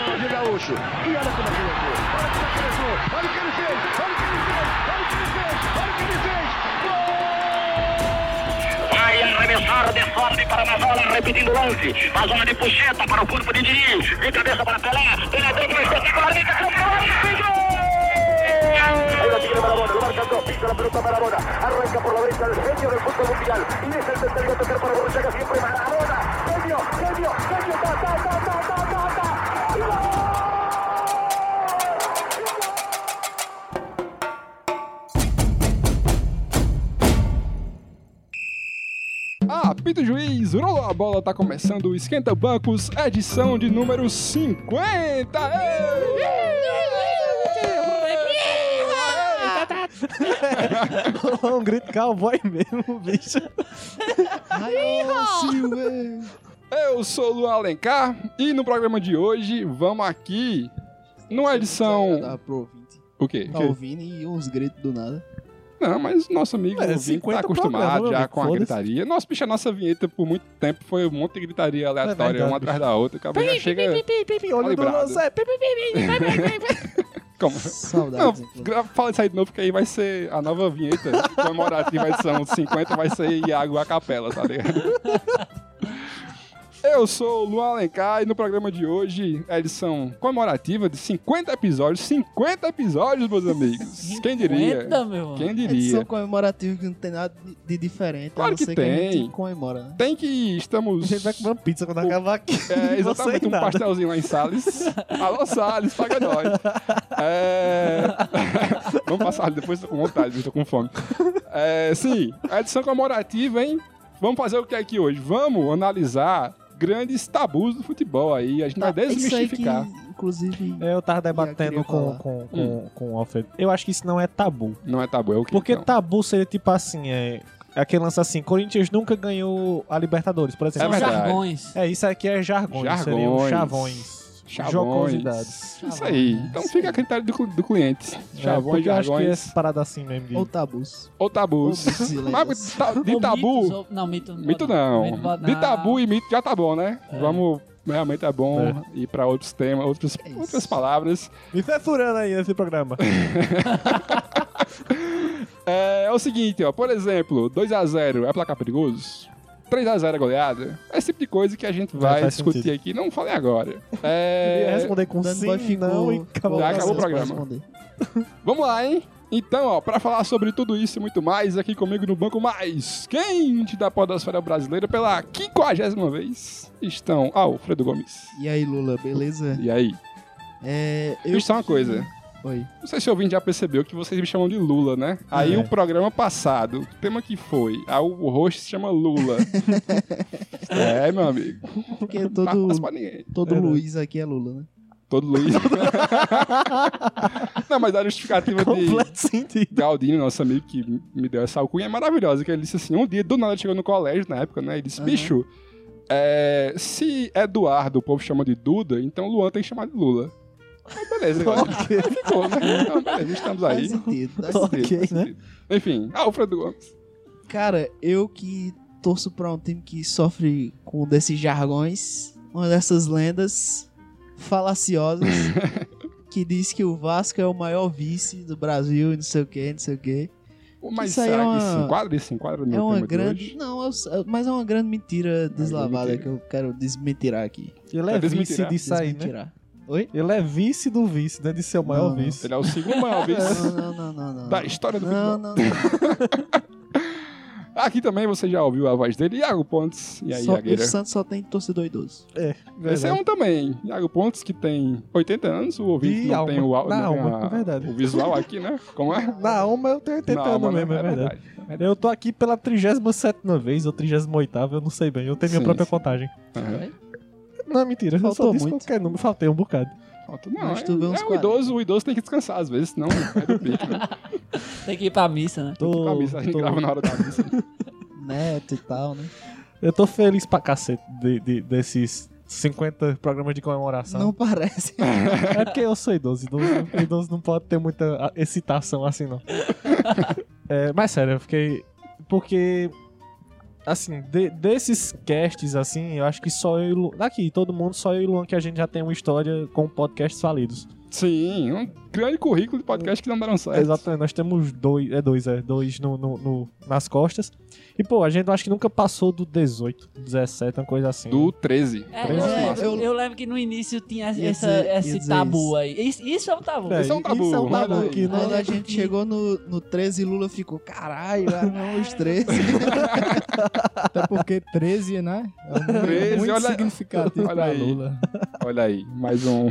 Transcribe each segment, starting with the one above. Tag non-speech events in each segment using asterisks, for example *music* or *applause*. Gaúcho. E olha como arremessou. Olha como arremessou. Olha o que ele fez. Olha o que ele fez. Olha o que ele fez. Olha o que ele fez. Gol! Vai arremessar de sorte para Mazola, repetindo o lance. Mazola de puxeta para o corpo de Diniz. De cabeça para Pelé. Pelé deu uma espetacularmente. Campeão! la pelota Maradona, arranca por la derecha el genio del fútbol mundial, y es el tercero a tocar para Borruchaga, siempre Maradona, genio, genio, genio, ta, ta, ta, ta, ta, ta, ta. Apito ah, juiz, rolou a bola, tá começando o Esquenta Bancos, edição de número 50! *laughs* um grito cowboy mesmo, bicho. é um Eu sou o Luan Alencar e no programa de hoje vamos aqui numa edição. O quê? Tá ouvindo e uns gritos do nada. Não, mas nosso amigo é, ouvinte tá acostumado já com a gritaria. Nossa, bicho, a nossa vinheta por muito tempo foi um monte de gritaria aleatória, uma atrás da outra. Acabou, já chega. Olha do lançar. Como? Saudades. Não, fala isso aí de novo, porque aí vai ser a nova vinheta comemorativa edição 50, vai ser Iago a capela, tá *laughs* ligado? Eu sou o Luan Alencar e no programa de hoje, a edição comemorativa de 50 episódios. 50 episódios, meus amigos. Quem diria? 50, meu irmão. Quem diria? Edição comemorativa que não tem nada de diferente. Claro que tem. Que a gente comemora, né? Tem que estamos... A gente vai comer uma pizza quando o... acabar *laughs* aqui. É, exatamente. Um nada. pastelzinho lá em Salles. Alô, Salles, paga nós. É... *laughs* Vamos passar depois, tô com vontade, estou com fome. É, sim, a edição comemorativa, hein? Vamos fazer o que é aqui hoje? Vamos analisar grandes tabus do futebol aí. A gente tá, vai desmistificar. Que, inclusive. É. É, Eu tava debatendo com, com, com, hum. com o Alfred. Eu acho que isso não é tabu. Não é tabu, é o que? Porque então? tabu seria tipo assim, é. Aquele lance assim, Corinthians nunca ganhou a Libertadores, por exemplo. É jargões. É, isso aqui é jargões, jargões. seriam chavões. Chavões. Jocosidades. Isso aí. Então fica a critério do, do cliente. Chavões, é, jargões. Eu acho que é parada assim mesmo. De... Ou tabus. Ou tabus. Ou *laughs* Mas de tabu. Mitos, ou... Não, mito não. Mito não. Mito não. De tabu e mito já tá bom, né? É. Vamos. Realmente é bom é. ir pra outros temas, outros, é outras palavras. Me censurando aí nesse programa. é, é o seguinte, ó. Por exemplo, 2x0 é placar perigoso? 3x0 a goleada. É esse tipo de coisa que a gente vai discutir sentido. aqui. Não falei *laughs* agora. É... Eu ia responder Um com Dando sim, ficou... não, e acabou, Já acabou o programa. Vamos lá, hein? Então, ó, pra falar sobre tudo isso e muito mais, aqui comigo no Banco Mais Quente da Podosfera Brasileira, pela 50 vez, estão Alfredo Gomes. E aí, Lula, beleza? E aí? É, eu... Deixa só uma coisa. Oi. Não sei se o ouvinte já percebeu que vocês me chamam de Lula, né? É. Aí o programa passado, o tema que foi, aí o host se chama Lula. é, meu amigo. Porque *laughs* todo, todo é, Luiz né? aqui é Lula, né? Todo Luiz. Não, mas a justificativa Completo de sentido. Galdino, nosso amigo que me deu essa alcunha, é maravilhosa, que ele disse assim, um dia, do nada, chegou no colégio, na época, né? Ele disse, uhum. bicho, é, se Eduardo o povo chama de Duda, então Luan tem que chamar de Lula. Ah, beleza, okay. Ficou, né? Então, beleza, estamos aí. Faz *laughs* sentido, faz okay, sentido, faz né? Sentido. Enfim, Alfredo Gomes. Cara, eu que torço pra um time que sofre com um desses jargões, uma dessas lendas falaciosas, *laughs* que diz que o Vasco é o maior vice do Brasil e não sei o que, não sei o que. Mas isso será é uma... que se enquadra? Isso enquadra no é uma tema grande, Não, eu, mas é uma grande mentira deslavada é mentira. que eu quero desmentirar aqui. Ele é, é vice disso aí, né? Oi? Ele é vice do vice, né? De ser o maior não, vice. Ele é o segundo maior vice. não, não, não, *laughs* não, Da história do não, não, não. Aqui também você já ouviu a voz dele, Iago Pontes. *laughs* E aí, só, Iagueira? O Santos só tem torcedor idoso. É, verdade. Esse é um também. Iago Pontes, que tem 80 anos, o ouvinte E não alma. tem o Na não tem alma, a- verdade. o visual aqui, né? Como é? Na alma eu tenho 80 Na anos alma, né? mesmo, é É verdade. verdade, Eu tô aqui pela 37 vez ou 38, eu não sei bem. Eu tenho minha Sim, própria sim. contagem. Aham. Não, é mentira, eu só Faltou disse muito. qualquer número, faltei um bocado. Falta- Não, Mas é, tu vê uns é o 40. idoso, o idoso tem que descansar às vezes, senão é do pique, né? *laughs* Tem que ir pra missa, né? Tem que ir pra missa, a gente tô- grava na hora da missa. Neto e tal, né? Eu tô feliz pra cacete de- de- desses 50 programas de comemoração. Não parece. É porque eu sou idoso. Idoso, idoso não pode ter muita ah, *laughs* excitação assim, não. É, mas sério, eu fiquei. Porque assim, de- desses casts, assim, eu acho que só eu e Luan. Daqui, todo mundo, só eu e Luan, que a gente já tem uma história com podcasts falidos. Sim, um grande currículo de podcast que não deram certo. Exatamente, nós temos dois, é dois, é, dois no, no- no- nas costas. E, pô, a gente eu acho que nunca passou do 18, 17, uma coisa assim. Do 13. É, Talvez é, máximo. eu, eu lembro que no início tinha essa, Ia dizer- ia esse dizer tabu isso. aí. Isso, isso é um tabu. É, Isso um tabu, Isso é um olha tabu aí. que não- Quando a gente chegou no, no 13, Lula ficou, caralho, armamos os 13. Até porque 13, né? É um número 13, muito olha- significativo olha pra aí. Lula. Olha aí, mais um.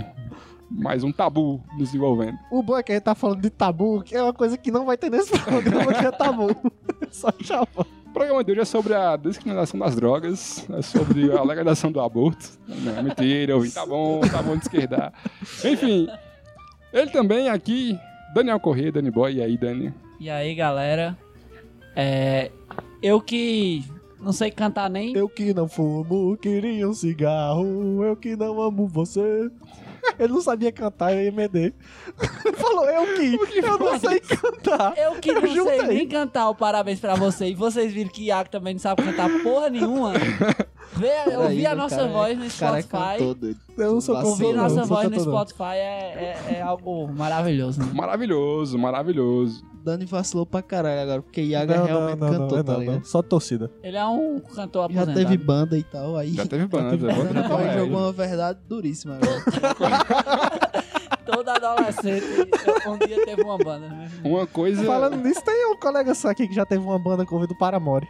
Mais um tabu nos envolvendo. O bom é que a gente tá falando de tabu, que é uma coisa que não vai ter nesse programa, que é tabu. *laughs* Só chapa. O programa de hoje é sobre a descriminalização das drogas, é sobre a legalização do aborto. Não, mentira, eu vim, tá bom, tá bom de esquerdar. Enfim, ele também é aqui, Daniel Corrêa, Dani Boy, e aí, Dani? E aí, galera. É, eu que não sei cantar nem. Eu que não fumo, queria um cigarro, eu que não amo você. Ele não sabia cantar, eu ia MD. Ele falou, eu que, eu não sei cantar. Eu que Eu não sei juntei. nem cantar o parabéns pra você. E vocês viram que Iago também não sabe cantar porra nenhuma. Vê, Peraí, ouvir a o nossa é- cara- voz no o cara é Spotify. cantou, doido. Eu não sou Vacilo. cantor, Ouvir não, a nossa não sou voz no cantor, não. Spotify é, é, é algo maravilhoso. Né? Maravilhoso, maravilhoso. Dani vacilou pra caralho agora, porque é Iago Não, não, realmente não, não, cantou, não, tá não, ligado? não. Só torcida. Ele é um cantor Já aposentado. teve banda e tal, aí. *laughs* Já teve banda, Já teve bota na Dani Boy palestra. jogou uma verdade duríssima *laughs* agora. Todo adolescente um dia teve uma banda. Né? Uma coisa. Falando nisso, tem um colega só aqui que já teve uma banda com o do Paramore.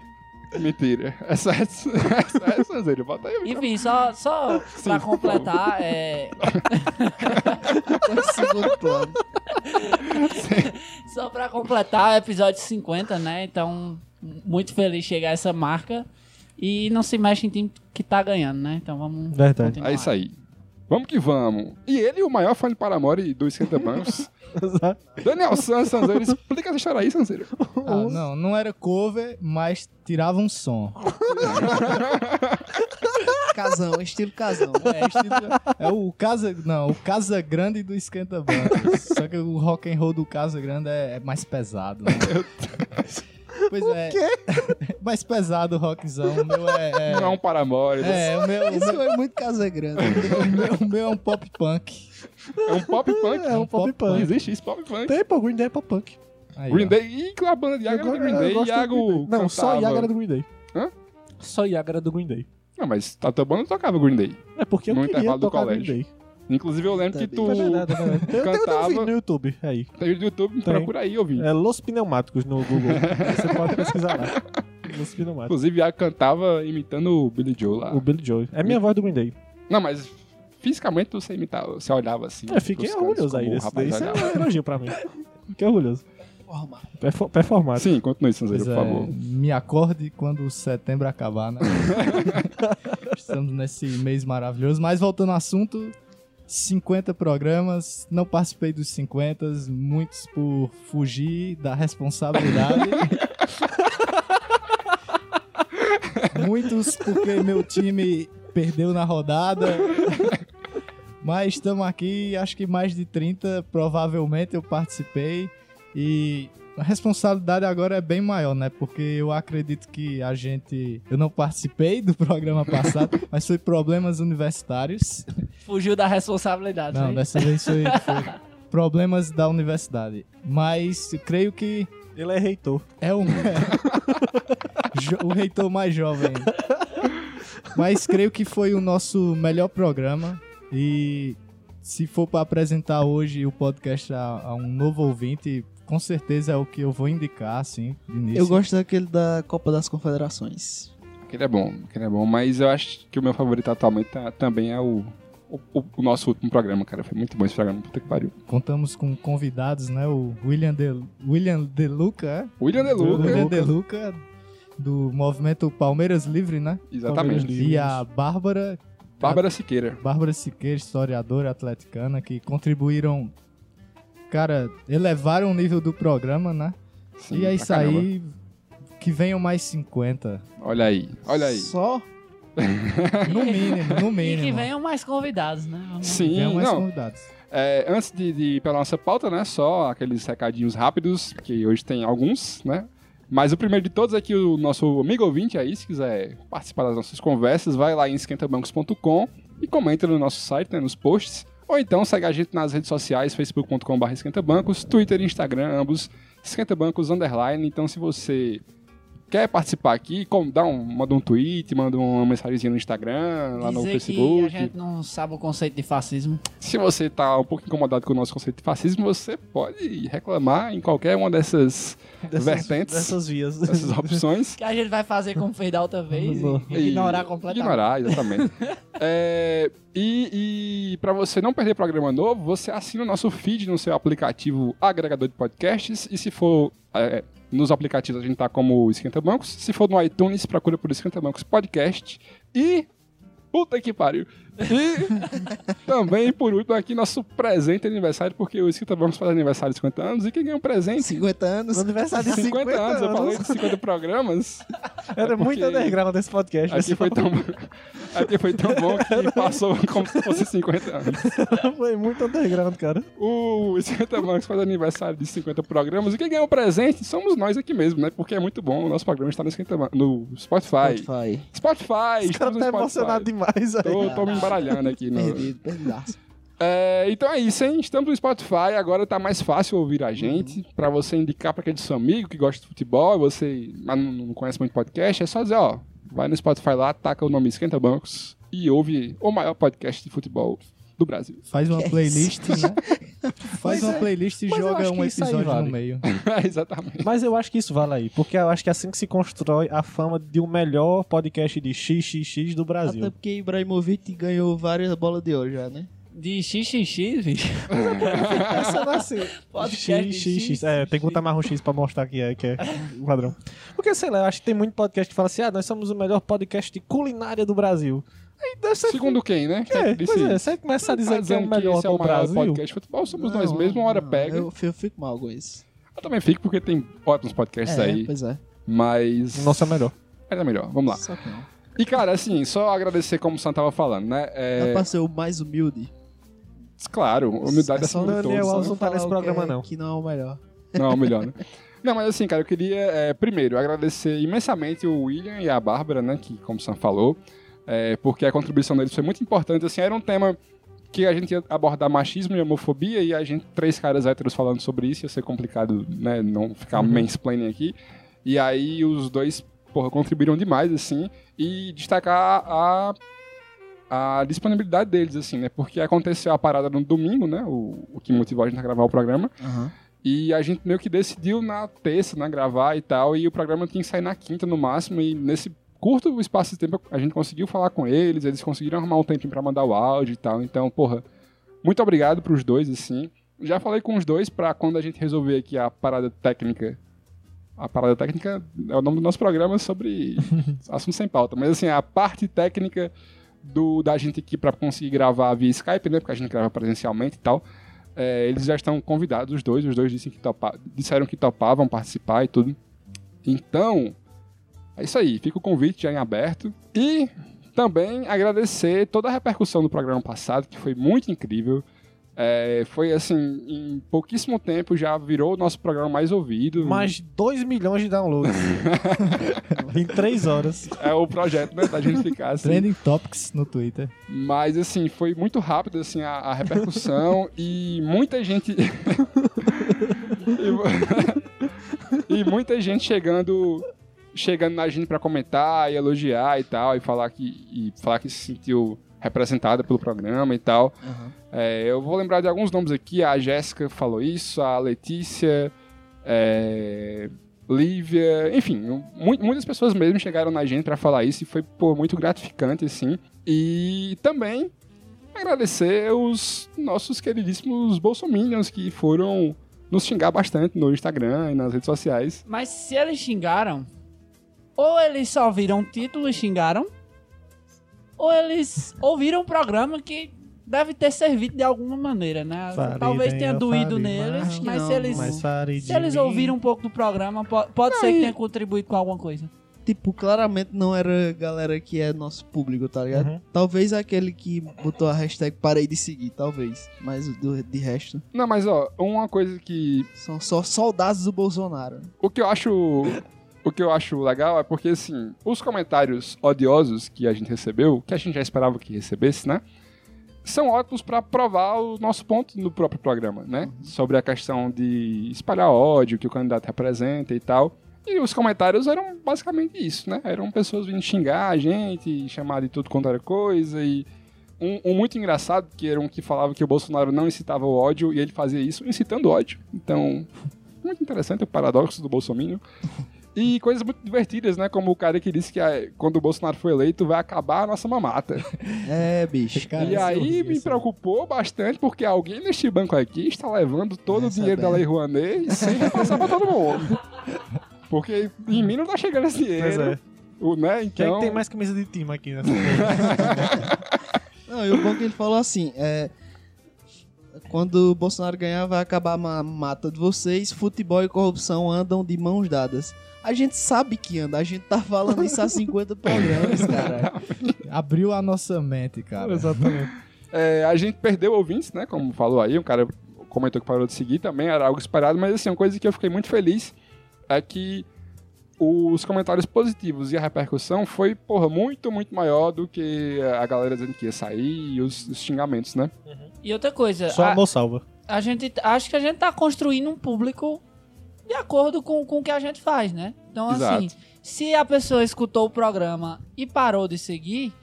Mentira. Essa é. *laughs* Essa é. Essa é. Bota aí. Enfim, só, só pra completar, é, Foi o segundo plano. Só pra completar, episódio 50, né? Então, muito feliz de chegar a essa marca. E não se mexe em time que tá ganhando, né? Então vamos. Verdade. continuar. É isso aí. Vamos que vamos. E ele, o maior fã de Paramore dos *laughs* Cantabancos, Daniel San, Sanzeiro, explica essa história aí, Sanzeiro. Ah, não, não era cover, mas tirava um som. *laughs* Casão, estilo casão. É, estilo- é o Casa... Não, o Casa Grande do Esquenta Bandas. Só que o rock and roll do Casa Grande é, é mais pesado. Né? *laughs* Pois é. *laughs* mais pesado o rockzão. O meu é... é- Não é um Paramore, é, o meu, o Isso foi muito casa grande. meu- *laughs* o meu, o meu é um pop punk. é um pop *laughs* punk. É um pop Não punk. Existe isso, pop punk. Tem, pô, Green Day é pop punk. Aí, Green ó. Day, e com a banda de Iago era do Green Day, gosto do Iago Green Day. Não, só cantava- Iago era do Green Day. Hã? Só Iago era do Green Day. Não, mas a tua banda tocava Green Day. É porque eu No queria intervalo do tocar Green colégio. Day. Inclusive eu lembro Tá que bem. tu É verdade, é verdade. Tem- Tem tem um vídeo no YouTube aí. tem vídeo do YouTube, Tem. procura aí, ouvinte. É Los Pneumáticos no Google. Você pode *laughs* pesquisar lá. Los Pneumáticos. Inclusive Iago cantava imitando o Billy Joe lá. O Billy Joe. É minha voz do Green Day. Não, mas fisicamente você imitava, você olhava assim. Eu É, fiquei pros cantos, orgulhoso como aí o desse daí. rapaz Isso é olhava. um elogio pra mim. Fiquei orgulhoso. Forma. Perfo- Performado. Sim, continue, Sanzeiro, Pois por é, favor. Me acorde quando o setembro acabar, *laughs* né? Estamos nesse mês maravilhoso. Mas voltando ao assunto, 50 programas, não participei dos 50, muitos por fugir da *laughs* responsabilidade. muitos porque meu time perdeu na rodada. Mas estamos aqui, acho que mais de 30, provavelmente eu participei. E a responsabilidade agora é bem maior, né? Porque eu acredito que a gente. Eu não participei do programa passado, mas foi problemas universitários. Fugiu da responsabilidade. Não, é né? dessa vez foi, foi problemas da universidade. Mas eu creio que Ele é reitor. é um. *laughs* Jo- o reitor mais jovem. Mas creio que foi o nosso melhor programa. E se for para apresentar hoje o podcast a, a um novo ouvinte, com certeza é o que eu vou indicar, assim, de início. Eu gosto daquele da Copa das Confederações. Aquele é bom, aquele é bom, mas eu acho que o meu favorito atualmente tá- também é o, o, o nosso último programa, cara. Foi muito bom esse programa, puta que pariu. Contamos com convidados, né? O William De, William De Luca, William é? William Deluca, De Luca, do movimento Palmeiras Livre, né? exatamente. E a Bárbara, Bárbara Siqueira. Bárbara Siqueira, historiadora atleticana, que contribuíram, cara, elevaram o nível do programa, né? Sim, e é pra isso caramba. aí, que venham mais 50. Olha aí, olha aí. *laughs* Só No mínimo, no E mínimo. que venham mais convidados, né? Vamos- Sim, venham mais não. convidados. é, antes de, de ir pela nossa pauta, né? Só aqueles recadinhos rápidos, que hoje tem alguns, né? Mas o primeiro de todos é que o nosso amigo ouvinte aí, se quiser participar das nossas conversas, vai lá em esquentabancos.com e comenta no nosso site, né, nos posts. Ou então segue a gente nas redes sociais, facebook.com.br esquentabancos, Twitter e Instagram, ambos esquentabancos underline. Então se você quer participar aqui, com- dá um, manda um tweet, manda uma mensagenzinha no Instagram, lá no Dizer Facebook. que a gente não sabe o conceito de fascismo. Se você tá um pouco incomodado com o nosso conceito de fascismo, você pode reclamar em qualquer uma dessas, vertentes, *laughs* dessas, Dessas vias. opções. Que a gente vai fazer como fez da outra vez e E- ignorar completamente. Ignorar, exatamente. É, e e para você não perder programa novo, você assina o nosso feed no seu aplicativo agregador de podcasts. E se for é, nos aplicativos, a gente tá como Esquenta Bancos. Se for no iTunes, procura por Esquenta Bancos Podcast. E. Puta que pariu! E também, por último, aqui nosso presente aniversário, porque o Esquenta Bancos faz aniversário de 50 anos. E quem ganha um presente? 50 anos. No aniversário de 50, 50 anos, eu falei anos. de 50 programas. Era muito porque- underground esse podcast. Aqui esse foi tão, aqui foi tão bom que passou como se fosse 50 anos. *laughs* foi muito underground, cara. O 50 Bancos faz aniversário de 50 programas. E quem ganhou o presente somos nós aqui mesmo, né? Porque é muito bom. O nosso programa está no, 50 Bancos- no Spotify. Spotify. Spotify! Esse cara É, estamos no tá Spotify. emocionado demais aí. Tô, tô me embaralhando aqui. No... Perdido, perdidaço. É, então é isso, hein? Estamos no Spotify, agora tá mais fácil ouvir a gente. Pra você indicar pra aquele seu amigo que gosta de futebol, você mas não, não conhece muito podcast, é só dizer, ó, vai no Spotify lá, taca o nome Esquenta Bancos e ouve o maior podcast de futebol do Brasil. *laughs* Faz uma Que é playlist, *laughs* né? Faz Mas uma é- playlist e mas eu joga acho que um isso aí episódio vale. no meio. É, Exatamente. Mas eu acho que isso vale aí, porque eu acho que é assim que se constrói a fama de um melhor podcast de XXX do Até Brasil. porque Ibrahimovic ganhou várias bolas de ouro já, né? De xxx, bicho. Essa não é assim. *laughs* Podcast XXX. É, tem que botar mais um X pra mostrar que é, que é o padrão. Porque, sei lá, eu acho que tem muito podcast que fala assim, ah, nós somos o melhor podcast de culinária do Brasil. Aí deve ser... Segundo quem, né? É, Disse- pois é, você começa a tá dizer que é o dizendo melhor esse é do o maior Brasil. podcast de futebol, somos nós mesmos, uma hora não, pega. Eu... Eu, eu fico mal com isso. também fico porque tem ótimos podcasts é, aí, Pois é. mas... O nosso é melhor. Era melhor, vamos lá. Só que não. E cara, assim, só agradecer como o Sam tava falando, né? É, Dá pra ser o mais humilde. Claro, humildade É é só acima o de Daniel todos, né? Alves não tá falar nesse o que programa, é- não. Que não é o melhor. Não, melhor, né? Não, mas assim, cara, eu queria, eh, primeiro, agradecer imensamente o William e a Bárbara, né, que, como o Sam falou, eh, porque a contribuição deles foi muito importante. Assim, era um tema que a gente ia abordar machismo e homofobia, e a gente, três caras héteros falando sobre isso, ia ser complicado, né, não ficar mansplaining aqui. E aí os dois, porra, contribuíram demais, assim, e destacar a a disponibilidade deles, assim, né? Porque aconteceu a parada no domingo, né? O, o que motivou a gente a gravar o programa. E a gente meio que decidiu na terça, né, gravar e tal, e o programa tinha que sair na quinta no máximo, e nesse curto espaço de tempo a gente conseguiu falar com eles, eles conseguiram arrumar um tempinho pra mandar o áudio e tal, então, porra, muito obrigado pros dois, assim. Já falei com os dois pra quando a gente resolver aqui a parada técnica. A parada técnica é o nome do nosso programa sobre assunto sem pauta, mas assim, a parte técnica do, da gente aqui pra conseguir gravar via Skype, né, porque a gente grava presencialmente e tal. É, eles já estão convidados, os dois. Os dois disse que topa- disseram que topavam participar e tudo. Então, é isso aí. Fica o convite já em aberto. E também agradecer toda a repercussão do programa passado, que foi muito incrível. É, foi assim, em pouquíssimo tempo já virou o nosso programa mais ouvido. Mais 2 milhões *laughs* de downloads. em 3 horas. É o projeto, né? Da gente ficar assim. Trending Topics no Twitter. Mas assim, foi muito rápido assim a, a repercussão e muita gente *laughs* e, mu- *laughs* e muita gente chegando chegando na gente pra comentar e elogiar e tal e falar que e falar que se sentiu representada pelo programa e tal. É, eu vou lembrar de alguns nomes aqui. A Jéssica falou isso, a Letícia, é, Lívia, enfim, mu- muitas pessoas mesmo chegaram na gente pra falar isso e foi pô, muito gratificante assim. E também agradecer os nossos queridíssimos bolsominions que foram nos xingar bastante no Instagram e nas redes sociais. Mas se eles xingaram, ou eles só viram o título e xingaram, ou eles ouviram o programa que deve ter servido de alguma maneira, né? Farei Talvez bem, tenha eu doído farei, mas neles, que mas não, se eles, Mas farei se de eles mim. ouviram um pouco do programa, po- pode, ser que tenha contribuído com alguma coisa. Tipo, claramente não era galera que é nosso público, tá ligado? Uhum. Talvez aquele que botou a hashtag parei de seguir, talvez. Mas o do- de resto, Não, mas ó, uma coisa que são só soldados do Bolsonaro. o que eu acho o que eu acho legal é porque, assim, os comentários odiosos que a gente recebeu, que a gente já esperava que recebesse, né? São ótimos para provar o nosso ponto no próprio programa, né? Sobre a questão de espalhar ódio que o candidato representa e tal. E os comentários eram basicamente isso, né? Eram pessoas vindo xingar a gente, chamar de tudo quanto era coisa. E um, um muito engraçado, que era um que falava que o Bolsonaro não incitava o ódio, e ele fazia isso incitando ódio. Então, muito interessante o paradoxo do Bolsonaro. E coisas muito divertidas, né? Como o cara que disse que ah, quando o Bolsonaro foi eleito vai acabar a nossa mamata. É, bicho. Cara, e isso eu aí vi, me isso. é preocupou bastante porque alguém neste banco aqui está levando todo o Essa dinheiro da bem. Lei Rouanet sem repassar pra todo mundo. Porque em mim não tá chegando esse Pois dinheiro. é. O, né? Quem é Então, que tem mais camisa de time aqui nessa *laughs* Não, e o bom que ele falou assim, é... Quando o Bolsonaro ganhar, vai acabar a mata de vocês. Futebol e corrupção andam de mãos dadas. A gente sabe que anda. A gente tá falando isso há 50 programas, *laughs* cara. Abriu a nossa mente, cara. Exatamente. é, a gente perdeu ouvintes, né? Como falou aí, um cara comentou que parou de seguir também, era algo esperado, mas assim, uma coisa que eu fiquei muito feliz é que os comentários positivos e a repercussão foi, porra, muito, muito maior do que a galera dizendo que ia sair e os, os xingamentos, né? E outra coisa, Só Ah. a- amor salva. a gente acho que a gente tá construindo um público de acordo com, com o que a gente faz, né? Então, Exato. assim, se a pessoa escutou o programa e parou de seguir,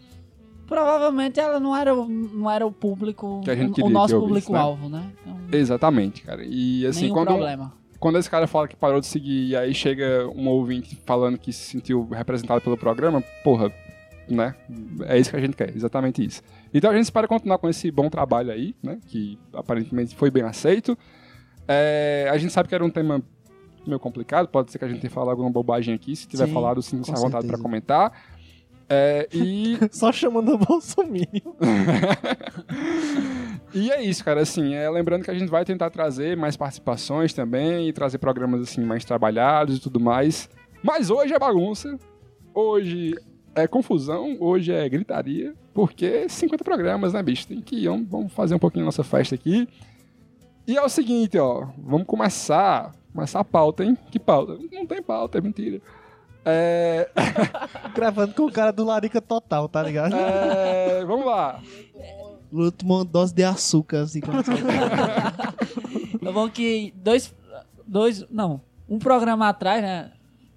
provavelmente ela não era, o- não era o público, Que a gente o- o queria que nosso ouvisse, público-alvo, né? Então, Exatamente, cara. E assim, nenhum quando, problema. quando esse cara fala que parou de seguir e aí chega um ouvinte falando que se sentiu representado pelo programa, porra, né? É isso que a gente quer, exatamente isso. Então a gente espera continuar com esse bom trabalho aí, né? Que aparentemente foi bem aceito. É, a gente sabe que era um tema meio complicado, pode ser que a gente tenha falado alguma bobagem aqui. Se tiver Sim, falado, sinta-se com à vontade pra certeza. comentar. É, *laughs* e Só chamando a Bolsonaro. E é isso, cara. Assim, é, lembrando que a gente vai tentar trazer mais participações também, e trazer programas assim mais trabalhados e tudo mais. Mas hoje é bagunça. Hoje é confusão, hoje é gritaria, porque 50 programas, né, bicho? Tem que ir, vamos- vamos fazer um pouquinho nossa festa aqui. E é o seguinte, ó, vamos começar, começar a pauta, hein? Que pauta? Não tem pauta, é mentira. É, *laughs* Gravando com o cara do Larica Total, tá ligado? Ah. é, vamos lá. Luto uma dose de açúcar, assim. Como você É bom que dois. Dois. Não, um programa atrás, né?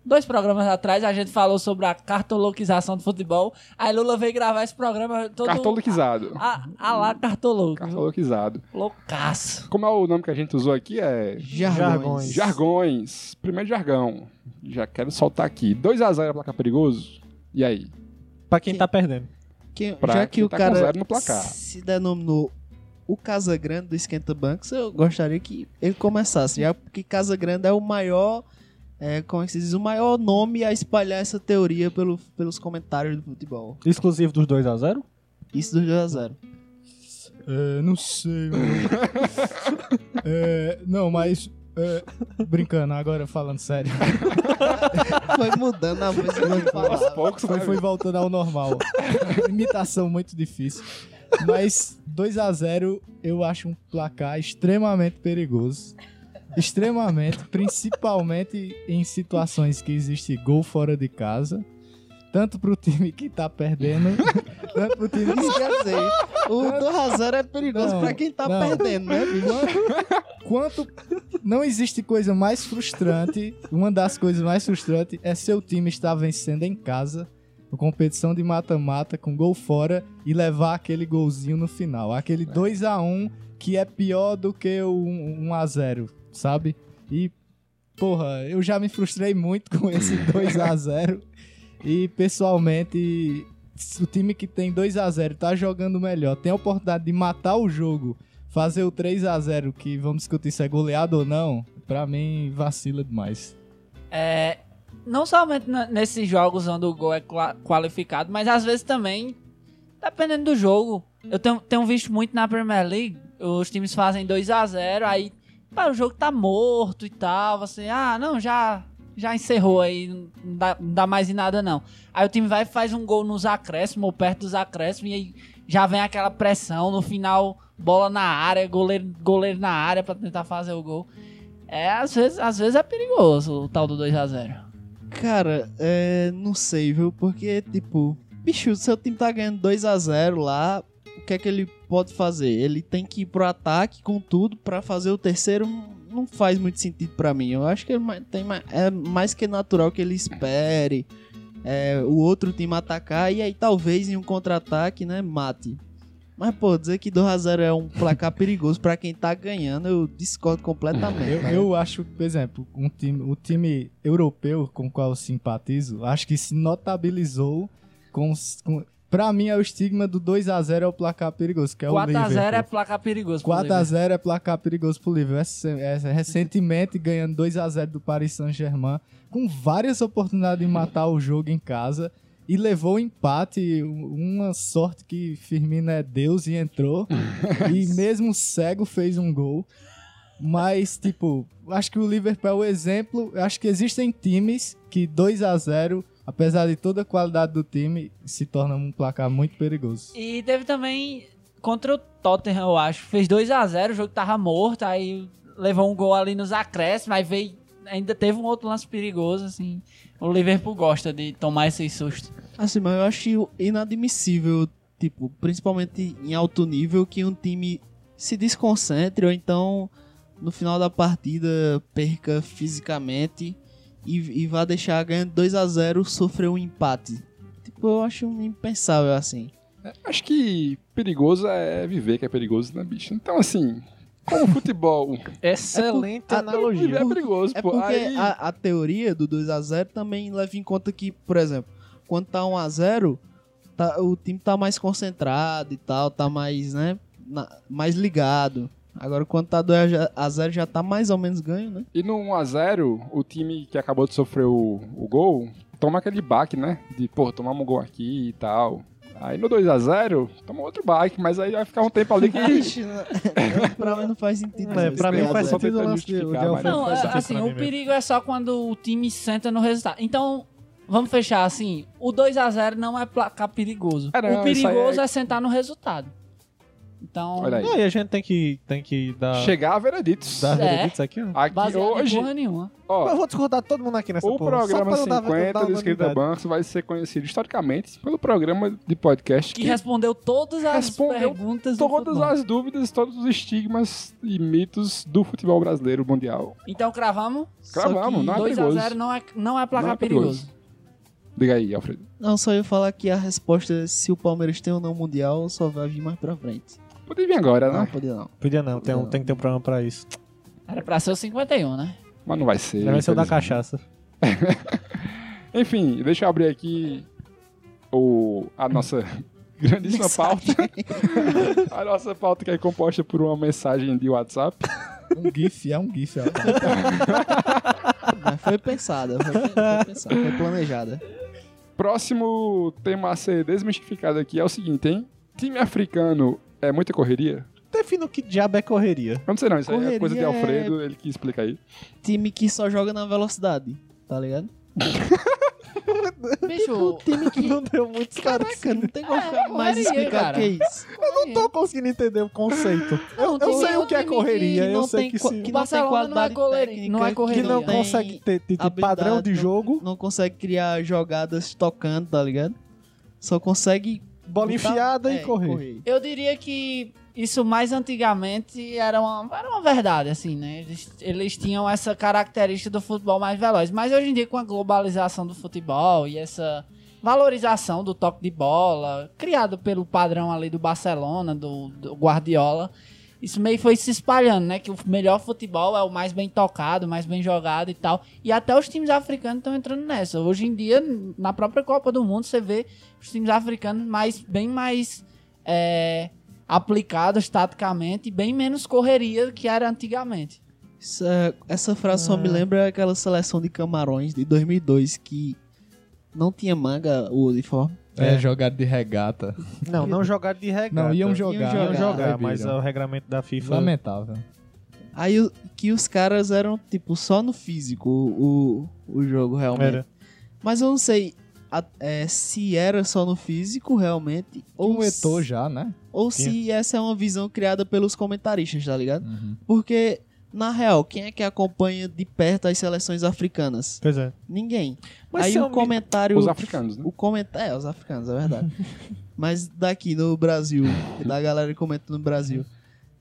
Dois programas atrás a gente falou sobre a cartoloquização do futebol. Aí Lula veio gravar esse programa todo. Cartoloquizado. A, a lá cartoloco. Cartoloquizado. Loucaço. Como é o nome que a gente usou aqui? É Jargões. Jargões. Primeiro jargão. Já quero soltar aqui. 2x0 é placar perigoso. E aí? Pra quem tá perdendo. Quem- Pra já que quem o tá com cara zero no placar. se denominou o Casa Grande do Esquenta Bancos, eu gostaria que ele começasse, já porque Casa Grande é o maior, é, como é que se diz, o maior nome a espalhar essa teoria pelo- pelos comentários do futebol. Exclusivo dos 2x0? Isso do 2 a 0 É, não sei, *laughs* mano. É, não, mas. é, brincando, agora falando sério. Foi mudando a voz quando Aos falava. poucos, Foi, né? foi voltando ao normal. *laughs* Imitação muito difícil. Mas 2 a 0 eu acho um placar extremamente perigoso. Extremamente, principalmente em situações que existe gol fora de casa. Tanto pro time que tá perdendo, *laughs* tanto pro time que Isso quer dizer, o 2 a 0 é perigoso Não, pra quem tá não. perdendo, né? Quanto não existe coisa mais frustrante, uma das coisas mais frustrantes é seu time estar vencendo em casa, uma competição de mata-mata com gol fora e levar aquele golzinho no final, aquele 2 a 1 que é pior do que o 1 a 0, sabe? E porra, eu já me frustrei muito com esse 2 a 0 e pessoalmente o time que tem 2 a 0 tá jogando melhor, tem a oportunidade de matar o jogo fazer o 3 a 0 que vamos discutir se é goleado ou não, pra mim vacila demais. É, não somente na- nesses jogos onde o gol é qua- qualificado, mas às vezes também, dependendo do jogo. Eu tenho, tenho visto muito na Premier League, os times fazem 2 a 0 aí pá, o jogo tá morto e tal, você, ah, não, já já encerrou aí, não dá, não dá mais em nada não. Aí o time vai e faz um gol nos acréscimos, ou perto dos acréscimos, e aí já vem aquela pressão, no final, bola na área, goleiro, goleiro na área pra tentar fazer o gol. É, às vezes, às vezes é perigoso o tal do 2x0. Cara, é, não sei, viu? Porque, tipo, bicho, seu time tá ganhando 2 a 0 lá, o que é que ele pode fazer? Ele tem que ir pro ataque com tudo pra fazer o terceiro. Não faz muito sentido pra mim. Eu acho que ele ma- tem ma- é mais que natural que ele espere é, o outro time atacar e aí talvez em um contra-ataque, né, mate. Mas, pô, dizer que 2x0 é um placar *laughs* perigoso pra quem tá ganhando, eu discordo completamente. Eu, né? eu acho, por exemplo, um time, o time europeu com o qual eu simpatizo, acho que se notabilizou com. os- com pra mim é o estigma do 2x0 é o placar perigoso, que é o Liverpool. 4x0 é placar perigoso. pro 4x0 é placar perigoso pro Liverpool. Essa- essa- Recentemente ganhando 2x0 do Paris Saint-Germain, com várias oportunidades de matar o jogo em casa. E levou o empate, uma sorte que Firmino é Deus e *laughs* entrou. e mesmo cego fez um gol. Mas, tipo, acho que o Liverpool é o exemplo. Eu Acho que existem times que 2x0, apesar de toda a qualidade do time, se torna um placar muito perigoso. E teve também contra o Tottenham, eu acho. Fez 2x0, o jogo tava morto, aí levou um gol ali nos acréscimos, aí veio. Ainda teve um outro lance perigoso, assim. O Liverpool gosta de tomar esses sustos. Assim, mas eu acho inadmissível, tipo, principalmente em alto nível, que um time se desconcentre ou então no final da partida perca fisicamente e, e vá deixar ganhando 2 a 0 sofrer um empate. Tipo, eu acho impensável assim. Acho que perigoso é viver que é perigoso, né, bicho? Então, assim, como futebol. Excelente Ah, analogia. Viver é perigoso, É pô. porque Aí, a, a teoria do 2 a 0 também leva em conta que, por exemplo, quando tá 1 a 0 tá- o time tá mais concentrado e tal, tá mais, né, na- mais ligado. Agora quando tá 2 a 0 já tá mais ou menos ganho, né? E no 1x0, o time que acabou de sofrer o, o gol toma aquele baque, né? De, pô, tomamos um gol aqui e tal. Aí no 2x0, toma outro baque, mas aí vai ficar um tempo ali que. Ixi, não- pra mim não faz sentido. É, não, pra mim esse faz 3 a sentido o 0. tentando lance de, de justificar, Alfredo Não, fazer é- sentido assim, o pra mim mesmo. perigo é só quando o time senta no resultado. Então, vamos fechar assim: o 2x0 não é placar perigoso. É, não, o isso aí perigoso é- é... sentar no resultado. Então, Olha aí. Não, e a gente tem que, tem que dar, Chegar a vereditos. dar É. veredictos aqui, ó. Aqui baseado hoje, em porra nenhuma. Ah, ó, Eu vou discordar de todo mundo aqui nessa o porra, só programa pra não dar- 50 dar do Escrita unanimidade. Bancos vai ser conhecido historicamente pelo programa de podcast Que respondeu todas as Respondeu perguntas do todas futebol. as dúvidas, todos os estigmas e mitos do futebol brasileiro mundial. Então, cravamos: Só Cravamos, que- não é perigoso. 2x0 não é, não é placar Não é perigoso. Diga aí, Alfredo. Não, só ia falar que a resposta é se o Palmeiras tem ou não mundial só vai vir mais pra frente. Podia vir agora, Não, né? podia não. Podia não, tem, um- Não. tem que ter um programa pra isso. Era pra ser o 51, né? Mas não vai ser. Vai ser o da infelizmente. cachaça. Enfim, deixa eu abrir aqui o, a nossa *laughs* grandíssima pauta. a nossa pauta *laughs* que é composta por uma mensagem de WhatsApp. Um GIF, é um GIF. É Mas foi pensada, *laughs* foi, foi pensada, foi planejada. Próximo tema a ser desmistificado aqui é o seguinte, hein? Time africano é muita correria? Defina o que diabo é correria. Eu não sei não, isso aí é Correria coisa de é- Alfredo, ele que explica aí. Time que só joga na velocidade, tá ligado? Bicho, Time *laughs* que Não deu muito esclarecido. Caraca, não tem como É, mais correria, explicar cara. o que é isso. Eu não tô conseguindo entender o conceito. Não, Eu tem sei o que é time correria, que eu não sei tem que se... qua- que O não tem Barcelona qualidade não é goleiro, técnica, não é Que correria. não tem consegue ter, ter- ter habilidade, padrão de não- jogo, Não consegue criar jogadas tocando, tá ligado? Só consegue bola enfiada é, e correr. eu diria que isso mais antigamente era uma, era uma verdade, assim, né? Eles, eles tinham essa característica do futebol mais veloz. Mas hoje em dia, com a globalização do futebol e essa valorização do toque de bola, criado pelo padrão ali do Barcelona, do, do Guardiola, isso meio foi se espalhando, né? Que o melhor futebol é o mais bem tocado, o mais bem jogado e tal. E até os times africanos estão entrando nessa. Hoje em dia, na própria Copa do Mundo, você vê os times africanos mais, bem mais é, aplicados taticamente e bem menos correria que era antigamente. Isso é- essa frase só me lembra aquela seleção de camarões de 2002 que não tinha manga o uniforme. É, jogado de regata. Não, não jogar de regra. tá? Não, iam jogar. jogar, Iam jogar, é, mas proibiram. o regramento da FIFA... Lamentável. Aí o- que os caras eram tipo só no físico o, o, o jogo realmente. Era. Mas eu não sei a- é, se era só no físico realmente ou Ou se- etou Um já, né? ou se essa é uma visão criada pelos comentaristas, tá ligado? Porque Na real, quem é que acompanha de perto as seleções africanas? Pois é. Ninguém. Mas Aí um se é um o eu me- comentário. Os africanos, né? O comentário. É, os africanos, é verdade. Mas daqui no Brasil, da galera que comenta no Brasil.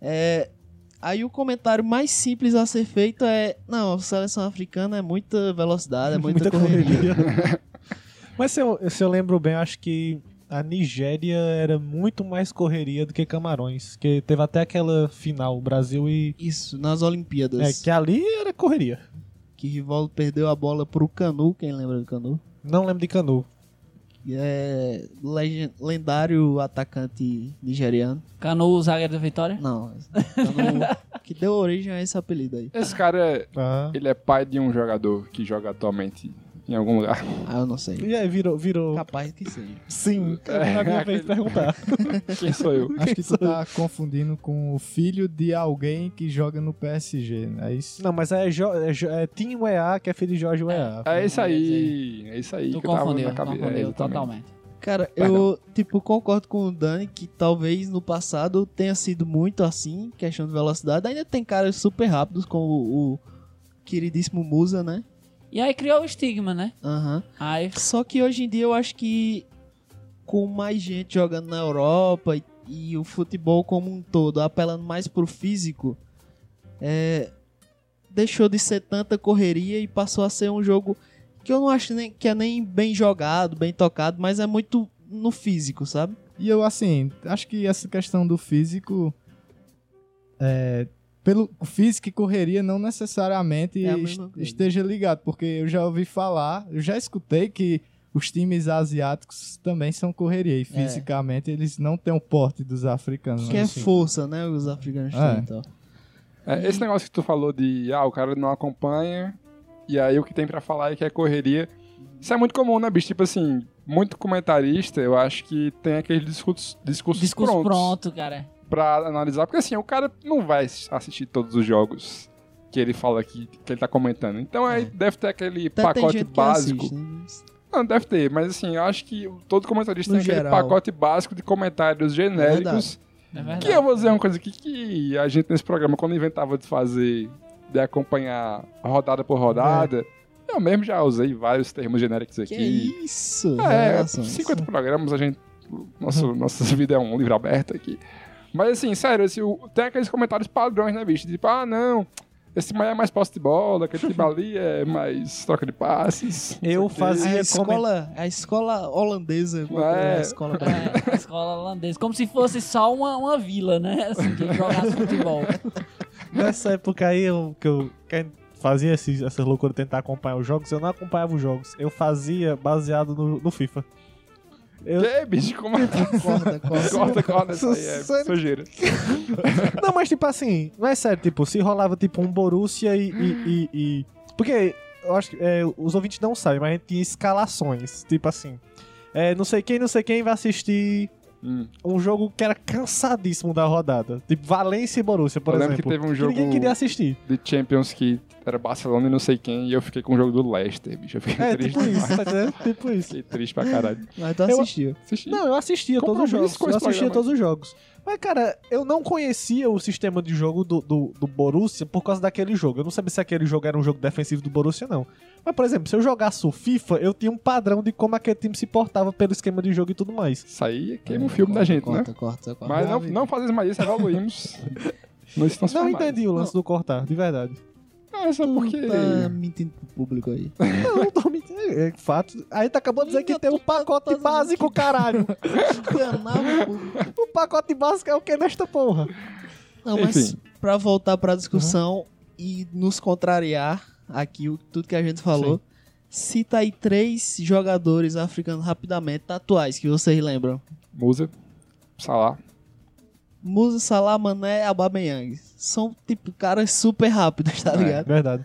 É. Aí o comentário mais simples a ser feito é: não, a seleção africana é muita velocidade, é muita, correria. *laughs* Mas se eu, se eu lembro bem, eu acho que a Nigéria era muito mais correria do que Camarões. Que teve até aquela final, Brasil e. Isso, nas É, Olimpíadas. que ali era correria. que Rivaldo perdeu a bola pro Canu, quem lembra do Canu? Não lembro de Canu. Que é legen- lendário atacante nigeriano. Canu, zagueiro da Vitória. Não, *laughs* Canu, que deu origem a esse apelido aí. Esse cara, Ah. ele é pai de um jogador que joga atualmente em algum *laughs* lugar. Ah, eu não sei. E aí virou. virou... Capaz que seja. Sim, é, a minha vez de perguntar. Quem sou eu? Acho que tu tá confundindo com o filho de alguém que joga no PSG, né? É isso? Não, mas é, jo... é, jo... é Tim Weah, que é filho de Jorge Weah. É isso aí, é isso aí Tu que eu tava confundeu, na cabeça. É, confundeu exatamente. totalmente. Cara, Perdão. eu, tipo, concordo com o Dani que talvez no passado tenha sido muito assim, questão de velocidade. Ainda tem caras super rápidos, como o, o queridíssimo Musa, né? E aí criou o estigma, né? Aham. Aí Só que hoje em dia eu acho que com mais gente jogando na Europa e, e o futebol como um todo apelando mais pro físico, é, deixou de ser tanta correria e passou a ser um jogo que eu não acho nem, que é nem bem jogado, bem tocado, mas é muito no físico, sabe? E eu, assim, acho que essa questão do físico. é, pelo físico e correria não necessariamente É a mesma est- coisa. esteja ligado, porque eu já ouvi falar, eu já escutei que os times asiáticos também são correria e fisicamente eles não têm o porte dos africanos. que é assim. força, né? Os africanos têm, É. então. É, esse negócio que tu falou de, ah, o cara não acompanha, e aí o que tem pra falar é que é correria. Isso é muito comum, né, bicho? Tipo assim, muito comentarista, eu acho que tem aqueles discursos, discursos discurso prontos pronto, cara. pra analisar. Porque assim, o cara não vai assistir todos os jogos que ele fala aqui, que ele tá comentando. Então aí deve ter aquele Até É. Então, tem pacote gente básico. que assiste, né? Mas- Não, deve ter, mas assim, eu acho que todo comentarista No tem aquele geral. pacote básico de comentários genéricos. É verdade. Que eu vou dizer uma coisa aqui que a gente nesse programa, quando inventava de fazer, de acompanhar rodada por rodada, É. eu mesmo já usei vários termos genéricos Que aqui. isso? é, revelações. 50 programas, a gente. Uhum. Nosso, nossa vida é um livro aberto aqui. Mas assim, sério, assim, o- tem aqueles comentários padrões, né, bicho? Tipo, ah, não. Esse Maia é mais posse de bola, aquele tipo ali é mais troca de passes. não Eu sei o quê. fazia- É A Ia escola, é a escola holandesa. É. A escola É, a escola holandesa. Como se fosse só uma, uma vila, né? Assim, que jogasse futebol. Nessa época aí eu, que eu que fazia esses, essas loucuras de tentar acompanhar os jogos, eu não acompanhava os jogos. Eu fazia baseado no, no FIFA. Eu- Que, bicho, como *laughs* é que Corta, corta. corta, corta essa aí? É Sério? sujeira. Não, mas tipo assim, não é sério, tipo, se rolava tipo um Borussia e. e- e- e- Porque eu acho que é, os ouvintes não sabem, mas a gente tinha escalações. Tipo assim, é, não sei quem, não sei quem vai assistir Hum. um jogo que era cansadíssimo da rodada. Tipo, Valência e Borussia, por Eu lembro exemplo. que teve um ninguém jogo- queria assistir. de Champions que era Barcelona e não sei quem, e eu fiquei com o jogo do Leicester, bicho. Eu fiquei É, triste. tipo isso, tá entendendo? Tipo isso. Fiquei triste pra caralho. Mas tu Eu- assistiu. Assisti. Não, eu assistia todos os Compromisso jogos. com esse Eu assistia programa. todos os jogos. Mas, cara, eu não conhecia o sistema de jogo do, do, do Borussia por causa daquele jogo. Eu não sabia se aquele jogo era um jogo defensivo do Borussia, não. Mas, por exemplo, se eu jogasse o FIFA, eu tinha um padrão de como aquele time se portava pelo esquema de jogo e tudo mais. Isso aí queima É, o filme da gente, né? Corta, corta, corta. Mas não, não fazemos mais isso, *laughs* evoluímos. não estamos Não então, entendi o lance do cortar, de verdade. Não, é só porque. Tá mentindo pro público aí. Não, não tô mentindo. É fato. Aí tu acabou de dizer que Eu tem tô- um pacote tô fazendo básico, caralho. Enganava o público. O pacote básico é o que nesta porra? Não, mas Enfim. Uhum. pra voltar pra discussão e nos contrariar aqui, o- tudo que a gente falou, cita aí três jogadores africanos rapidamente, atuais, que vocês lembram. Musa, Salah. Musa, Salah, Mané, Aubameyang. São, tipo, caras super rápidos, tá É ligado? verdade.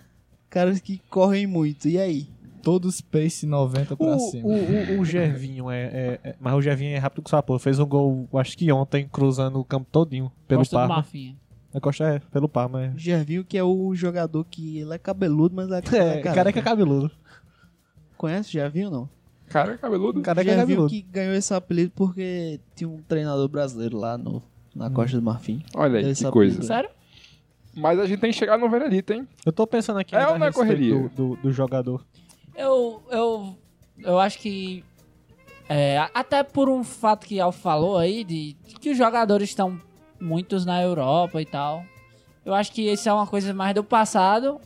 Caras que correm muito. E aí? Todos pace 90 pra cima. O, o, o Gervinho é, é- é- Mas o Gervinho é rápido que sua porra. Fez um gol, acho que ontem, cruzando o campo todinho pelo Gosta do Parma. Mafinha. Na costa é, pelo Parma. É. Gervinho, que é o jogador que ele é cabeludo, mas é, É, careca. careca cabeludo. Conhece Gervinho, não? Cara, cabeludo. Careca é Gervinho cabeludo. que ganhou esse apelido porque tinha um treinador brasileiro lá no, na Costa do Marfim. Olha aí, Esse que apelido. coisa. Sério? Mas a gente tem que chegar no veredito, hein? Eu tô pensando aqui É ainda ou não a é respeito correria? Do, do, do jogador. Eu, eu, eu acho que. é, a- até por um fato que Alf falou aí, de, de que os jogadores estão muitos na Europa e tal. Eu acho que isso é uma coisa mais do passado.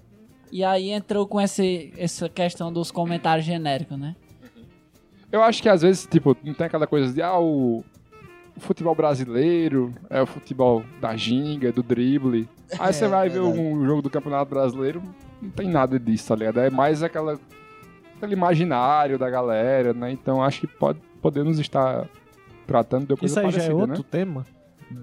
E aí entrou com esse, essa questão dos comentários genéricos, né? Eu acho que às vezes, tipo, não tem aquela coisa de, ah, o o futebol brasileiro é o futebol da ginga, do drible. É, Aí você vai ver um jogo do Campeonato Brasileiro, não tem nada disso, tá ligado? É mais aquela, aquele imaginário da galera, né? Então acho que pode, podemos estar tratando de uma coisa Isso aí já parecida, é outro né? tema?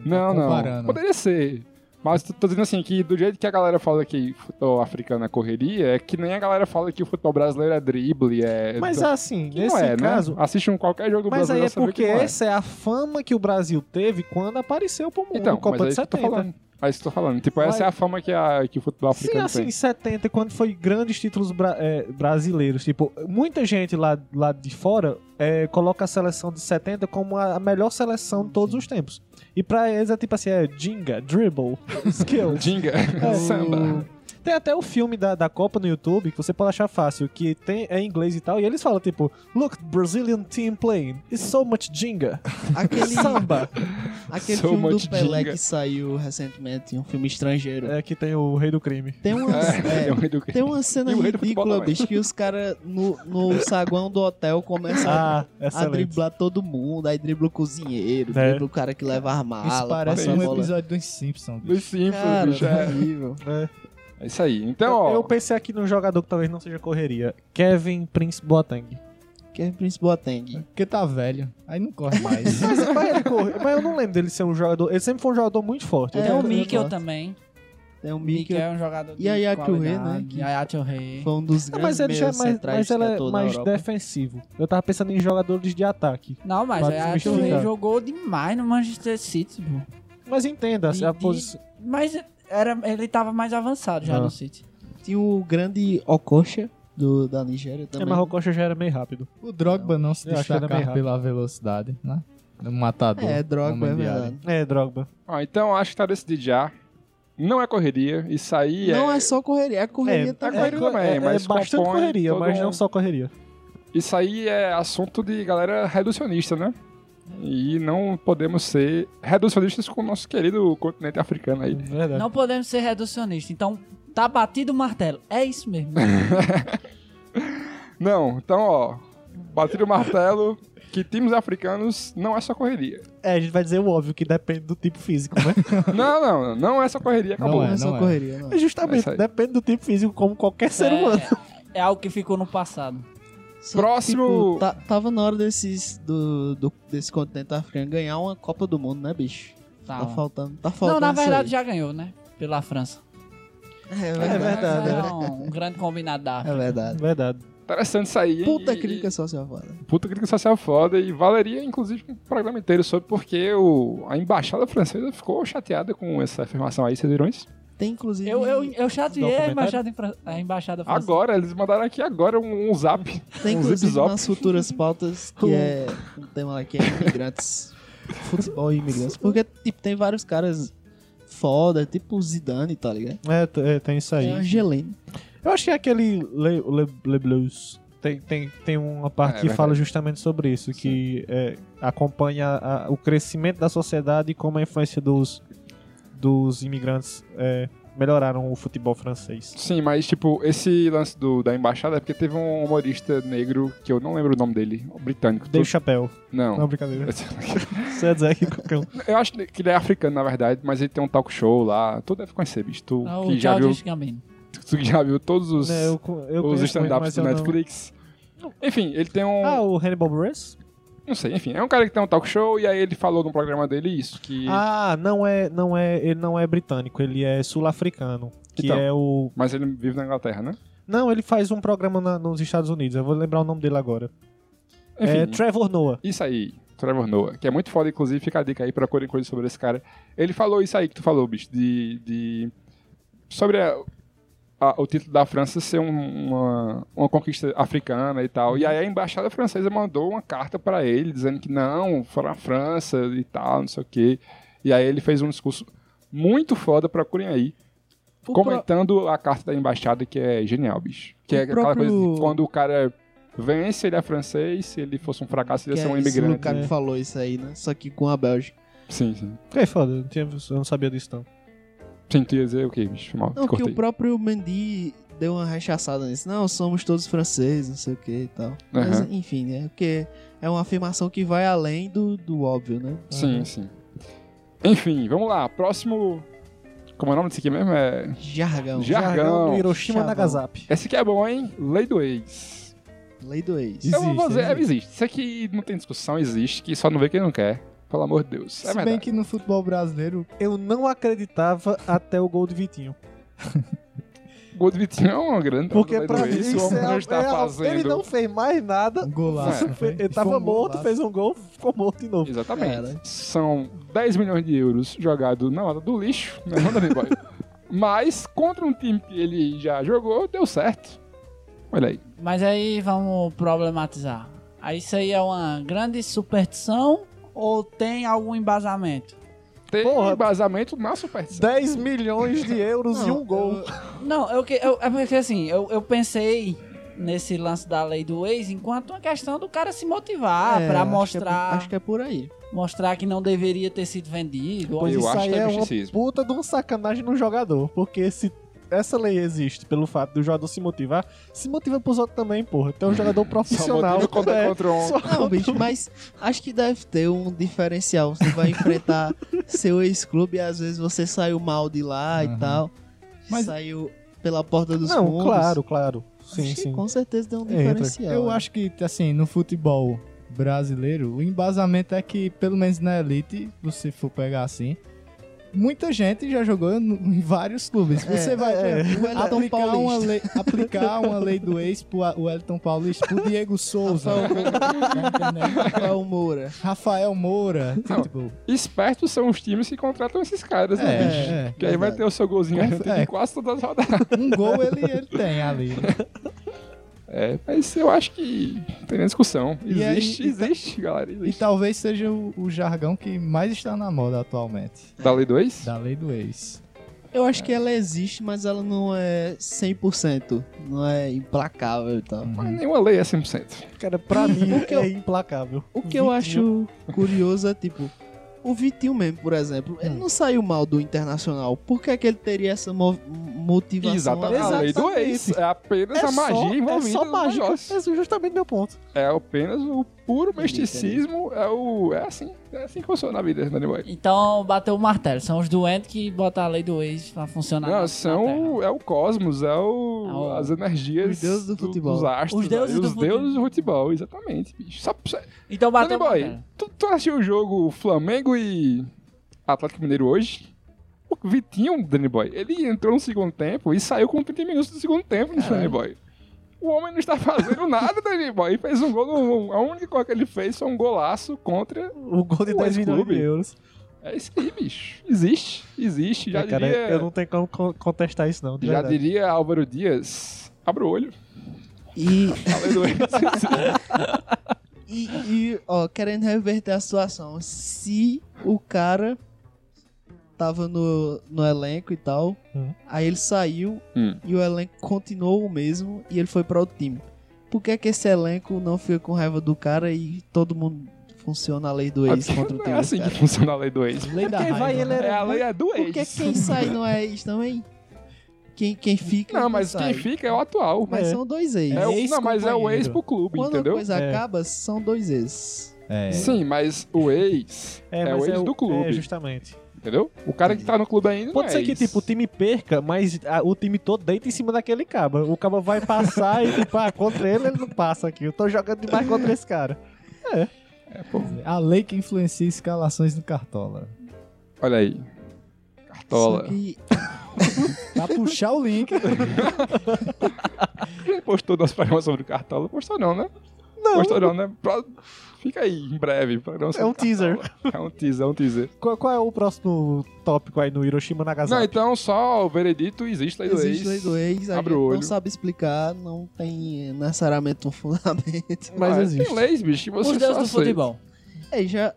Não, não. comparando. Poderia ser. Mas tô- tô dizendo assim, que do jeito que a galera fala que futebol africano é correria, é que nem a galera fala que o futebol brasileiro é drible, é... Mas assim, Que nesse não é, caso. né? Assiste um qualquer jogo Mas aí brasileiro é você vê porque que não é. essa é a fama que o Brasil teve quando apareceu pro mundo Então, Copa mas é de isso que eu tô 70. falando. É isso que eu tô falando. Tipo, né? Mas- essa é a fama que, a, que o futebol Sim, africano assim, tem. 70, quando foi grandes títulos bra- é, brasileiros. Tipo, muita gente lá, lá de fora é, coloca a seleção de 70 como a a melhor seleção de todos os tempos. E pra eles é tipo assim, é Jinga, Dribble, *laughs* Skill. *laughs* Dinga, É *laughs* um samba. Tem até o filme da, da Copa no YouTube, que você pode achar fácil, que tem, é em inglês e tal, e eles falam tipo, Look, Brazilian team playing, it's so much Jinga, *laughs* Aquele, samba. aquele So filme much do Pelé dinga. que saiu recentemente, um filme estrangeiro. É que tem o Rei do Crime. Tem *laughs* uma, É, é, é o rei do- tem um *laughs* uma cena E o rei do futebol ridícula, também. bicho, que os caras no, no saguão do hotel começam a Ah, a excelente. driblar todo mundo, aí dribla o cozinheiro, É. dribla o cara que leva a mala. Isso parece passa a um bola. episódio dos Simpsons. bicho. Dos Simpsons, Cara, bicho. É, terrível. É. é isso aí. Então, ó, Eu pensei aqui num jogador que talvez não seja correria. Kevin Prince Boateng. Kevin é Prince Boateng. Porque tá velho. Aí não corre mais. *laughs* Mas, mas ele corre- mas eu não lembro dele ser um jogador. Ele sempre foi um jogador muito forte. É, Tem o eu Mikkel gosto. também. Tem o O Mikkel Mikel, é um jogador de E a Yakuhei, né, qualidade. que- A Yakuhei. foi um dos Ah, grandes mas ele já é meias mais, centrais mas ele que é é toda mais a Europa. defensivo. Eu tava pensando em jogadores de ataque. Não, mas Pode a justificar. Yakuhei jogou demais no Manchester City, pô. Mas entenda assim, De- a de- posição. Mas era, ele tava mais avançado já Ah. no City. Tinha o grande Okocha do, da Nigéria É, também. mas o Coxa já era meio rápido. O Drogba não se Eu acho que era meio destacar rápido. pela velocidade, né? Um matador. É, Drogba, homem é de área. verdade. É, Drogba. ó, então acho que tá decidido já. Não é correria. Isso aí Não é... é só correria, é correria é, também. correria também, é, mas é bastante compõe correria, todo mas um- não só correria. Isso aí é assunto de galera reducionista, né? E não podemos ser reducionistas com o nosso querido continente africano aí. Verdade. Não podemos ser reducionistas. Então, tá batido o martelo. É isso mesmo. Não, então, ó, bati o martelo que times africanos não é só correria. É, a gente vai dizer o óbvio, que depende do tipo físico, *laughs* né? Não, não, não é só correria, acabou. Não Não é só é. correria, não. Mas É isso Justamente, aí. depende do tipo físico, como qualquer ser humano. É, é algo que ficou no passado. Só que, Próximo- tipo, ta- tava na hora desses, do, do- desse continente africano ganhar uma Copa do Mundo, né, bicho? Tá, Tá ó. faltando, tá faltando não, na isso aí. verdade já ganhou, né? Pela França. É É verdade. verdade, É um, um grande combinado da É África. verdade. Verdade. Interessante isso aí. hein? é. Puta E- crítica social foda. Puta crítica social foda. E valeria, inclusive, um programa inteiro sobre porque o, a embaixada francesa ficou chateada com essa afirmação aí, vocês viram isso? Tem inclusive. Eu, eu, eu chateei a Documentário? embaixada, em Fran- a embaixada francesa. Agora, eles mandaram aqui agora um, um zap. tem um zip inclusive zop. nas futuras pautas que é um tema lá que é imigrantes. Futebol e imigrantes. Porque, tipo, tem vários caras foda, tipo o Zidane, tá ligado? É, t- é, tem isso aí. Tem um o Angelino. Eu acho que é aquele Le, Le- Le Blues. Tem, tem, tem uma parte É, é que fala verdade. justamente sobre isso, que é, acompanha a- o crescimento da sociedade e como a influência dos, dos imigrantes é, melhoraram o futebol francês. Sim, mas tipo, esse lance do, da embaixada é porque teve um humorista negro que eu não lembro o nome dele, um britânico. Dave Chappelle. Não. Não, brincadeira. Você é Zé que qualquer um. *laughs* Eu acho que ele é africano, na verdade, mas ele tem um talk show lá. Tu deve conhecer, bicho. Tu, Ah, que o já viu, Childish Gambino. tu que já viu todos os, É, eu co- eu os conheço muito, stand-ups mas do eu não- Netflix. Enfim, ele tem um. Ah, o Hannibal Buress? Não sei, enfim. É um cara que tem um talk show e aí ele falou no programa dele isso, que. Ah, não é, não é, ele não é britânico, ele é sul-africano, que Então. é o... Mas ele vive na Inglaterra, né? Não, ele faz um programa na- nos Estados Unidos, eu vou lembrar o nome dele agora. é Enfim, Trevor Noah. isso aí, Trevor Noah, que é muito foda, inclusive, fica a dica aí, procurem coisas sobre esse cara. Ele falou isso aí que tu falou, bicho, de. de- sobre a- a- o título da França ser um- uma, uma conquista africana e tal. E aí a embaixada francesa mandou uma carta pra ele, dizendo que não, foram a França e tal, não sei o quê. E aí ele fez um discurso muito foda, procurem aí. O pro- comentando a carta da embaixada, que é genial, bicho. Que O é aquela próprio- coisa de quando o cara vence, ele é francês, se ele fosse um fracasso, ele ia que ser um é isso, o imigrante. Lukaku falou isso aí, né? Só que com a Bélgica. Sim, sim. É foda, eu não, tinha- eu não sabia disso não. Sim, tu ia dizer o quê, bicho? Foi Mal, te Não, porque cortei. o próprio Mendy deu uma rechaçada nisso. Não, somos todos franceses, não sei o que e tal. Mas, Aham. enfim, né? Porque é uma afirmação que vai além do, do óbvio, né? Sim, sim. Enfim, vamos lá. Próximo. Como é o nome desse aqui mesmo? É... Jargão. Já- Jargão. do Hiroshima Chavão. Nagasaki. Esse aqui é bom, hein? Lei do ex. Lei do ex. Eu Existe, vou dizer, existe. é, existe. Isso aqui não tem discussão, existe, que só não vê quem não quer. Pelo amor de Deus. É Se bem verdade. que no futebol brasileiro, Eu não acreditava até o gol de Vitinho. Gol de Vitinho é uma grande Porque lei do pra mim ex, o isso homem não é, está é- fazendo. ele não fez mais nada. um golaço. É. né? Ele tava Foi um morto, golaço. fez um gol, ficou morto de novo. Exatamente. Cara. São 10 milhões de euros jogados na hora do lixo, né? na hora do boy. *laughs* Mas contra um time que ele já jogou, deu certo. Olha aí. Mas aí vamos problematizar. Aí isso aí é uma grande superstição ou tem algum embasamento? Tem Porra. embasamento na superstição. 10 milhões de euros e um gol. Não, eu, que- eu- é porque assim, eu, eu pensei nesse lance da lei do ex enquanto uma questão do cara se motivar É, Ah, pra acho que é- mostrar Acho que é por aí. mostrar que não deveria ter sido vendido. Pois eu isso acho aí que é é uma misticismo. puta de uma sacanagem no jogador. Porque se essa lei existe pelo fato do jogador se motivar, se motiva pros outros também, porra. Tem *laughs* um jogador profissional. motiva contra- né? é, contra um- só Não, bicho, mas acho que deve ter um diferencial. Você vai enfrentar seu ex-clube e às vezes você saiu mal de lá e tal. Mas- Saiu pela porta dos Não, fundos. claro, claro. Acho Sim, que sim. Com certeza deu um Entra. diferencial. Eu né? acho que, assim, no futebol brasileiro, o embasamento é que, pelo menos na elite, se for pegar assim, muita gente já jogou no- em vários clubes. É, Você vai é, o Wellington aplicar, Paulista. uma lei, *laughs* aplicar uma lei do ex pro A- o Elton Paulista, pro Diego Souza, tá entendendo? Rafael Moura. Rafael Moura, Não, tipo, Espertos são os times que contratam esses caras, né, É, bicho? é, que aí vai verdade. ter o seu golzinho Conf- argentino é. em quase todas as *laughs* rodadas. um gol ele, ele tem ali. É, mas eu acho que não tem nem discussão. E aí, então- Existe, e ta- existe, galera. E Existe. talvez seja o, o jargão que mais está na moda atualmente, Da Lei 2? da lei do ex. Eu acho que ela existe, mas ela não é 100%. Não é implacável e tal. Mas nenhuma lei é 100%. Cara, pra mim Porque eu- é implacável. O que eu acho curioso é, tipo, o Vitinho mesmo, por exemplo, Hum. ele não saiu mal do Internacional. Por que, é que ele teria essa mo- motivação? Exatamente. a A mais? lei do ex. É apenas É a magia só, envolvida é só no magia. negócio. É justamente meu ponto. É apenas o puro misticismo. É, o, é assim. É assim que funciona a vida, Danny Boy. Então bateu o martelo. São os doentes que botam a lei do ex pra funcionar. na- Não, na são, Terra. é o cosmos, é, o, É o- as energias os deuses do futebol. dos astros. Os deuses aí, do os futebol. deuses do futebol, exatamente, bicho. Só, só, Então Danny bateu o Boy, martelo. tu, tu assistiu o jogo Flamengo e Atlético Mineiro hoje? O Vitinho, Danny Boy, ele entrou no segundo tempo e saiu com 30 minutos do segundo tempo no Danny Boy. O homem não está *laughs* fazendo nada, Danny Boy. Fez um gol, no- a única coisa que ele fez foi um golaço contra... O gol de O 10 milhões ex-clube. de euros. É isso aí, bicho. Existe, existe. Já É, cara, diria... eu não tenho como co- contestar isso, não. de Já verdade. diria Álvaro Dias, abra o olho. E, Além do e, e, ó, querendo reverter a situação, se o cara tava no, no elenco e tal, Hum. aí ele saiu Hum. e o elenco continuou o mesmo e ele foi para outro time. Por que, é que esse elenco não fica com raiva do cara e todo mundo funciona a lei do ex contra *laughs* o não time? é do assim cara? que funciona a lei do ex. Lei da Quem raiva. vai, ele É a lei é do Porque ex. quem sai não é ex também? Quem, quem fica. Não, mas sai. quem fica é o atual. Mas são dois ex. É o, não, mas é o ex ex-companheiro. pro clube, Quando entendeu? a coisa É. acaba, são dois ex. É. Sim, mas o ex é, mas o ex do clube, É, justamente. entendeu? O cara que tá no clube ainda Pode não é ser que, ex. tipo, o time perca, mas ah, o time todo deita em cima daquele caba. O caba vai passar e, tipo, ah, contra ele, ele não passa aqui. Eu tô jogando demais contra esse cara. A lei que influencia escalações no Cartola. Olha aí. Cartola. Só que Tá Pra puxar o link. Ele postou nosso programa sobre o Cartola? Postou não, né? Não, Postou não, né? Pro- Fica aí, em breve. programa sobre é um Cartola. teaser. É um teaser, é um teaser. Qual, qual é o próximo tópico aí no Hiroshima Não, Nagasaki? então só o veredito existe lei do existe ex. lei do ex, a Abre gente o não olho. sabe explicar, não tem necessariamente um *laughs* fundamento. mas Ah, existe. Tem leis, bicho, que você Os deuses só do aceita. futebol. É, já.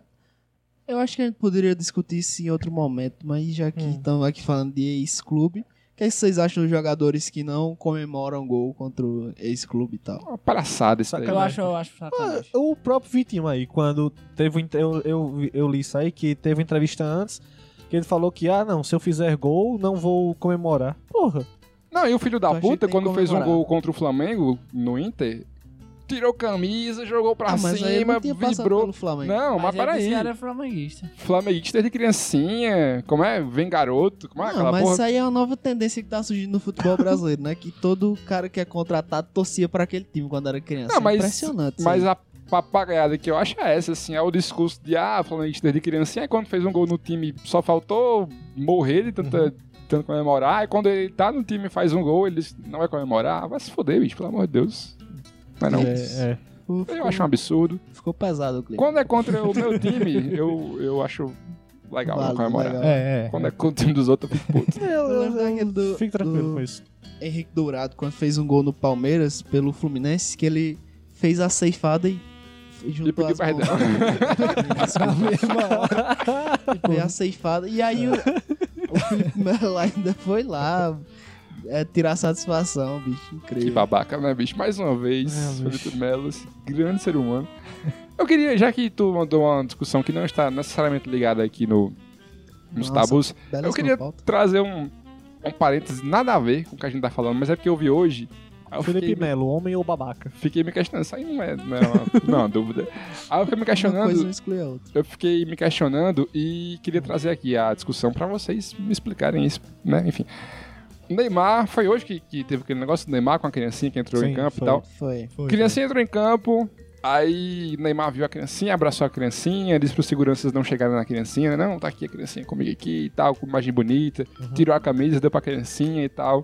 Eu acho que a gente poderia discutir isso em outro momento, mas já que estamos aqui falando de ex-clube, que é que vocês acham dos jogadores que não comemoram gol contra o ex-clube e tal? Uma palhaçada isso né? daí. Eu acho, eu acho sacanagem. Ah, O próprio Vitinho aí, quando teve. o inter- Eu, eu, eu li isso aí, que teve uma entrevista antes, que ele falou que, ah, não, se eu fizer gol, não vou comemorar. Porra. Não, e o filho Eu da achei que puta, Então tem quando fez um comemorado. gol contra o Flamengo no Inter, tirou camisa, jogou pra Ah, mas aí ele cima, não tinha passado vibrou. pelo Flamengo. Não, mas, ele disse peraí. que era flamenguista. Flamenguista de criancinha, como é? Vem garoto, como é Não, aquela mas porra? isso aí é uma nova tendência que tá surgindo no futebol brasileiro, né? Que todo cara que é contratado torcia pra aquele time quando era criança. É Não, mas- Impressionante. isso Mas aí. a papagaiada que eu acho é essa, assim, é o discurso de, ah, Flamenguista de criancinha, aí quando fez um gol no time, só faltou morrer de tanta... Uhum. Tanto comemorar, e quando ele tá no time e faz um gol, ele diz, não vai comemorar, vai se foder, bicho, pelo amor de Deus. Mas não, É, é. Ficou- eu acho um absurdo. Ficou pesado o clima. Quando é contra o meu time, eu, eu acho legal não Válido, comemorar. legal. É, é. Quando é contra o time dos outros, eu fico puto. Eu, Eu lembro daquele do- fico tranquilo do- com isso. Henrique Dourado, quando fez um gol no Palmeiras pelo Fluminense, que ele fez a ceifada e juntou E pediu as perdão. Foi a ceifada. E aí o, o Felipe Melo ainda foi lá é, tirar satisfação, bicho. Que Incrível. babaca, né, bicho? Mais uma vez, É, bicho. Felipe Melo, esse grande ser humano. Eu queria, já que tu mandou uma discussão que não está necessariamente ligada aqui no, nos Nossa, tabus, Belíssima eu queria pauta. trazer um, um parênteses nada a ver com o que a gente tá falando, mas é porque eu vi hoje. aí Eu Felipe fiquei, Melo, homem ou babaca? fiquei me questionando, isso aí não é, não é uma, não é uma dúvida. Aí eu fiquei me Uma questionando coisa não exclui a outra. eu fiquei me questionando e queria trazer aqui a discussão pra vocês me explicarem isso, né? Enfim. O Neymar, foi hoje que, que teve aquele negócio do Neymar com a criancinha que entrou Sim, em campo foi. e tal. Foi. Foi, criancinha entrou em campo, aí Neymar viu a criancinha, abraçou a criancinha, disse pros seguranças não chegarem na criancinha, né? não, tá aqui a criancinha comigo aqui e tal, com imagem bonita, tirou a camisa, deu pra criancinha e tal.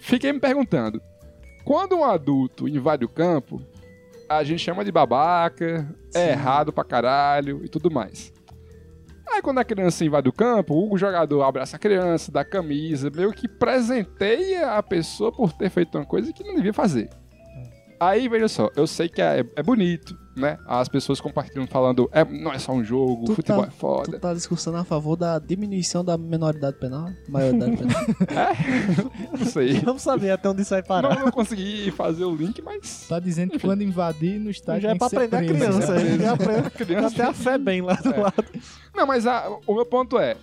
Fiquei me perguntando, quando um adulto invade o campo, a gente chama de babaca, é errado pra caralho e tudo mais. Aí quando a criança invade o campo, o jogador abraça a criança, dá camisa, meio que presenteia a pessoa por ter feito uma coisa que não devia fazer. Aí, veja só, eu sei que é, é bonito, né? As pessoas compartilham falando, "É, não é só um jogo, Tu futebol tá- é foda. Tu tá discursando a favor da diminuição da menoridade penal? Maioridade *laughs* penal. Não *laughs* sei. Vamos saber até onde isso vai não, parar. não consegui fazer o link, mas. Tá dizendo que quando invadir no estádio Já é tem pra que ser aprender a preso. criança. preso. Já aprende- Criança. Até a fé bem lá do É. lado. Não, mas a- o meu ponto é.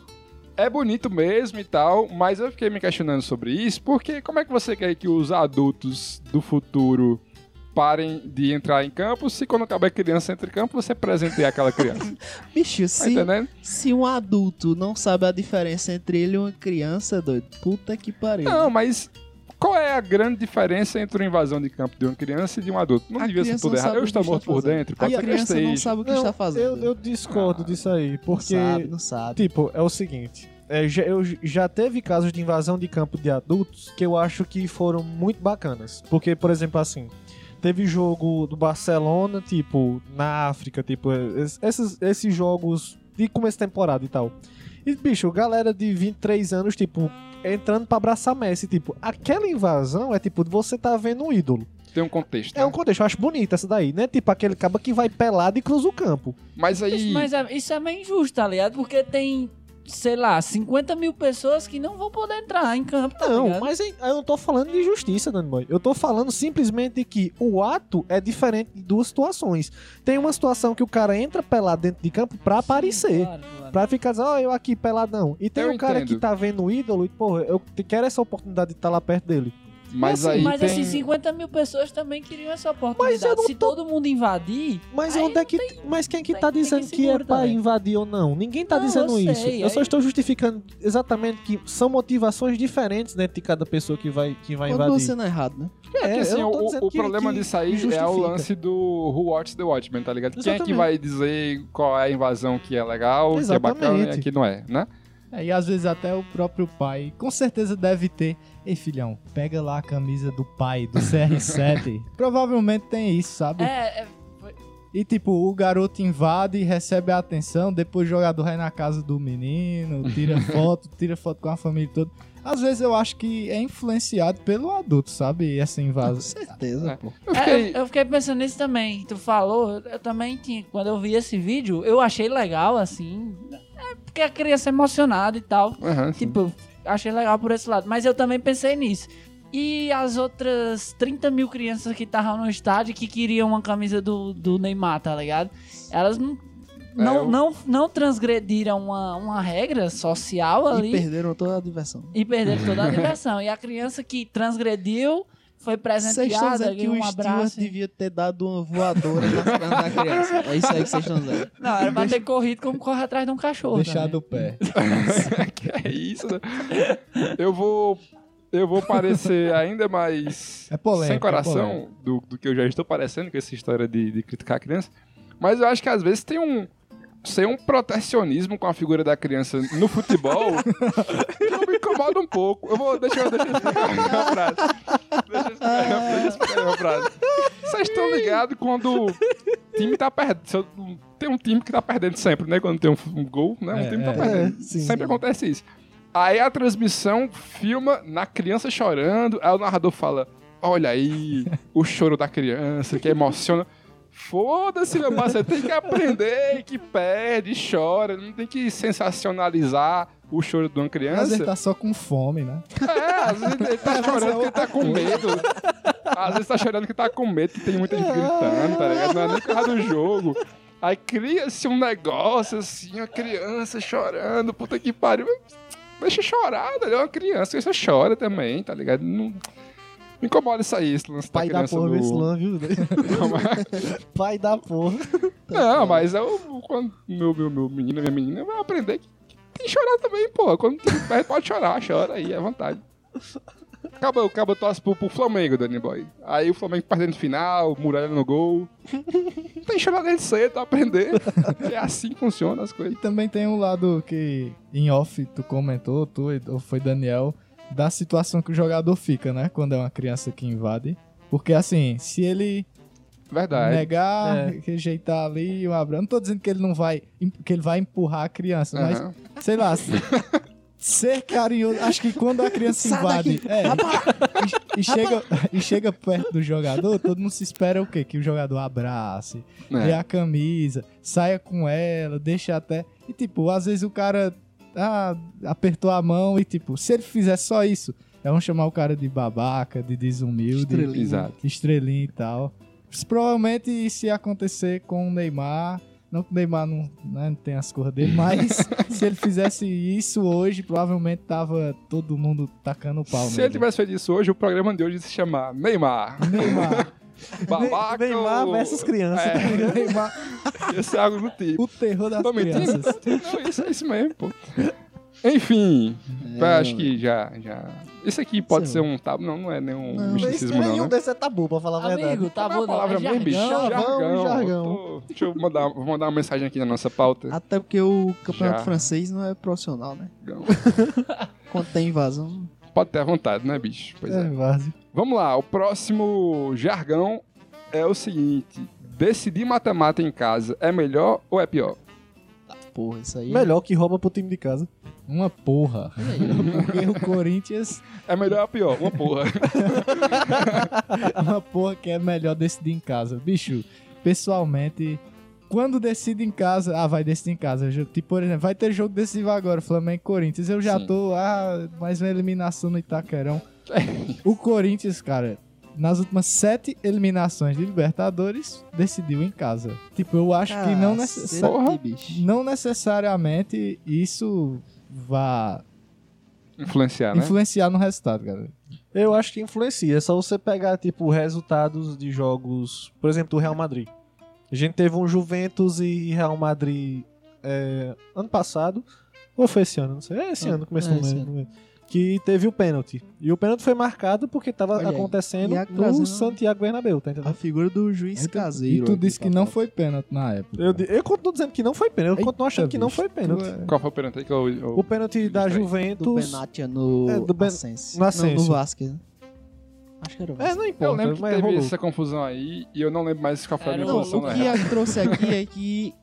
É bonito mesmo e tal, mas eu fiquei me questionando sobre isso, porque como é que você quer que os adultos do futuro parem de entrar em campo se quando acabar a criança entra em campo você presenteia aquela criança? Bicho, Tá se, entendendo? se um adulto não sabe a diferença entre ele e uma criança, doido, puta que pariu. Não, mas qual é a grande diferença entre uma invasão de campo de uma criança e de um adulto? Não A devia ser criança tudo não errado. sabe Eu o estou que morto está por fazendo. dentro, A porque criança não sabe o que Não, está fazendo. Eu, eu discordo Ah. disso aí, porque. Não sabe, não sabe. Tipo, é o seguinte. é, já, eu j- já teve casos de invasão de campo de adultos que eu acho que foram muito bacanas. Porque, por exemplo, assim, teve jogo do Barcelona, tipo, na África, tipo, es- esses, esses jogos de começo de temporada e tal. E, bicho, galera de 23 anos, tipo, entrando pra abraçar Messi, tipo, aquela invasão é tipo, você tá vendo um ídolo. tem um contexto. É um né? contexto, eu acho bonita essa daí, né? Tipo, aquele caba que vai pelado e cruza o campo. Mas aí. Mas é- isso é meio injusto, tá ligado? Porque tem, sei lá, 50 mil pessoas que não vão poder entrar em campo, tá Não, ligado? mas hein, eu não tô falando de justiça, Dani Boy. Eu tô falando simplesmente que o ato é diferente de duas situações. Tem uma situação que o cara entra pelado dentro de campo pra aparecer. Claro, claro. Pra ficar dizendo, ó, eu aqui peladão. E tem Eu um cara entendo. que tá vendo o ídolo e, porra, eu te- quero essa oportunidade de estar lá perto dele. Mas assim, aí. Mas tem... assim, 50 mil pessoas também queriam essa oportunidade. Mas eu não Se tô- todo mundo invadir, Mas Aí onde é que. mas quem é que tem- tá tem que dizendo que, segura é pra também. invadir ou não? Ninguém tá Não, dizendo eu isso. sei, eu só aí- estou justificando exatamente que são motivações diferentes dentro de cada pessoa que vai, que vai Quando invadir. você não é errado, né? É, Porque, eu assim, não tô o, dizendo o que- problema que disso aí é o justifica. lance do Who Watches the Watchmen, tá ligado? Quem é que Exatamente. vai dizer qual é a invasão que é legal, que é bacana e Exatamente. a que não é, né? É, e às vezes até o próprio pai, com certeza deve ter. Ei, filhão, pega lá a camisa do pai, do CR7. Provavelmente tem isso, sabe? é, é- E tipo, o garoto invade e recebe a atenção, depois o jogador vai na casa do menino, tira foto, tira foto com a família toda. Às vezes eu acho que é influenciado pelo adulto, sabe? Essa Com invasão. certeza, É. pô. Eu é, fiquei. eu, eu fiquei pensando nisso também. Tu falou, eu- eu também tinha. Quando eu vi esse vídeo, eu achei legal, assim. É porque a criança é emocionada e tal. Uhum. Aham, sim. Tipo, achei legal por esse lado. Mas eu também pensei nisso. E as outras 30 mil crianças que estavam no estádio que queriam uma camisa do, do Neymar, tá ligado? Elas não, não, eu- não, não transgrediram uma, uma regra social ali E perderam toda a diversão. e Uhum. perderam toda a diversão. E a criança que transgrediu foi Vocês estão presenteada, dizendo que ganhou um o Stewart abraço. devia ter dado uma voadora nas pernas da criança. É isso aí que vocês estão dizendo. Não, era pra ter corrido como corre atrás de um cachorro. Deixar também. do pé. *laughs* que é isso, né? Eu vou. Eu vou parecer ainda mais É polêmico, sem é coração polêmico. do, do que eu já estou parecendo com essa história de, de criticar a criança. Mas eu acho que às vezes tem um. Sei um protecionismo com a figura da criança no *laughs* futebol que eu me incomoda um pouco. Eu vou. Deixa eu, deixa eu explicar minha frase. Deixa eu explicar, deixa eu explicar minha frase. Vocês estão ligados quando o time tá perdendo. Tem um time que tá perdendo sempre, né? Quando tem um, um gol, né? Um É, time tá é. perdendo. sim, Sempre acontece isso. Aí a transmissão filma na criança chorando, aí o narrador fala: Olha aí, o choro da criança, que emociona. Foda-se, meu parceiro, tem que aprender que perde, chora, não tem que sensacionalizar o choro de uma Mas ele criança. tá só com fome, né? É, às vezes ele tá chorando que tá com medo. Às vezes tá chorando que tá com medo, que tem muita gente gritando, tá ligado? Não é nem por causa do jogo. Aí cria-se um negócio assim, a criança chorando, puta que pariu. Deixa chorar, né? é uma criança, a criança chora também, tá ligado? Não... Me incomoda isso aí, esse lance da Pai da criança porra no- do *laughs* Islã, viu? *laughs* Pai da porra. Não, mas eu, quando meu, meu, meu menino, minha menina vai aprender que tem que chorar também, pô. Quando tem perde, pode chorar, chora aí, é vontade. Acaba, acaba torce pro, pro Flamengo, Danny Boy. Aí o Flamengo perdendo final, muralha no gol. Tem que chorar desde cedo, aprender. tá É assim que funcionam as E coisas. também tem um lado que, em off, tu comentou, tu e- ou foi Daniel, da situação que o jogador fica, né? Quando é uma criança que invade. Porque, assim, se ele Verdade. negar, rejeitar ali, um abraço. Não tô dizendo que ele não vai, que ele vai empurrar a criança, mas Aham. sei lá. se- Ser carinhoso. Acho que quando a criança Sai invade. É, e, e chega, e chega perto do jogador, todo mundo se espera o quê? Que o jogador abrace, É. dê a camisa, saia com ela, deixa até. E tipo, às vezes o cara ah, apertou a mão e tipo, se ele fizer só isso, é um chamar o cara de babaca, de desumilde, Estrelinha. Exato. estrelinha e tal. Isso provavelmente se acontecer com o Neymar, não que o Neymar não, né, não tem as cores dele, *laughs* mas se ele fizesse isso hoje, provavelmente tava todo mundo tacando o pau. Se nele. ele tivesse feito isso hoje, o programa de hoje ia se chamar Neymar. Neymar, Babaca. Neymar ou- versus criança. É, *laughs* Neymar, ia ser algo do tipo. o terror das Tô mentindo? crianças. *laughs* Não, isso é isso mesmo, pô. Enfim, eu acho que já, já. Isso aqui pode Sim. ser um tabu, não, não é nenhum Não, misticismo, não. Nenhum né? desses é tabu, pra falar a verdade. Amigo, tá Como é bom, a palavra não, é mesmo, bicho? jargão. Jargão, jargão. Tô- Deixa eu mandar, vou mandar uma mensagem aqui na nossa pauta. Até porque o campeonato Já. francês não é profissional, né? Jargão. *laughs* Quando tem invasão. Pode ter à vontade, né, bicho? Pois é. É, Vaz. Vamos lá, o próximo jargão é o seguinte: decidir mata-mata em casa é melhor ou é pior? Porra, isso aí. Melhor que rouba pro time de casa. Uma porra. Porque o Corinthians, É melhor ou é pior? Uma porra. *laughs* uma porra que é melhor decidir em casa. Bicho, pessoalmente, quando decide em casa, ah, vai decidir em casa. Jo- Tipo, por exemplo, vai ter jogo decisivo agora, Flamengo e Corinthians. Eu já Sim. tô, ah, mais uma eliminação no Itaquerão. o Corinthians, cara, nas últimas sete eliminações de Libertadores, decidiu em casa. Tipo, eu acho que não necessariamente. Porra. é bicho. não necessariamente isso vá Influenciar, né? influenciar no resultado, cara. Eu acho que influencia. É só você pegar, tipo, resultados de jogos, por exemplo, do Real Madrid. A gente teve um Juventus e Real Madrid é, ano passado. Ou foi esse ano? Não sei. É esse Ah, ano, começou é no esse meio- no meio. Que teve o pênalti. E o pênalti foi marcado porque tava Olha aí. acontecendo E a no Brasil- né? Santiago Bernabéu, tá A entendendo? figura do juiz caseiro. e tu aqui, disse que não papai. foi pênalti na época. tá Eu, di- eu continuo dizendo que não foi pênalti. Eu continuo Eita, achando que não bicho, foi pênalti. tu é- Qual foi o perante aí que eu. eu- O pênalti da Distraí. Do Juventus. Benatia no. É, do Ben- Ascense. no Não, Ascense. No Vasquez. né? Acho que era o É, Vasquez. não Eu importa. lembro que mas teve rolou. essa confusão aí e eu não lembro mais qual É, foi a minha Era Não, posição o na que real. eu trouxe aqui é que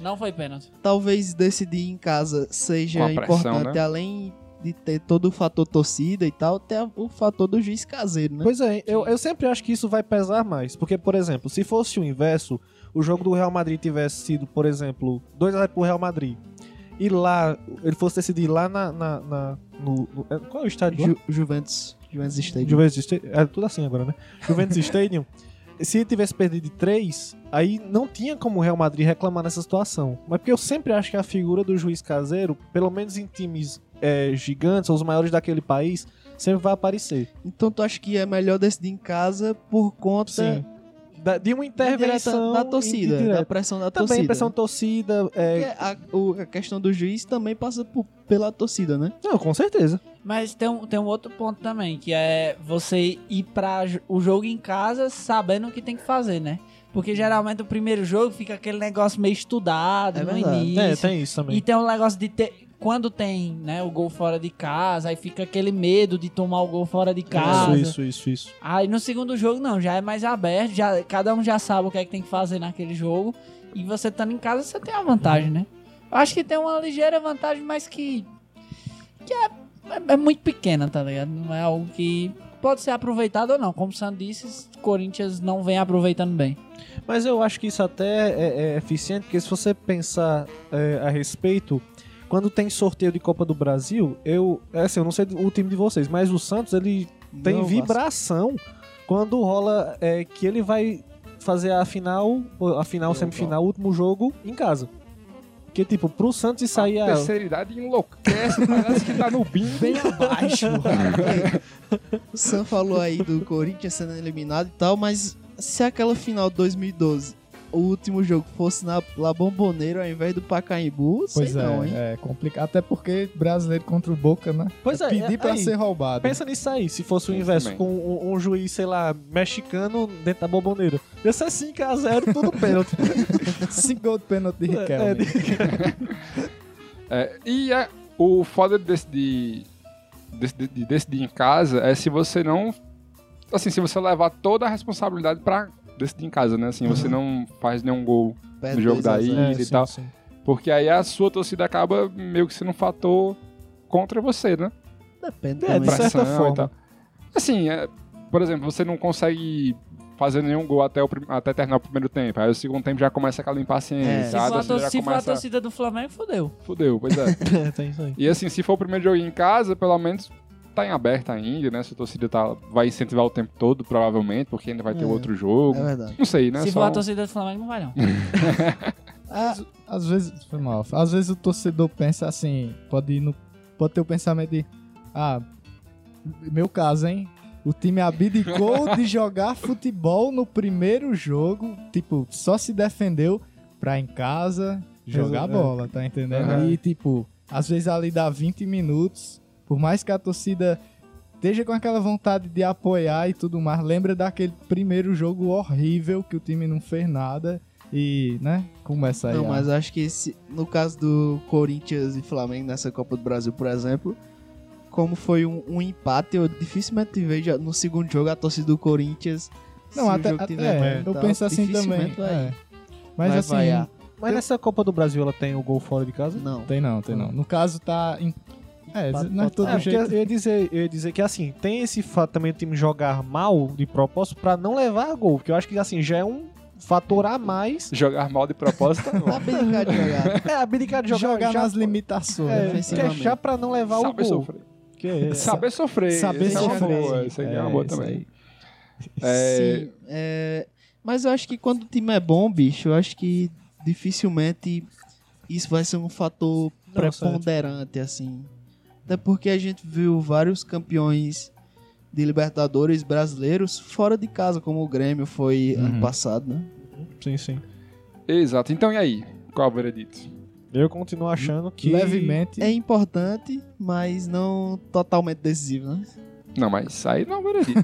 Não foi pênalti. talvez decidir em casa Com seja a pressão, importante, né? além de ter todo o fator torcida e tal, ter o fator do juiz caseiro, né? Pois é, eu, eu sempre acho que isso vai pesar mais. Porque, por exemplo, se fosse o inverso, o jogo do Real Madrid tivesse sido, por exemplo, 2x0 pro Real Madrid. ir lá, ele fosse decidir lá na. na- na- no, no- é, qual é o estádio? lá? Ju- Juventus. Juventus Stadium. Juventus Stadium. É tudo assim agora, né? Juventus Stadium. Se ele tivesse perdido de 3, aí não tinha como o Real Madrid reclamar nessa situação. Mas porque eu sempre acho que a figura do juiz caseiro, pelo menos em times é, gigantes ou os maiores daquele país, sempre vai aparecer. Então tu acha que é melhor decidir em casa por conta Então, é, Da- de uma intervenção. indireta da torcida, indireta. da pressão da Também torcida. né? pressão torcida. Porque É... a, o- a questão do juiz também passa por- pela torcida, né? Não, com certeza. Mas tem um, tem um outro ponto também, que é você ir para o jogo em casa sabendo o que tem que fazer, né? Porque geralmente o primeiro jogo fica aquele negócio meio estudado É no verdade. início. É, tem isso também. E tem um negócio de ter. Quando tem, né, o gol fora de casa, aí fica aquele medo de tomar o gol fora de casa. Isso, isso, isso, isso. Aí no segundo jogo não, já é mais aberto, já cada um já sabe o que é que tem que fazer naquele jogo. E você estando em casa, você tem a vantagem, né? Eu acho que tem uma ligeira vantagem, mas que. que é, é- é muito pequena, tá ligado? Não é algo que pode ser aproveitado ou não. Como o Sandro disse, o Corinthians não vem aproveitando bem. Mas eu acho que isso até é, é eficiente, porque se você pensar é, a respeito, quando tem sorteio de Copa do Brasil, eu. É assim, eu não sei o time de vocês, mas o Santos ele tem Não, vibração quando rola é, que ele vai fazer a final, ou a final, semifinal, último jogo em casa. Que tipo, pro Santos Ah, sair a a. terceira idade enlouquece, parece que tá no bingo. Bem *laughs* abaixo. O Sam falou aí *laughs* do Corinthians sendo eliminado e tal, mas se aquela final de 2012, o último jogo, fosse na La Bomboneira ao invés do Pacaembu, Pois sei é, não, hein? é complicado. Até porque brasileiro contra o Boca, né? Pois é, Pedir pra aí, ser roubado. Pensa nisso aí, se fosse o Isso inverso, também. com um, um juiz, sei lá, mexicano dentro da boboneira. Ia ser 5x0, tudo pênalti. *laughs* Cinco gols de pênalti de É, Riquelme. É, e é, o foda de decidir, decidir- de decidir em casa é se você não. Assim, se você levar toda a responsabilidade pra decidir em casa, né? Assim, você não faz nenhum gol Perde no jogo 2 a daí 0. e tal. Porque aí a sua torcida acaba meio que sendo um fator contra você, né? Depende É, de também. certa Pressão forma. e tal. Assim, é, por exemplo, você não consegue fazer nenhum gol até, o prim- até terminar o primeiro tempo. Aí o segundo tempo já começa aquela É. Se impaciência. Ah, a for a, torcida tor- já se for a começa. torcida do Flamengo, fodeu. Fudeu, pois *laughs* é. É, tem isso aí. E assim, se for o primeiro jogo em casa, pelo menos tá em aberto ainda, né? Se a torcida tá, vai incentivar o tempo todo, provavelmente, porque ainda vai ter É. outro jogo. É verdade. Não sei, né? se Só for a um- torcida do Flamengo, não *laughs* vai não. Ah, às vezes, foi mal. Às vezes o torcedor pensa assim, pode ir no, pode ter o pensamento de, ah, meu caso, hein? O time abdicou de jogar futebol no primeiro jogo, tipo, só se defendeu pra em casa jogar é. Resolver. bola, tá entendendo? Aham. E tipo, às vezes ali dá 20 minutos, por mais que a torcida esteja com aquela vontade de apoiar e tudo mais, lembra daquele primeiro jogo horrível que o time não fez nada e, né, começa aí. Não, a- mas acho que esse, no caso do Corinthians e Flamengo nessa Copa do Brasil, por exemplo, como foi um, um empate, eu dificilmente vejo no segundo jogo a torcida do Corinthians. Não, se o até, jogo até- tiver é, ruim e eu tal, penso assim também. dificilmente vai- é. Mas vai assim, vaiar. Mas nessa Copa do Brasil ela tem o gol fora de casa? *laughs* Não. tem não, tem não. No caso tá em- é, Empate não é todo total. É, porque jeito. eu ia, dizer, eu ia dizer que assim, tem esse fato também do time jogar mal de propósito pra não levar a gol, porque eu acho que assim, já é um fator a mais. Jogar mal de propósito *laughs* tá Tá bom. bem de jogar. É a habilidade de Jogar, jogar, já- nas limitações. né? É, que é defensivamente. já pra não levar Saber o gol. sofrer. Que é- Saber sofrer. Saber essa é uma sofrer. boa, Isso aí é, uma É, boa isso também. aí. É, Sim, é, mas eu acho que quando o time é bom, bicho, eu acho que dificilmente isso vai ser um fator preponderante, assim. Até porque a gente viu vários campeões de Libertadores brasileiros fora de casa, como o Grêmio foi Uhum. ano passado, né? Sim, sim. Exato. Então e aí? Qual é o veredito? Eu continuo achando que. Levemente. É importante, mas não totalmente decisivo, né? Não, mas aí *laughs* não é o veredito.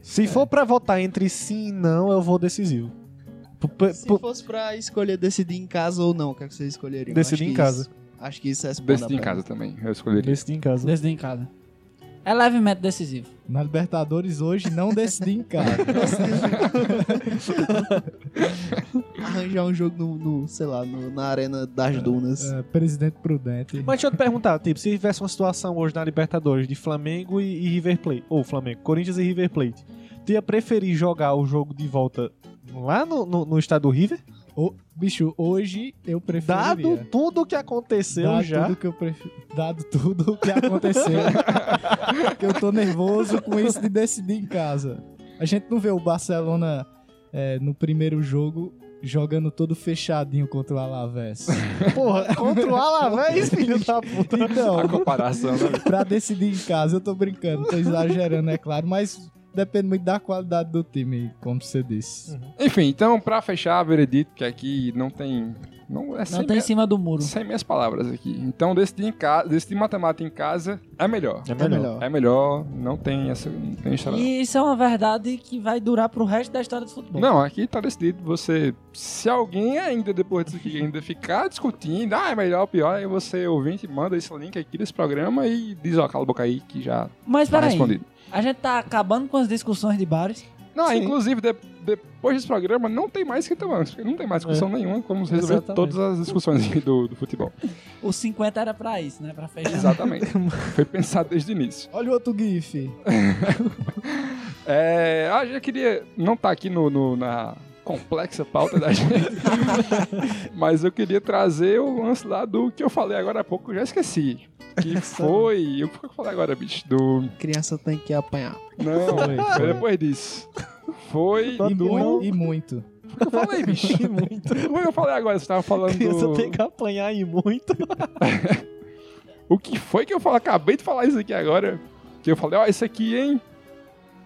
Se for pra votar entre sim e não, eu vou decisivo. P- p- Se p- fosse pra escolher decidir em casa ou não, o que, é que vocês escolheriam? Decidir Acho que em casa. isso- acho que isso é Decidir em casa também. Eu escolheria. Decidi em casa. Desde em casa. É levemente decisivo. Na Libertadores hoje não decidi em casa. arranjar um jogo no, no, sei lá, no- na Arena das Dunas. É, presidente prudente. Mas deixa eu te perguntar, tipo, se tivesse uma situação hoje na Libertadores de Flamengo e, e River Plate, ou Flamengo, Corinthians e River Plate, tu ia preferir jogar o jogo de volta lá no, no, no estádio do River Ô, bicho, hoje eu preferiria. Dado tudo o que aconteceu Dado já. Tudo que eu prefi- Dado tudo o *laughs* que aconteceu. que eu tô nervoso com isso de decidir em casa. A gente não vê o Barcelona é, no primeiro jogo jogando todo fechadinho contra o Alavés. Porra, *laughs* contra o Alavés, filho da puta. Então, Tá *laughs* A comparação, né? pra decidir em casa, eu tô brincando, tô exagerando, é claro, mas depende muito da qualidade do time, como você disse. Enfim, então, pra fechar, veredito, que aqui não tem. Não, é Não sem tem em minha- cima do muro. sem minhas palavras aqui. Então, decidir em casa, decidir matemática em casa é melhor. É melhor. É melhor, não tem essa. Não tem história. não. E isso é uma verdade que vai durar pro resto da história do futebol. Não, aqui tá decidido. Você. Se alguém ainda depois disso aqui ainda ficar discutindo, ah, é melhor ou pior, aí você ouvinte manda esse link aqui desse programa e diz, ó, cala a boca aí que já Mas tá peraí, respondido. a gente tá acabando com as discussões de bares. Não, inclusive, de- depois desse programa não tem mais escrita antes, porque não tem mais discussão nenhuma, como resolver Exatamente. todas as discussões aqui do, do futebol. Os 50 era pra isso, né? Pra fechar. Exatamente. Foi pensado desde o início. Olha o outro GIF. É, ah, já queria não estar aqui no, no- na complexa pauta da *laughs* gente, mas eu queria trazer o lance lá do que eu falei agora há pouco, que eu já esqueci. Que foi. O que eu falei agora, bicho? Do. Criança tem que apanhar. Não, Foi, foi, foi. depois disso. Foi. E, do- mui- e muito. O que eu falei, bicho? muito. O que eu falei agora? Você tava falando. Criança do- tem que apanhar aí muito. O que foi que eu falei? Acabei de falar isso aqui agora. Que eu falei, ó, isso aqui, hein?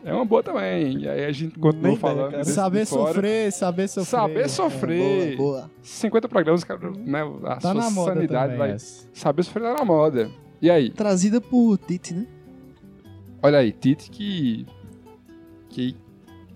É uma boa também. E aí a gente Nem continuou ideia, falando. cara. desse de Saber fora. sofrer, saber sofrer. É, Saber sofrer. É, Boa, boa. 50 programas, cara, né? A Tá sua na moda sanidade também vai. essa. Saber sofrer tá na moda. E aí? Trazida por Tite, né? Olha aí, Tite que. Que.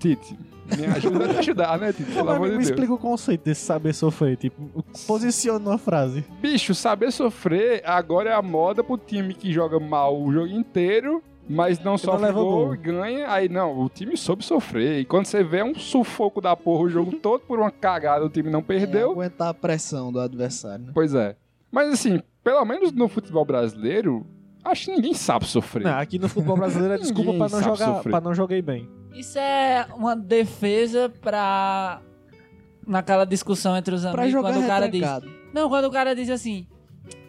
Tite. Me ajuda a te ajudar, né, Tite? Pelo Mas amor me de me Deus. explica o conceito desse saber sofrer. Tipo, posiciona uma frase. Bicho, saber sofrer agora é a moda pro time que joga mal o jogo inteiro, mas não sofre leva gol gol. e ganha. Aí não, o time soube sofrer. E quando você vê é um sufoco da porra o jogo todo por uma cagada, o time não É, perdeu. aguentar a pressão do adversário, né? Pois é. Mas assim, pelo menos no futebol brasileiro, acho que ninguém sabe sofrer. Não, aqui no futebol brasileiro é *laughs* desculpa Ninguém pra não sabe jogar, sofrer. pra não joguei bem. Isso é uma defesa pra. Naquela discussão entre os Pra amigos, jogar quando o cara diz. retrancado. Não, quando o cara diz assim.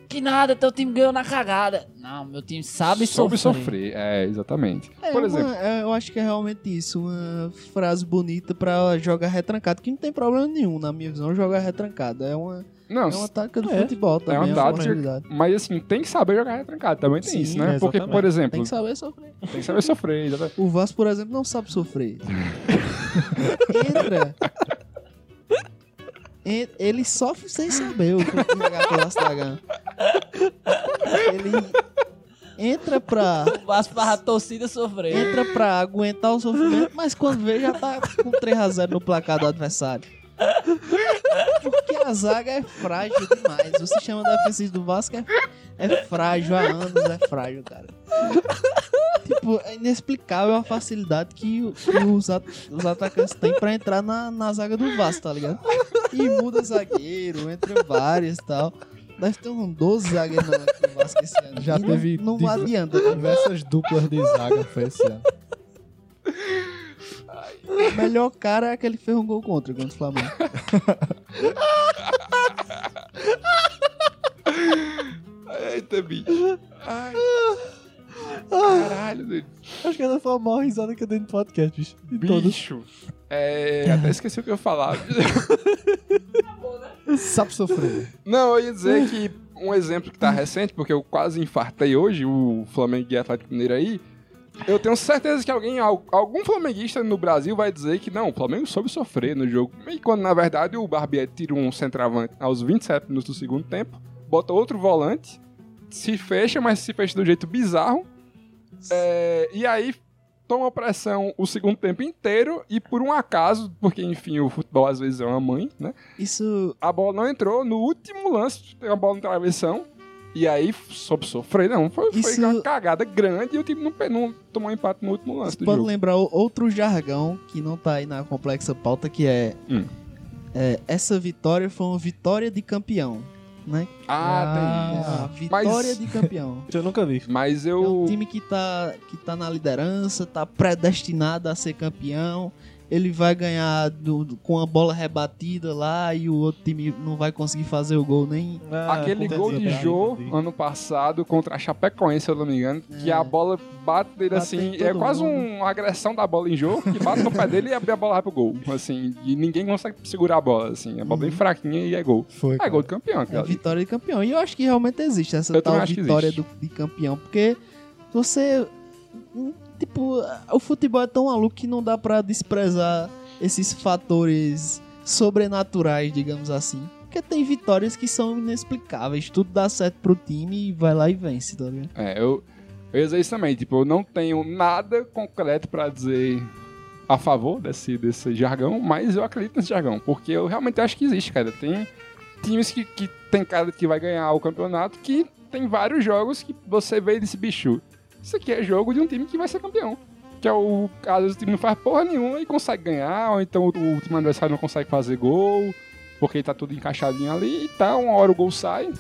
Que nada, teu time ganhou na cagada. Não, meu time sabe Soube sofrer. sofrer. É, exatamente. É, Por uma- exemplo, é, eu acho que é realmente isso, uma frase bonita pra jogar retrancado, que não tem problema nenhum, na minha visão, jogar retrancado. É uma, não, é uma tática do É. futebol também, é uma uma, tática. possibilidade. mas assim, tem que saber jogar retrancado. Também tem Sim, isso, né? Porque, por exatamente. exemplo, Tem que saber sofrer. tem que saber sofrer. exatamente. O Vasco, por exemplo, não sabe sofrer. Entra. En- Ele sofre sem saber o que jogar pelo Astagan. Ele entra pra O Vasco barra a torcida sofrer. entra pra aguentar o sofrimento, mas quando vê já tá com 3x0 no placar do adversário. Porque a zaga é frágil demais. O sistema defensivo do Vasco é, é frágil há anos, é frágil, cara. Tipo, é inexplicável a facilidade que o- que os, at- os atacantes têm pra entrar na, na zaga do Vasco, tá ligado? E muda zagueiro, entra vários e tal. Deve ter um 12 zagueiros na do Vasco esse ano. Já E não- teve Não, div- adianta. Diversas duplas de zaga foi esse ano. O melhor cara é aquele que fez um gol contra contra o Flamengo. Eita, tá bicho. Ai. Caralho, doido. Acho que ela foi a maior risada que eu dei no podcast, bicho. De todos. bicho. É, até esqueci o que eu ia falar. *laughs* Sabe sofrer. Não, eu ia dizer que um exemplo que tá recente, porque eu quase infartei hoje, o Flamengo e Atlético Mineiro aí. Eu tenho certeza que alguém, al- algum flamenguista no Brasil vai dizer que não, o Flamengo soube sofrer no jogo. E quando, na verdade, o Barbieri tira um centroavante aos 27 minutos do segundo tempo, bota outro volante, se fecha, mas se fecha de um jeito bizarro. É, e aí toma pressão o segundo tempo inteiro e por um acaso, porque enfim, o futebol às vezes é uma mãe, né? Isso a bola não entrou no último lance, tem uma bola no travessão. E aí, soube sofrer, não. Foi, foi Isso- uma cagada grande e o time não, pe- não tomou empate no último lance Você Ah, do pode jogo. lembrar o- outro jargão que não tá aí na complexa pauta, que é, Hum. é, essa vitória foi uma vitória de campeão, né? Ah, tem É isso. a vitória Mas- de campeão. Eu nunca vi. Mas É um eu. time que tá, que tá na liderança, tá predestinado a ser campeão. ele vai ganhar do- do- com a bola rebatida lá e o outro time não vai conseguir fazer o gol nem. Aquele Ah, entendi, gol de entendi, Jô né? entendi. ano passado contra a Chapecoense, se eu não me engano, que a bola bate dele É. Bate em assim, todo é quase mundo. uma agressão da bola em Jô, que bate no pé dele e a bola vai pro gol. Assim, e ninguém consegue segurar a bola, assim. A bola bem fraquinha e é gol. Foi. É cara. gol do campeão, Uhum. É a cara. vitória de campeão. E eu acho que realmente existe essa Eu também tal acho que vitória existe. do- de campeão. Porque você. hum, Tipo, o futebol é tão maluco que não dá pra desprezar esses fatores sobrenaturais, digamos assim. Porque tem vitórias que são inexplicáveis. Tudo dá certo pro time e vai lá e vence, tá ligado? É, eu, eu ia dizer isso também. Tipo, eu não tenho nada concreto pra dizer a favor desse, desse jargão, mas eu acredito nesse jargão, porque eu realmente acho que existe, cara. Tem times que, que tem cara que vai ganhar o campeonato que tem vários jogos que você vê desse bicho. Isso aqui é jogo de um time que vai ser campeão. Que é o. Às vezes o time não faz porra nenhuma e consegue ganhar, ou então o, o time adversário não consegue fazer gol, porque tá tudo encaixadinho ali e tal. Uma hora o gol sai.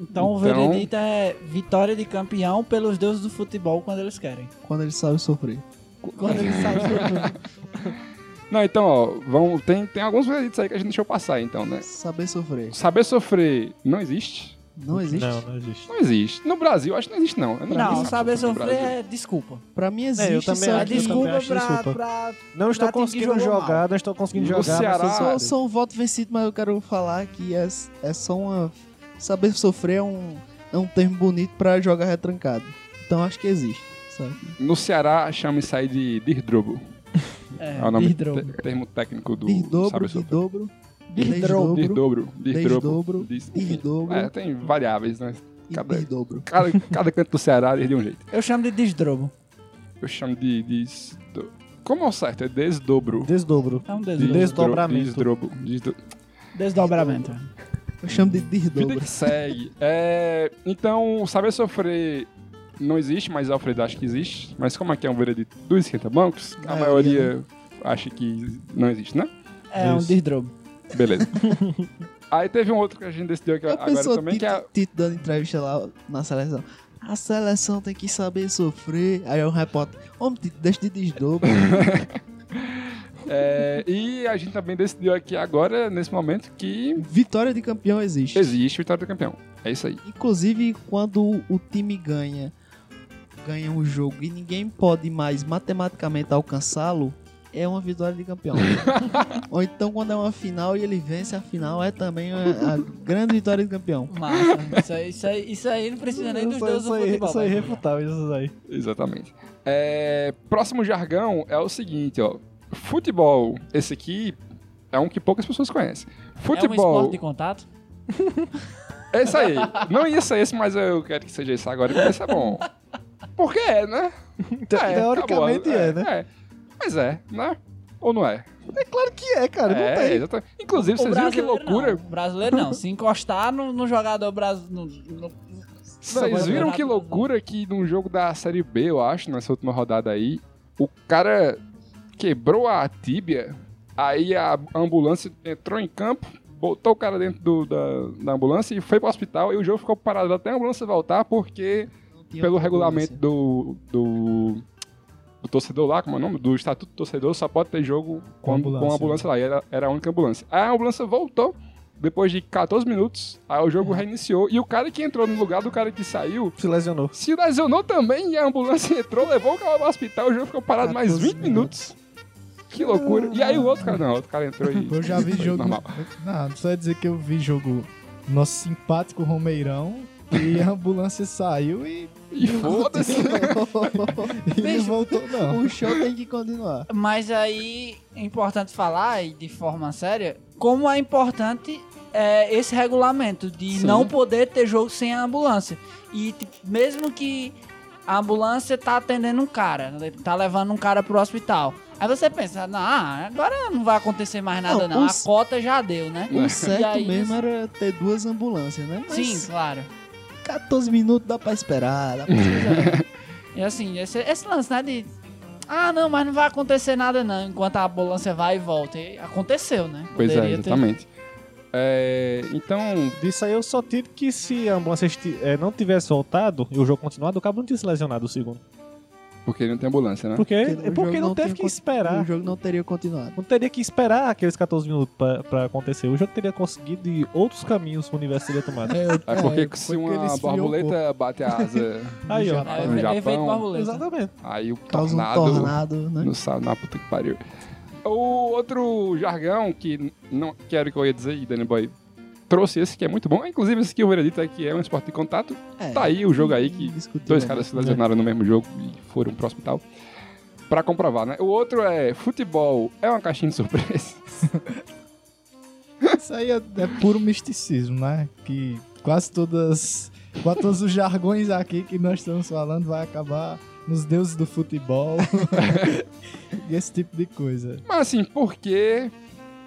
Então, o Então- veredito é vitória de campeão pelos deuses do futebol quando eles querem. Quando ele sabe sofrer. Quando eles sabem tudo. Não, então, ó, vão, tem, tem alguns vereditos aí que a gente deixou passar, então, né? Saber sofrer. Saber sofrer não existe? Não existe? Não, não existe. Não existe. No Brasil, acho que não existe, não. Eu Não, ninguém sabe saber no sofrer Brasil. é desculpa. Pra mim existe, eu também só É acho que eu também desculpa acho pra, desculpa. pra Não Pra estou time que conseguindo jogou jogar, não estou conseguindo O jogar. mas Ceará- eu sou- sou, sou um voto vencido, mas eu quero falar que é, é só uma... Saber sofrer é um, é um termo bonito pra jogar retrancado. Então acho que existe, sabe? No Ceará, chama isso aí *laughs* de dirdrobo. É, o nome dirdrobo. te- termo técnico do Desdobro, saber sofrer. desdobro, Dirdrobo. desdobro, Dirdobro. Desdobro, Dis- enfim. É, desdobro tem variáveis, né? e cada- desdobro. Cada, cada canto do Ceará é de um jeito. Eu chamo de desdrobo. Eu chamo de... de- do- Como é o certo? É desdobro. Desdobro. É um Desdro- desdobro. Desdobramento. Desdrobo. Desdo- Desdobramento. Eu chamo de Vida desdobro. que *laughs* segue. É, então, saber sofrer não existe, mas Alfredo acha que existe. Mas como aqui é um veredito do esquenta bancos, a Maioria, maioria acha que não existe, né? É um Isso. desdrobo. *laughs* Beleza. Aí teve um outro que a gente decidiu aqui Eu agora pensou também, que é. Tito, Tito dando entrevista lá na seleção. A seleção tem que saber sofrer. Aí é um repórter. Homem, Tito, deixa *laughs* de desdobro. é, e a gente também decidiu aqui agora, nesse momento, que Vitória de campeão existe. existe vitória do campeão. É isso aí. Inclusive, quando o time ganha, ganha um jogo e ninguém pode mais matematicamente alcançá-lo, é uma vitória de *laughs* campeão. Ou então, quando é uma final e ele vence a final, é também a, a grande vitória de campeão. Massa. Isso aí, isso, aí, isso aí não precisa nem dos Isso aí- deuses do isso aí- futebol. Isso aí é velho. refutável, isso aí. Exatamente. É, próximo jargão é o seguinte, ó. Futebol, esse aqui é um que poucas pessoas conhecem. É um Futebol. esporte de contato? É isso aí. Não ia ser esse, mas eu quero que seja esse agora, porque esse é bom. Porque é, né? Te- É, Teoricamente acabou. é, né? É. Mas é, né? Ou não é? Que é, cara, é, não tem. exatamente. Inclusive, vocês viram que brasileiro loucura? Não. O brasileiro não. Se encostar no, no jogador brasileiro. Vocês viram que loucura que num jogo da Série B, eu acho, nessa última rodada aí, o cara quebrou a tíbia, aí a ambulância entrou em campo, botou o cara dentro do- da, da ambulância e foi pro hospital, e o jogo ficou parado até a ambulância voltar, porque Não tinha pelo outra regulamento coisa. do, do, do torcedor lá, como é o nome? Do estatuto do torcedor, só pode ter jogo com, a- com ambulância, né? a ambulância lá. E era, era a única ambulância. Aí a ambulância voltou depois de 14 minutos, aí o jogo reiniciou. E o cara que entrou no lugar do cara que saiu Se lesionou. se lesionou também e a ambulância *laughs* entrou, levou o cara pro hospital. O jogo ficou parado mais 14 20 minutos. Que loucura. E aí o outro cara, não, o outro cara entrou e. *laughs* Eu já vi foi jogo. é normal. Não, não só dizer que eu vi jogo nosso simpático Romeirão e a ambulância saiu e, *laughs* E foda-se. e não voltou, não. o Um show tem *laughs* que continuar. Mas aí é importante falar, e de forma séria, como é importante é, esse regulamento de não poder ter jogo sem a ambulância. E tipo, mesmo que a ambulância tá atendendo um cara, tá levando um cara pro hospital. Aí você pensa, não, agora não vai acontecer mais nada Não, não, os- a cota já deu, né? O E certo aí- mesmo era ter duas ambulâncias, né? Mas Sim, claro. 14 minutos dá pra esperar, dá pra esperar. E assim, esse, esse lance, né, de... Ah, não, mas não vai acontecer nada não, enquanto a ambulância vai e volta. E aconteceu, né? Pois é, Poderia ter- exatamente. É, então, Disso aí eu só tiro que se a ambulância esti- eh, não tivesse voltado e o jogo continuado, o cabo não tinha se lesionado o segundo. Porque não tem ambulância, né? Porque, Porque é o porque jogo não não teve tem que con- O esperar. jogo não teria continuado. Não teria que esperar aqueles 14 minutos pra, pra acontecer. O jogo teria conseguido ir outros caminhos que o universo teria tomado. É porque se porque ele uma esfriou o corpo. borboleta bate a asa Aí, ó. no É, é efeito Japão, borboleta. Exatamente. aí o *laughs* Causa um tornado, tornado, né? no sal, na puta que pariu. O outro jargão que não quero que eu ia dizer, e Danny Boy trouxe esse que é muito bom. Inclusive, esse que o veredito é que é um esporte de contato. É. né? Tá aí o jogo aí que Indiscutível. dois caras se lesionaram no mesmo jogo e foram pro hospital. Pra comprovar, né? O outro é futebol é uma caixinha de surpresa. Isso aí é, é puro misticismo, né? Que quase todas. Quase todos os jargões aqui que nós estamos falando vai acabar nos deuses do futebol. e esse tipo de coisa. Mas assim, porque.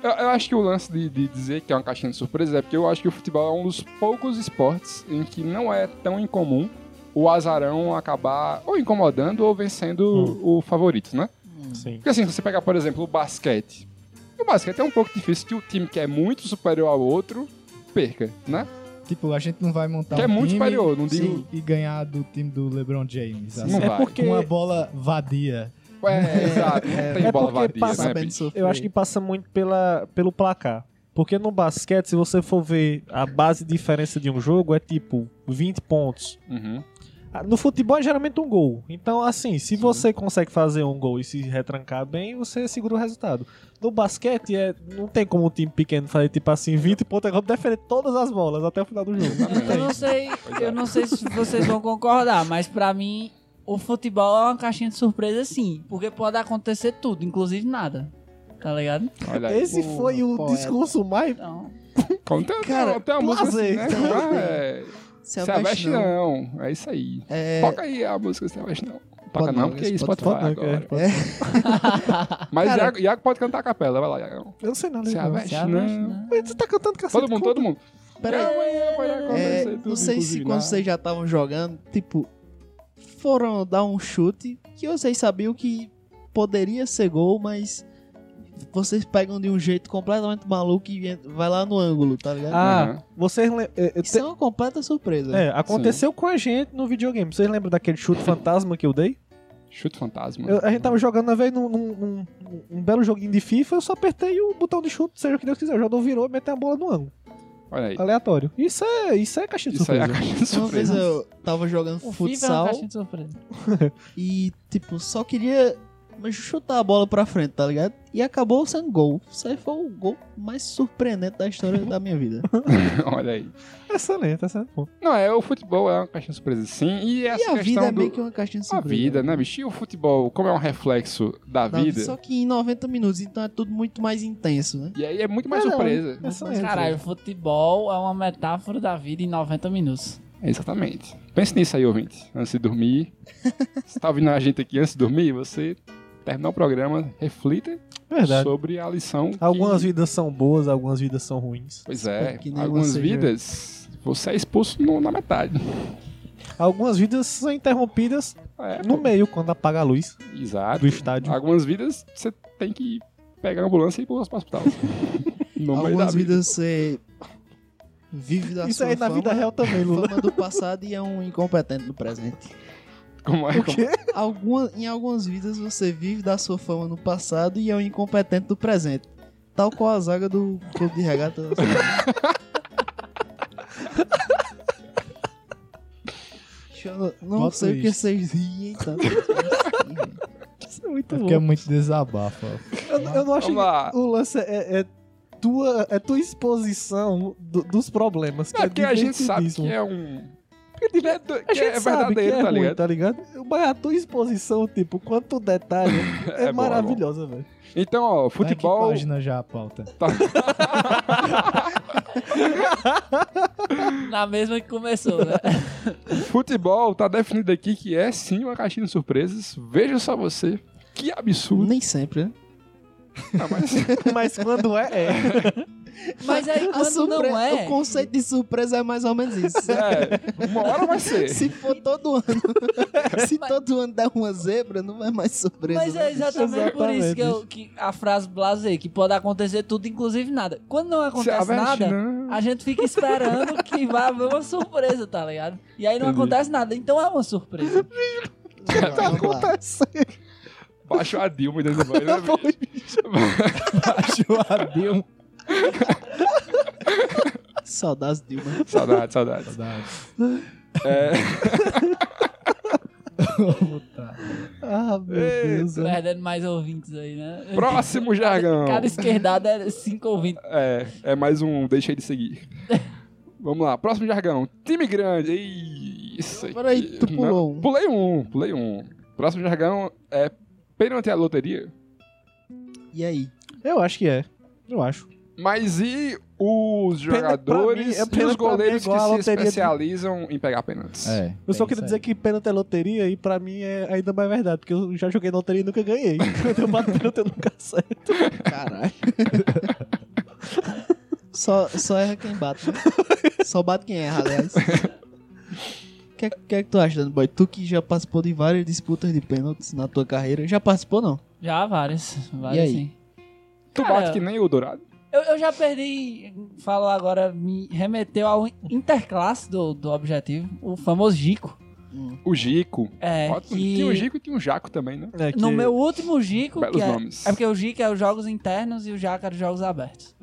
Eu, eu acho que o lance de, de dizer que é uma caixinha de surpresa é porque eu acho que o futebol é um dos poucos esportes em que não é tão incomum o azarão acabar ou incomodando ou vencendo Hum. o favorito, né? Sim. Porque assim, se você pegar, por exemplo, o basquete. O basquete é um pouco difícil que o time que é muito superior ao outro perca, né? Tipo, a gente não vai montar Então, Que um é muito time superior, não sim, digo- e ganhar do time do LeBron James. assim, Não É vai. porque Com uma bola vadia. *laughs* É, exato. Não tem é bola porque vadia, passa né, Sabendo bicho? sofrer. eu acho que passa muito pela, pelo placar. Porque no basquete, se você for ver a base de diferença de um jogo, é tipo 20 pontos. Uhum. Ah, No futebol é geralmente um gol. Então, assim, se você consegue fazer um gol e se retrancar bem, você segura o resultado. No basquete, é, não tem como um time pequeno fazer tipo assim 20 pontos, vamos defender todas as bolas até o final do jogo. Não Eu tem. É não sei, eu não sei se vocês vão concordar, mas pra mim o futebol é uma caixinha de surpresa sim, porque pode acontecer tudo, inclusive nada. Tá ligado? Olha aí. é. Esse Porra, foi o poeta. discurso mais. Então, Conta, Cara, tem uma música assim, lazer, né? tá? Ah, é. Se Se abaixa, abaixe não. não. É isso aí. É, Toca aí a música Se abaixe não. Toca Pode não, não, porque é Spotify Spotify Pode não, agora. cara. Ah, Mas Iago, Iago pode cantar a capela, vai lá, Iago. É, Eu não sei nada. Se legal. abaixe Mas não. Você tá cantando cacete. Todo mundo, todo mundo. peraí. Amanhã, amanhã É, acontece tudo, não sei se inclusive, quando né? vocês já estavam jogando, tipo, foram dar um chute que vocês sabiam que poderia ser gol, mas vocês pegam de um jeito completamente maluco e en- vai lá no ângulo, tá ligado? Ah, Uhum. vocês. lem- é, eu Isso te- é uma completa surpresa. É, aconteceu com a gente no videogame. Vocês lembram daquele chute fantasma que eu dei? Chute fantasma. Eu- a gente tá- tava jogando uma vez num, num- num- um belo joguinho de FIFA, eu só apertei o botão de chute, seja o que Deus quiser. O jogador virou e meteu a bola no ângulo. Olha aí. Aleatório. Isso é, isso é caixinha de Isso aí é a Ah, surpresa. caixinha de Uma vez surpresa. eu tava jogando o FIFA é uma futsal caixinha de surpresa. e, tipo, só queria chutar a bola pra frente, tá ligado? E acabou sendo gol. Isso aí foi o gol mais surpreendente *laughs* da história da minha vida. Olha aí. Excelente, excelente. ponto. Não, é o futebol é uma caixinha de surpresa, sim. E E essa a questão vida é do... meio que uma caixinha de A surpresa. vida, né, bicho? E o futebol, como é um reflexo da Não, vida, Só que em 90 minutos, então é tudo muito mais intenso, né? e aí é muito mais Não, não. surpresa. Excelente. Caralho, futebol é uma metáfora da vida em 90 minutos. Exatamente. Pense nisso aí, ouvinte. Antes de dormir. Você tá ouvindo a gente aqui antes de dormir, você terminar o programa, reflita Verdade. sobre a lição. que- Algumas vidas são boas, algumas vidas são ruins. Pois é, É que nem algumas você, vidas você é expulso no- na metade. Algumas vidas são interrompidas É, no pô, meio, quando apaga a luz Exato. do estádio. Algumas vidas você tem que pegar a ambulância e ir pro hospital. *laughs* no meio da Algumas vida. vidas você vive da Isso sua aí na fama, é vida real também, Lula. fama do passado e é um incompetente no presente. Como é, O como... quê? Alguma, em algumas vidas você vive da sua fama no passado e é um incompetente no presente. Tal qual a zaga do clube de regata. Deixa eu- não Bota sei o que isso. vocês riem tá? tanto. Isso é muito É bom. porque é muito Tá desabafo. ó. Eu, eu não acho Vamos lá. que o lance é, é tua, é tua exposição do- dos problemas. Que É porque a gente sabe que divertidíssimo. é um. A Que gente é sabe que é verdadeiro, tá ruim, ligado? tá ligado? Mas a tua exposição, tipo, quanto detalhe, *laughs* É bom, é, é maravilhosa, velho. Então, ó, Tá aqui futebol. né? tá- página já a pauta. Na mesma que começou, né? Futebol tá definido aqui que é sim uma caixinha de surpresas. Veja só você. Que absurdo. Nem sempre, né? Ah, mas Mas quando é, é. *laughs* *laughs* Mas aí A quando surpre- não é, O conceito de surpresa é mais ou *laughs* menos isso. é, uma hora vai ser. Se for todo ano. *laughs* se todo ano der uma zebra, não vai mais surpresa. Mas é né? exatamente por isso que, eu- que a frase blasei, que pode acontecer tudo, inclusive nada. Quando não Se acontece aveste, nada, não. a gente fica esperando que vá haver uma surpresa, tá ligado? E aí não Entendi. *laughs* acontece nada, então é uma surpresa. tá acontecendo? Baixou a Dilma dentro do banheiro. Baixou a Dilma. Saudades Dilma. saudades, saudades. É, Ah, meu Deus. Perdendo mais ouvintes aí, né? próximo jargão. Cada esquerdado é cinco ouvintes. É, é mais um deixa ele seguir. Vamos lá, próximo jargão. Time grande. Ih, Isso aí. Peraí, tu pulou um. Pulei um, pulei um. Próximo jargão é pênalti à loteria. E aí? Eu acho que é. Eu acho. Mas e os pra mim, jogadores é e os pênalti pra mim goleiros é que igual a se loteria de- especializam em pegar pênaltis? É, Eu só é isso queria aí. dizer que pênalti é loteria e pra mim é ainda mais verdade, porque eu já joguei na loteria e nunca ganhei. *laughs* Quando eu bato pênalti eu nunca acerto. Caralho. só, só erra quem *laughs* bate, né? Só bate quem erra, aliás. O que, é- que é que tu acha, Dano Boy? Tu que já participou de várias disputas de pênaltis na tua carreira. Já participou, não? Já várias. Várias, aí? sim. Tu Cara, bate que nem o Dourado? Eu, eu já perdi, falo agora, me remeteu ao interclasse do, do objetivo, o famoso Gico. O Gico. É, Ótimo. que Tinha o Gico e tinha o Jaco também, né? É que- no meu último Gico, Belos que é, nomes. é porque o Gico é os jogos internos e o Jaco era os jogos abertos.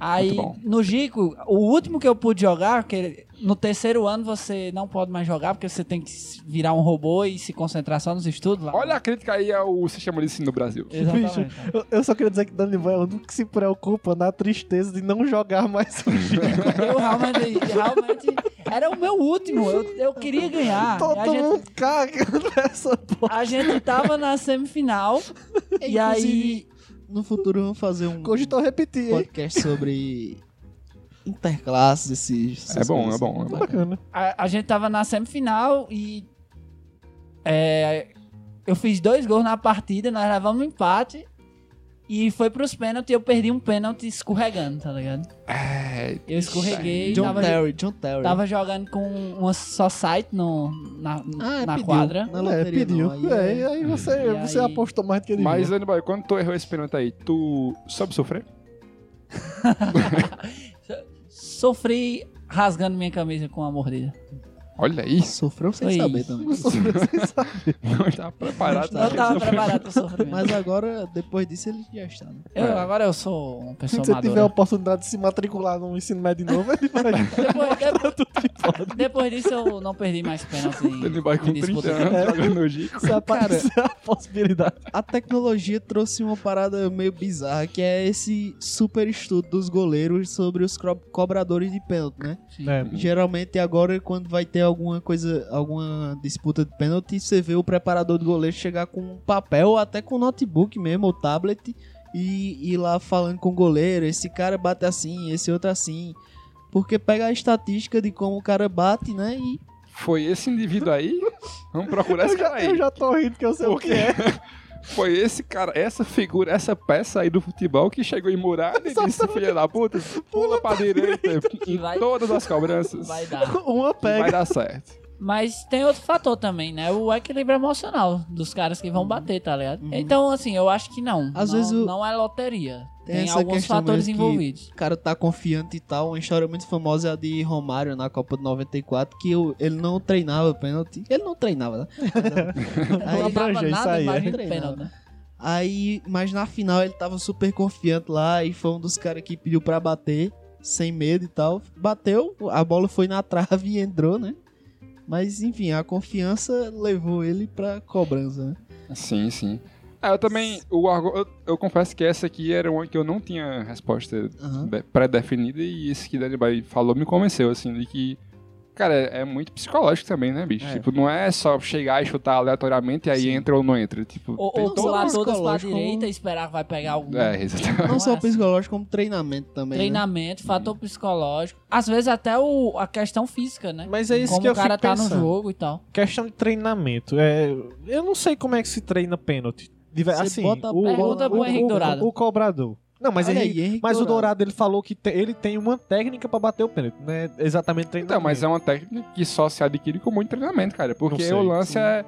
Aí, Muito bom. no Gico, o último que eu pude jogar, que no terceiro ano você não pode mais jogar, porque você tem que se virar um robô e se concentrar só nos estudos Tá. lá. Olha a crítica aí ao sistema de ensino do Brasil. Exatamente. Eu, eu só queria dizer que Dani Boy é o único que se preocupa na tristeza de não jogar mais *laughs* o jogo. Eu realmente, realmente, era o meu último, eu, eu queria ganhar. E a Todo gente- mundo caga nessa porra. A gente tava na *laughs* semifinal e aí. Inclusive, No futuro vamos fazer um Cogitou repetir, hein? podcast sobre interclasses, esses. É bom, é bom, é bom. Bacana. A, a gente tava na semifinal e. é, eu fiz dois gols na partida, nós levamos um empate. E foi pros pênaltis e eu perdi um pênalti escorregando, tá ligado? É, Eu escorreguei e John tava, Terry, John Terry. tava jogando com uma society no, na, Ah, na pediu. quadra. Na é, loteria, pediu. não, aí é, é- e aí você, E você aí- apostou mais do que ele Mas, viu. Dani Boy, quando tu errou esse pênalti aí, tu soube sofrer? Sofri rasgando minha camisa com uma mordida. Olha isso. *laughs* Sofreu sem Foi saber isso. também. Eu tava tá preparado. Não Eu tava preparado pra sofrimento. Mas agora, depois disso, ele já está, né? Eu- agora eu *laughs* sou uma Se pessoa você tiver a madura. oportunidade de se matricular no ensino médio de novo, ele *laughs* vai. *laughs* Depois, depois, depois disso eu não perdi mais pênalti. em- Dani Boy com em disputa. 30 anos jogando o Gico. Se aparecer a possibilidade. A tecnologia trouxe uma parada meio bizarra, que é esse super estudo dos goleiros sobre os cro- cobradores de pênalti, né? Geralmente agora, quando vai ter alguma coisa, alguma disputa de pênalti, você vê o preparador do goleiro chegar com um papel, ou até com notebook mesmo, ou tablet, e ir lá falando com o goleiro, esse cara bate assim, esse outro assim. Porque pega a estatística de como o cara bate, né? E Foi esse indivíduo aí? Vamos procurar esse Eu cara já, eu aí. já tô rindo que eu sei o que é. *laughs* Foi esse cara, essa figura, essa peça aí do futebol que chegou em Murada e disse, filha da puta, pula pra direita Que em vai- todas as né? cobranças. Vai dar. Uma que Vai pega. dar certo. Mas tem outro fator também, né? O equilíbrio emocional dos caras que vão bater, tá ligado? Uhum. Então, assim, eu acho que não. Às não, vezes o- não é loteria. Tem Tem, essa alguns questão fatores mesmo que- envolvidos. o cara tá confiante e tal. Uma história muito famosa é a de Romário na Copa de 94, que o- ele não treinava pênalti. Ele não treinava, né? Não Aí- lembrava abrangente, nada, isso aí, imagina é. o pênalti, né? Aí, mas na final ele tava super confiante lá e foi um dos caras que pediu pra bater, sem medo e tal. Bateu, a bola foi na trave e entrou, né? Mas enfim, a confiança levou ele pra cobrança, né? Sim, sim. Ah, eu também, o argo- eu, eu confesso que essa aqui era uma que eu não tinha resposta Aham. de- pré-definida e isso que Dani Bay falou me convenceu, assim, de que, cara, é é muito psicológico também, né, bicho? É. Tipo, não é só chegar e chutar aleatoriamente e aí Sim. entra ou não entra. Tipo, Ou, tem ou todo- pular todas pra psicológico- direita e esperar que vai pegar algum. *laughs* É, exatamente. Não é só assim. psicológico, como treinamento também. né? Treinamento, fator psicológico. Às vezes até o, a questão física, né? Mas é isso Como que eu o cara fico tá pensando. no jogo e tal. Questão de treinamento. É, eu não sei como é que se treina pênalti. Diver- Você assim, bota a um o, pergunta o, pro o- Henrique Dourado. o cobrador. Não, mas, Olha Henrique- aí, Henrique mas o Dourado. Dourado ele falou que te- ele tem uma técnica pra bater o pênalti, né? Exatamente treinamento. é Então, mas é uma técnica que só se adquire com muito treinamento, cara. Porque Não sei, o lance sim. é.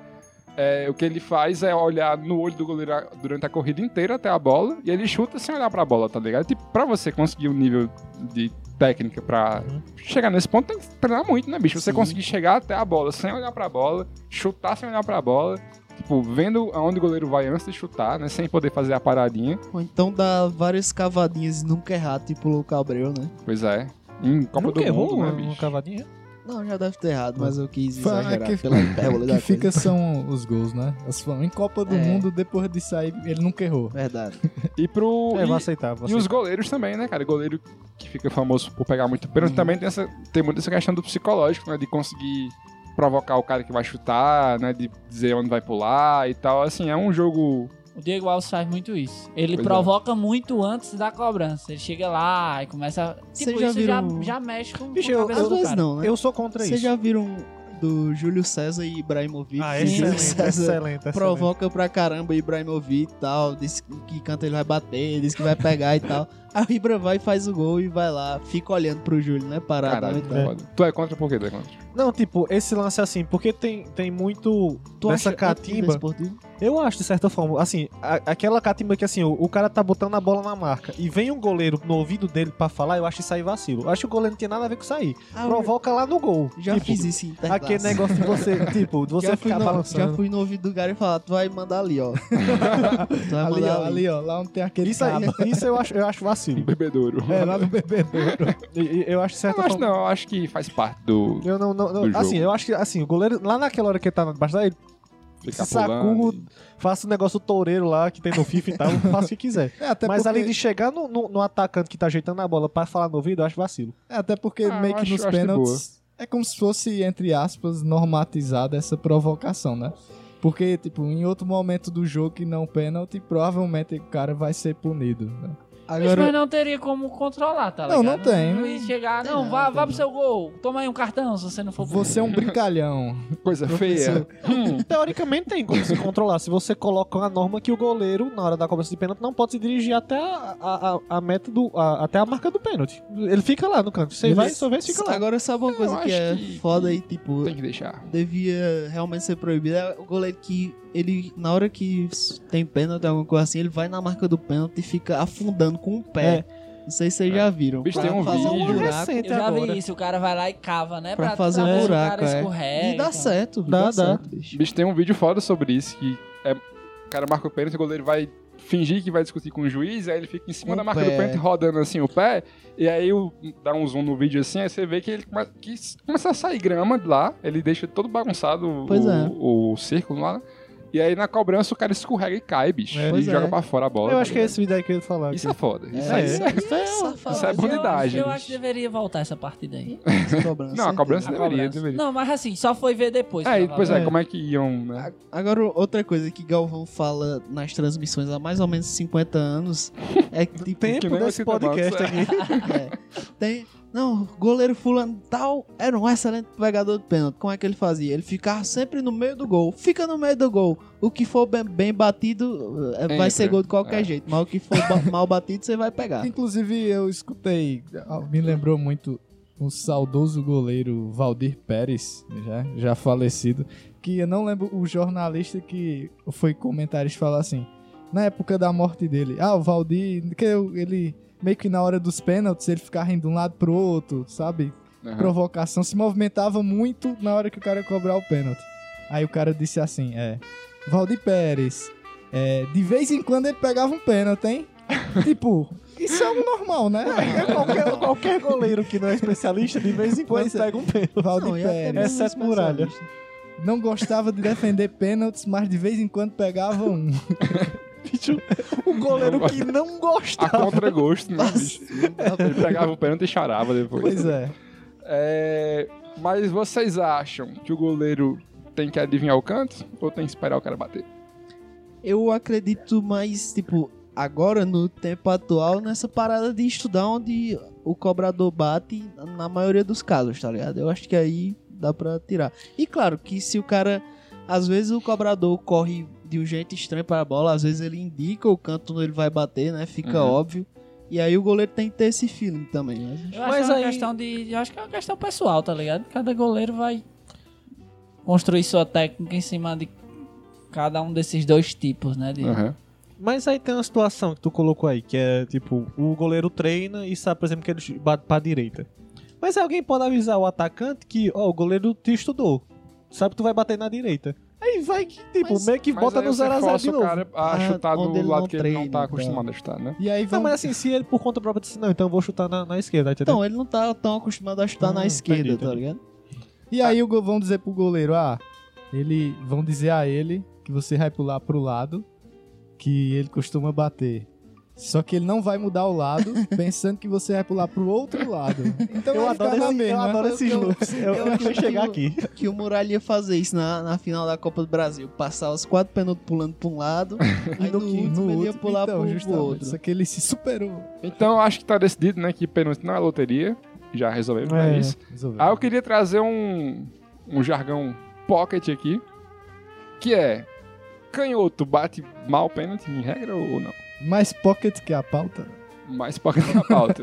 é, o que ele faz é olhar no olho do goleiro a- durante a corrida inteira até a bola e ele chuta sem olhar pra bola, tá ligado? Tipo, pra você conseguir um nível de técnica pra Uhum. chegar nesse ponto, tem que treinar muito, né, bicho? Você conseguir chegar até a bola sem olhar pra bola, chutar sem olhar pra bola, tipo, vendo aonde o goleiro vai antes de chutar, né? Sem poder fazer a paradinha. Ou então dá várias cavadinhas e nunca errar, tipo o Cabreu, né? Pois é. Em Copa Nunca do errou Mundo, né, um- um bicho? cavadinho? Não, já deve ter errado, mas eu quis Fala exagerar que- *laughs* pela que hipérbole da coisa. assim. fica são os gols, né? As fam- Em Copa do É. Mundo, depois de sair, ele nunca errou. Verdade. E pro. É, e- vou aceitar. Vou E os aceitar. goleiros também, né, cara? Goleiro que fica famoso por pegar muito pênalti também tem, essa, tem muito essa questão do psicológico, né? De conseguir provocar o cara que vai chutar, né? De dizer onde vai pular e tal. Assim, é um jogo. O Diego Alves faz muito isso. Ele Pois é. provoca muito antes da cobrança. Ele chega lá e começa. Vocês Tipo, já isso já, viram- já mexe com, Bicho, com a eu- cabeça Às do vezes cara. não, né? Eu sou contra Vocês isso. já viram do Júlio César e Ibrahimovic? Ah, Sim, excelente, César excelente, excelente. Provoca pra caramba Ibrahimovic e tal, diz que canta ele vai bater, diz que vai pegar e tal. A Ibra vai, faz o gol e vai lá, fica olhando pro Júlio, né? Parado. Caralho, e tá tal. foda. Tu é contra por quê? Tu é contra? Não, tipo, esse lance assim, porque tem, tem muito Tu dessa acha catimba. antidesportivo? Eu acho, de certa forma, assim, a- aquela catimba que assim, o, o cara tá botando a bola na marca e vem um goleiro no ouvido dele pra falar, eu acho isso aí vacilo. Eu acho que o goleiro não tem nada a ver com isso aí. Ah, eu Provoca lá no gol. Já Tipo, fiz isso em Interclasse. Aquele negócio de *laughs* você, tipo, de você já, fui ficar no, já balançando. fui no ouvido do cara e falar, tu vai mandar ali, *laughs* ó. tu vai Ali, mandar ó, ali. ali, ó, lá onde tem aquele Isso aí, cabo. isso eu acho, eu acho Um vacilo. bebedouro. É, lá no bebedouro. E- e- Eu acho, *laughs* de Eu certa não acho, forma. não. Eu acho que faz parte do. Eu não, não, não- Do jogo. assim, eu acho que assim, o goleiro, lá naquela hora que ele tá debaixo da ele Ficar se sacudo. pulando. faça o negócio toureiro lá que tem no FIFA e *laughs* tal, faça o que quiser. É, até Mas porque, além de chegar no, no- no atacante que tá ajeitando a bola pra falar no ouvido, eu acho vacilo. é, até porque Ah, eu meio que acho- nos acho de pênaltis é como se fosse, entre aspas, normatizada essa provocação, né? Porque, tipo, em outro momento do jogo que não pênalti, provavelmente o cara vai ser punido. né? Mas, Agora, mas não teria como controlar, tá Não, ligado? não tem, Não né? ia chegar, Tem não, não, vá, tem vá pro não. seu gol. Toma aí um cartão se você não for você é um brincalhão. Coisa feia. Professor. Hum, Teoricamente tem como *laughs* se controlar. Se você coloca uma norma que o goleiro, na hora da cobrança de pênalti, não pode se dirigir até a, a- a- a meta do. a- até a marca do pênalti. Ele fica lá no canto. Você Ele- vai, só vê, fica lá. Agora sabe uma coisa Eu que acho é que- foda e tipo, tem que deixar. devia realmente ser proibido. É o goleiro que ele, na hora que s- tem pênalti, alguma coisa assim, ele vai na marca do pênalti e fica afundando com o pé. É. Não sei se vocês já viram. Bicho, Pra tem um fazer vídeo. buraco Eu já vi isso, o cara vai lá e cava, né? Pra fazer um ver se buraco, o cara é. escorrega. e dá então. certo. Dá, dá. certo, bicho. Bicho, tem um vídeo foda sobre isso que é, o cara marca o pênalti, o goleiro vai fingir que vai discutir com o juiz, aí ele fica em cima Com da o marca pé. do pênalti rodando assim o pé, e aí o- dá um zoom no vídeo assim, aí você vê que ele come- que s- começa a sair grama de lá, ele deixa todo bagunçado o, Pois é. o, o círculo lá, e aí na cobrança o cara escorrega e cai, bicho, É. e Pois joga é. pra fora a bola. Eu tá acho que é ligado? esse vídeo aí que eu ia falar. Isso que- é foda. Isso É, aí isso, é... isso é- Safado. isso é Eu acho- bandidagem, Eu bicho. acho que deveria voltar essa partida aí. é Cobrança, Não, a cobrança A deveria, cobrança. deveria. Não, mas assim, só foi ver depois. É, e provavelmente. pois é, É. como é que iam, né? A- Agora, outra coisa que Galvão fala nas transmissões há mais ou menos *laughs* 50 anos é que tipo, Que Tempo nem desse o Cita podcast Box, aqui. *laughs* É. Tem. Não, goleiro fulano tal era um excelente pegador de pênalti. Como é que ele fazia? Ele ficava sempre no meio do gol. Fica no meio do gol. O que for bem, bem batido eh, Entra. vai ser gol de qualquer É. jeito. Mas o que for ba- mal batido, você vai pegar. Inclusive, eu escutei, ah, me lembrou muito o saudoso goleiro Valdir Pérez, já, já falecido, que eu não lembro o jornalista que foi comentarista falar assim, na época da morte dele, ah, o Valdir, que eu- ele meio que na hora dos pênaltis ele ficava indo de um lado pro outro, sabe? Aham. Provocação, se movimentava muito na hora que o cara ia cobrar o pênalti. Aí o cara disse assim, é, Valdir Pérez, é, de vez em quando ele pegava um pênalti, *laughs* hein? tipo, isso é um normal, né? Qualquer, qualquer goleiro que não é especialista, de vez em quando Pois é. pega um pênalti. Valdir Não, e é até Pérez. mesmo exceto é especialista. Muralha. Não gostava de defender pênaltis, mas de vez em quando pegava um. O Um goleiro que não A gosta. contragosto, né, bicho? Vacilo, tá bom. Ele pegava o pênalti e charava depois. Pois é. É, mas vocês acham que o goleiro tem que adivinhar o canto ou tem que esperar o cara bater? Eu acredito mais, tipo, agora no tempo atual, nessa parada de estudar onde o cobrador bate na maioria dos casos, tá ligado? Eu acho que aí dá pra tirar. E claro que se o cara. Às vezes o cobrador corre de um jeito estranho pra bola, às vezes ele indica o canto onde ele vai bater, né? Fica Uhum. óbvio. E aí o goleiro tem que ter esse feeling também. né? Mas... Eu acho Mas que é uma aí- questão de. Eu acho que é uma questão pessoal, tá ligado? Cada goleiro vai construir sua técnica em cima de cada um desses dois tipos, né? de- Aham. Mas aí tem uma situação que tu colocou aí, que é tipo, o goleiro treina e sabe, por exemplo, que ele bate pra direita. Mas aí alguém pode avisar o atacante que, ó, o goleiro te estudou. Sabe que tu vai bater na direita. Aí vai que, tipo, Mas- meio que Mas bota aí no você 0x0 força de o novo. cara a Ah, chutar do onde ele lado não que ele não treina, tá então. acostumado a chutar, né? E aí Não, vão... mas assim, se ele por conta própria disse, não, então eu vou chutar na, na esquerda, entendeu? Então, ele não tá tão acostumado a chutar Ah, na esquerda, entendi, tá ligado? E aí o go- vão dizer pro goleiro, ah, ele vão dizer a ele que você vai pular pro lado que ele costuma bater. Só que ele não vai mudar o *laughs* lado, pensando que você vai pular pro outro lado. Então eu, vai ficar adoro na esse, eu mesma. adoro esses Eu- loops. Eu, eu eu acho vou chegar que aqui. Que o Muralha ia fazer isso na, na final da Copa do Brasil. Passar os quatro pênaltis pulando pra *laughs* um lado, aí no, último ele ia pular então, pro, pro justamente. outro. Só que ele se superou. Então acho que tá decidido, né? Que pênalti não é loteria. Já resolvemos, é, É. isso. Resolveu. Ah, eu queria trazer um, um jargão pocket aqui. Que é. Canhoto bate mal pênalti em regra ou não? Mais pocket que a pauta. Mais pocket na *laughs* pauta.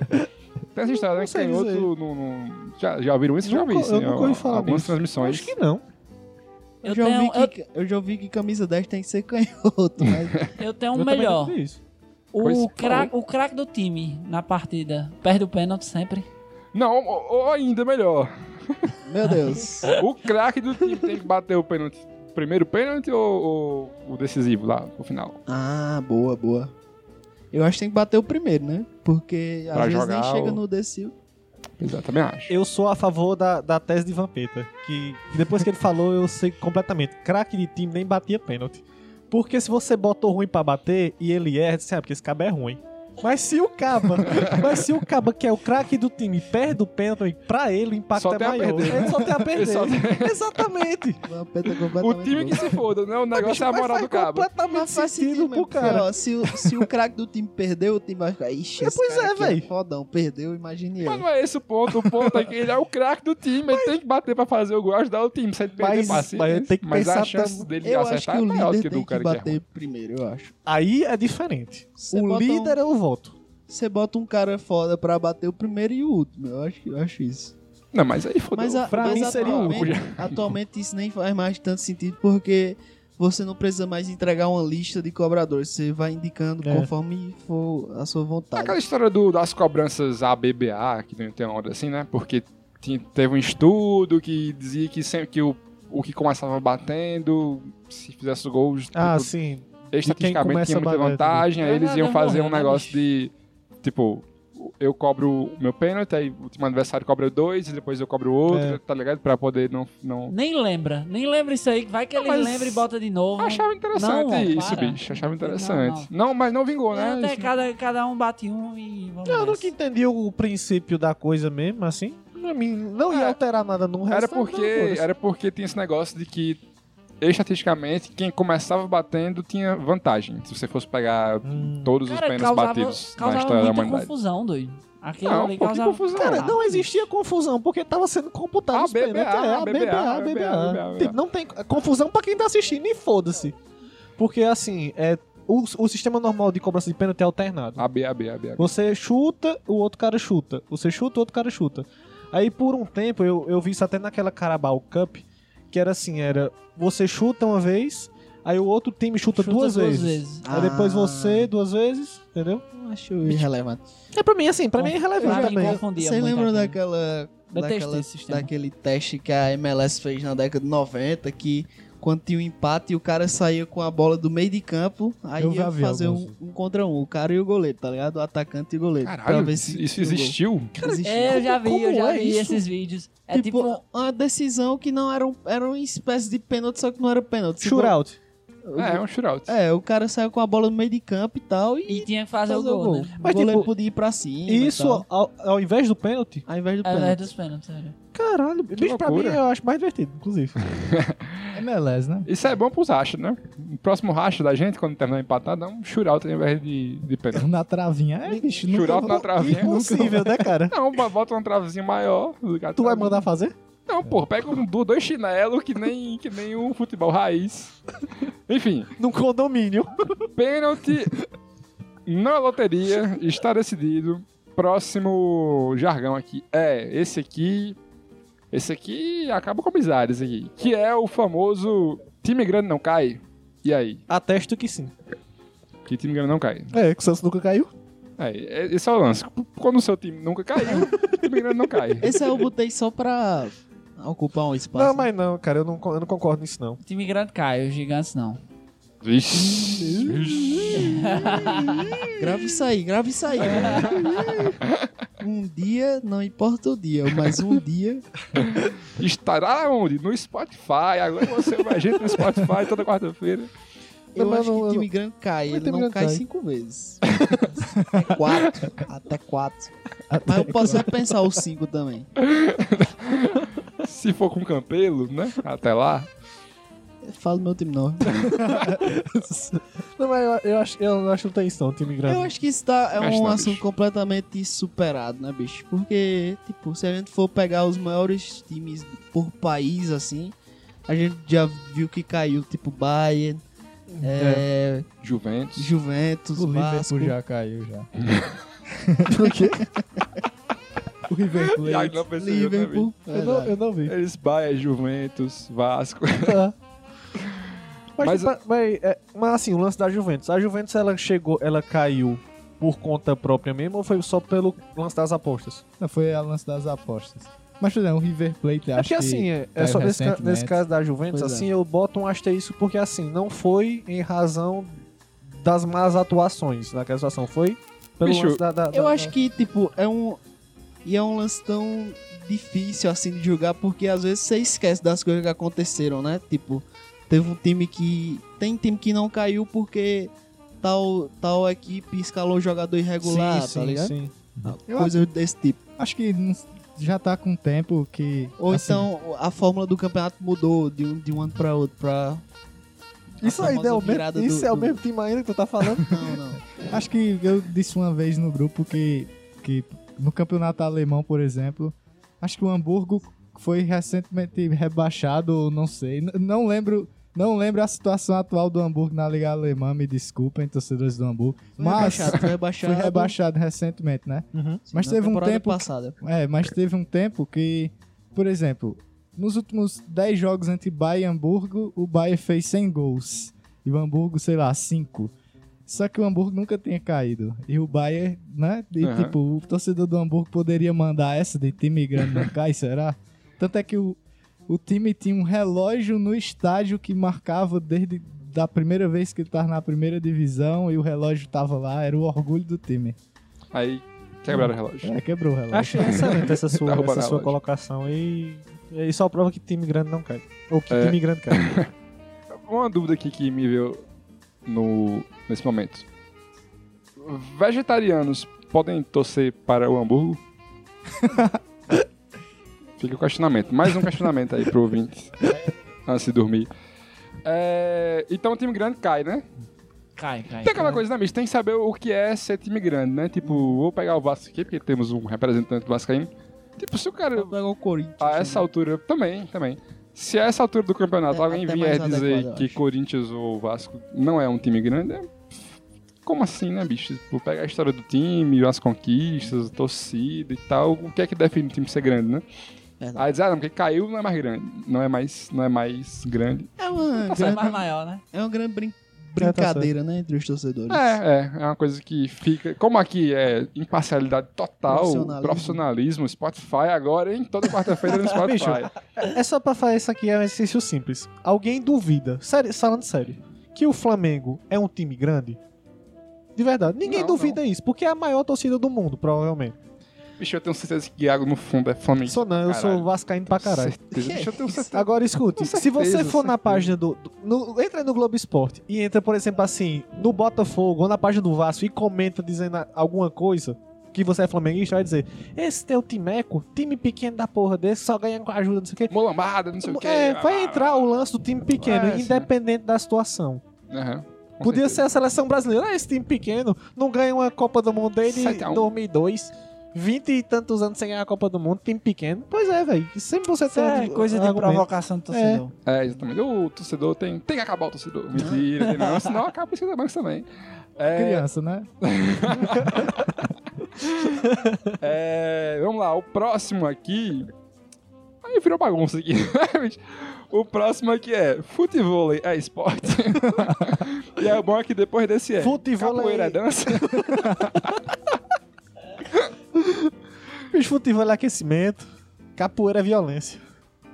Tem essa história, né? Não Que sei dizer. canhoto. não- não- já, já ouviram isso? Já ouvi Nunca- isso. eu né? nunca ouvi falar Algumas disso. transmissões. Acho que não. Eu, Eu já tenho, ouvi que, eu já ouvi que camisa 10 tem que ser *laughs* canhoto, mas eu, eu tenho um Eu também não melhor. vi isso. O Pois craque o craque do time na partida perde o pênalti sempre. Não, ou, ou ainda melhor. *laughs* Meu Deus. O craque do time tem que bater o pênalti. Primeiro pênalti ou, ou o decisivo lá, no final? Ah, boa, boa. Eu acho que tem que bater o primeiro, né? Porque às Pra vezes nem jogar chega o- no decil. Exato, também acho. Eu sou a favor da, da tese de Vampeta, que depois que ele falou, eu sei completamente. Craque de time nem batia pênalti. Porque se você botou ruim pra bater e ele erra, você ah, porque esse cabo é ruim. Mas se o Caba, *laughs* mas se o Caba, que é o craque do time, perde o pênalti, pra ele o impacto Só é tem a maior. perder. Ele só *laughs* tem a Ele perder. só tem- Exatamente. é O time que se foda, né? *laughs* O negócio é a *laughs* Mas moral faz do cabo. completamente sentido faz sentido pro mesmo, cara. porque, ó, se, o- se o craque do time perdeu, o time vai ficar. Ixi, É, esse pois cara é, aqui véi. fodão, perdeu, imagine eu. Mas não é esse o ponto. O ponto é que ele é o craque do time. Ele tem que bater pra fazer o gol, ajudar o time. Se ele perder Mas- passe, mas ele tem que mas a pensar chance também. dele Eu acho acertar que é o maior do líder que do tem que cara que é ruim. bater primeiro, eu acho. Aí é diferente. Você o bota um- líder é o voto. Você bota um cara foda pra bater o primeiro e o último. Eu acho, que- eu acho isso. Não, mas aí fodeu. Mas, a, Pra mas mim seria o atualmente, atualmente isso nem faz mais tanto sentido porque você não precisa mais entregar uma lista de cobradores. Você vai indicando É. conforme for a sua Tá. vontade. Aquela história do- das cobranças ABBA, que tem tem uma hora assim, né? Porque ti- teve um estudo que dizia que sempre que o, o que começava batendo, se fizesse o gol, Ah, tipo, sim. estatisticamente começa tinha muita batendo. vantagem, aí Ah, eles iam vai fazer morrer, um né, negócio de tipo, eu cobro o meu pênalti, aí o time adversário cobra dois, e depois eu cobro outro, É. tá ligado? Pra poder não. não... Nem lembra. Nem lembra isso aí. Vai que ele Ah, mas- lembra e bota de novo. né? Achava interessante Não, isso, para. bicho. Achava interessante. Não, mas não vingou, É, né? até cada, cada um bate um e vamos Eu nessa. nunca entendi o princípio da coisa mesmo, assim. Pra mim, não ia É. alterar nada no resto. tá Era porque, era porque tinha esse negócio de que, estatisticamente, quem começava batendo tinha vantagem. Se você fosse pegar Hum. todos os Cara, pênaltis causava, batidos na causava história da muita humanidade. confusão, doido. Aquilo Não, ali pô, que causava... confusão. Cara, não existia confusão, porque tava sendo computado Ah, A os pênaltis. BBA, É, a BBA, BBA. Tipo, não tem confusão pra quem tá assistindo, e foda-se. Porque, assim, é, o, o sistema normal de cobrança de pênalti é alternado. A B, A B, A B, A B. Você chuta, o outro cara chuta. Você chuta, o outro cara chuta. Aí por um tempo, eu, eu vi isso até naquela Carabao Cup, que era assim, era você chuta uma vez, aí o outro time chuta, Chuta duas, vezes. Aí depois Ah. você duas vezes, entendeu? Acho irrelevante. É pra mim assim, pra mim Pra é irrelevante mim, também. confundia Vocês muito lembram aquilo. daquela, Detestei daquela- esse sistema. daquele teste que a MLS fez na década de 90, que quando tinha um empate o cara saía com a bola do meio de campo, aí Eu já ia vi fazer um, alguns. um contra um, o cara e o goleiro, tá ligado? O atacante e o goleiro. pra Caralho, ver isso se isso o gol existiu? existia. É, eu já vi, Como eu já é vi isso? esses vídeos. É tipo, tipo... uma decisão que não era, um, era uma espécie de pênalti, só que não era é, pênalti. Se Shootout. go- É, é um shootout. É, o cara saiu com a bola no meio de campo e tal e, E tinha que fazer, o gol, né? Mas, Mas, o goleiro tipo, podia ir pra cima. e Isso tal, ao, ao invés do pênalti? ao invés do Ao invés pênalti. dos pênaltis, né? sério. Caralho, bicho, pra mim loucura. eu acho mais divertido, inclusive. MLS, né? Isso é bom pros rachas, né? O próximo racha da gente, quando terminar empatado, é um shootout ao invés de, de pênalti. *laughs* Na travinha. É, bicho, nunca Shootout na travinha. Impossível, né, cara? Não, bo- bota uma travezinha maior. do que a Tu vai trave. mandar fazer? Não, pô, pega um, do- dois chinelos que nem, que nem um futebol *laughs* raiz. Enfim, Num condomínio. pênalti não é loteria, está decidido. Próximo jargão aqui é esse aqui. Esse aqui acaba com amizades aqui. Que é o famoso time grande não cai. E aí? Atesto que sim. Que time grande não cai. É, que o Santos nunca caiu. É, é- esse é o lance. Quando o seu time nunca caiu, o time grande não cai. Esse eu botei só pra ocupar um espaço. Não, mas não, cara, eu não, con- eu não concordo nisso, não. O time grande cai, os gigantes não. Vixe. Vixe. Grava isso aí, grava isso *laughs* aí. um dia, não importa o dia, mas um dia. Estará onde? No Spotify. Agora você vai a gente no Spotify toda quarta-feira. Não, Eu mas acho não- que eu o time grande cai. Mas Ele time não grande cai cai. cinco vezes. Até quatro. Até quatro. Mas eu posso é pensar os cinco também. Se for com Campelo, né? Até lá. Fala do meu time não. Não, mas eu, eu acho, eu não acho que não tem isso, não, um time grande. Eu acho que isso tá, é Acho um não, assunto bicho. completamente superado, né, bicho? Porque, tipo, se a gente for pegar os maiores times por país, assim, a gente já viu que caiu, tipo, Bayern, é, Juventus. Juventus, O Vasco. Liverpool já caiu já. *laughs* Por quê? O River E aí, Plate. não percebeu, né, bicho? Liverpool. Eu não, eu não *laughs* vi. Eles Baia, Juventus, Vasco. *laughs* Tá. Mas- Mas, mas, mas, é, mas, assim, o lance da Juventus. A Juventus ela chegou, ela caiu por conta própria mesmo ou foi só pelo lance das apostas? Não, foi a lance das apostas. Mas, por exemplo, o River Plate, é acho porque assim, que... é, é caiu só nesse, ca- recentemente. nesse caso da Juventus, Pois é. assim, eu boto um asterisco porque assim, não foi em razão das más atuações naquela situação, foi pelo Bicho, lance da, da- da- Eu né? acho que, tipo, é um. E é um lance tão difícil, assim, de julgar, porque às vezes você esquece das coisas que aconteceram, né? Tipo, teve um time que. Tem time que não caiu porque tal, tal equipe escalou jogador sim, irregular, tá sim, ligado? sim. Eu- Coisas desse tipo. Acho que não- já tá com tempo que... Ou assim, então a fórmula do campeonato mudou de um, de um ano pra outro, pra. Isso A aí famosa é o virada mesmo, do- isso é o do- mesmo time ainda que tu tá falando? Não, não. Acho que eu disse uma vez no grupo que, que no campeonato alemão, por exemplo, acho que o Hamburgo foi recentemente rebaixado, ou não sei. N- Não lembro, não lembro a situação atual do Hamburgo na Liga Alemã, me desculpem, torcedores do Hamburgo. *laughs* Foi mas rebaixado, foi foi rebaixado. rebaixado recentemente, né? Uhum. Sim, Mas na teve um temporada tempo Passada. É, mas teve um tempo que, por exemplo, nos últimos 10 jogos entre Bahia e Hamburgo, o Bahia fez 100 gols. E o Hamburgo, sei lá, 5. Só que o Hamburgo nunca tinha caído. E o Bahia, né? E, Aham. tipo, o torcedor do Hamburgo poderia mandar essa de time grande não cai, será? Tanto é que o, o time tinha um relógio no estádio que marcava desde da primeira vez que ele tava na primeira divisão e o relógio tava lá, era o orgulho do time. Aí quebraram o relógio. É, quebrou o relógio. Achei *laughs* excelente essa sua, Derruba na essa sua loja. colocação e, e só prova que time grande não cai. Ou que É. time grande cai. Uma dúvida aqui que me veio no, nesse momento. Vegetarianos podem torcer para o Hamburgo? Fica o questionamento. Mais um questionamento aí pro ouvinte. Antes de dormir. É, então o time grande cai, né? Cai, cai. Tem aquela coisa, né, bicho? Tem que saber o que é ser time grande, né? Tipo, vou pegar o Vasco aqui, porque temos um representante vascaíno. Tipo, se o cara... Vou pegar o Corinthians. né? A essa altura, também, também. Se a essa altura do campeonato É, alguém até vier mais dizer adequado, eu que acho. Corinthians ou Vasco não é um time grande, é... como assim, né, bicho? Vou pegar a história do time, as conquistas, a torcida e tal, o que é que define o time ser grande, né? Verdade. Aí diz, ah, não, porque caiu não é mais grande, não é mais, não é mais grande. É uma Só é mais grande, maior, né? é uma grande brin- tá brincadeira, né? Entre os torcedores. É, é, é uma coisa que fica, como aqui é imparcialidade total, Profissionalismo. profissionalismo, Spotify agora, hein? Toda *laughs* quarta-feira no Spotify. É só pra falar isso aqui, é um exercício simples. Alguém duvida, sério, falando sério, que o Flamengo é um time grande? De verdade, ninguém Não, duvida isso, porque é a maior torcida do mundo, provavelmente. Bicho, eu tenho certeza que Iago no fundo é Flamengo. Sou não, eu Caralho. sou vascaíno pra caralho. *laughs* Certeza. Bicho, eu um tenho *laughs* certeza. Agora escute, Com se certeza, você for na certeza. página do, do- no- entra no Globo Esporte e entra, por exemplo, assim, no Botafogo ou na página do Vasco e comenta dizendo a- alguma coisa que você é flamenguista, vai dizer: "Esse teu timeco, time pequeno da porra desse, só ganha com a ajuda, não sei o quê". Molambada, não sei o quê. Ah, É, blá, vai blá, entrar o lance do time pequeno, É, sim. independente da situação. blá. Aham, com Podia ser certeza. a seleção brasileira. Ah, esse time pequeno não ganha uma Copa do Mundo desde Sete a um. 2002. Vinte e tantos anos sem ganhar a Copa do Mundo, time pequeno. Pois é, velho. Sempre você Isso tem é um coisa de argumento. provocação do torcedor. É, exatamente. O torcedor tem, tem que acabar o torcedor. Mentira, tem não. Senão acaba o banco também. É, Criança, né? *laughs* é, vamos lá, o próximo aqui. Aí virou bagunça aqui. *laughs* O próximo aqui é futevôlei é *laughs* esporte. e é bom é que depois desse é Futevôlei. capoeira *laughs* é dança. Bicho, futebol é aquecimento, capoeira é violência.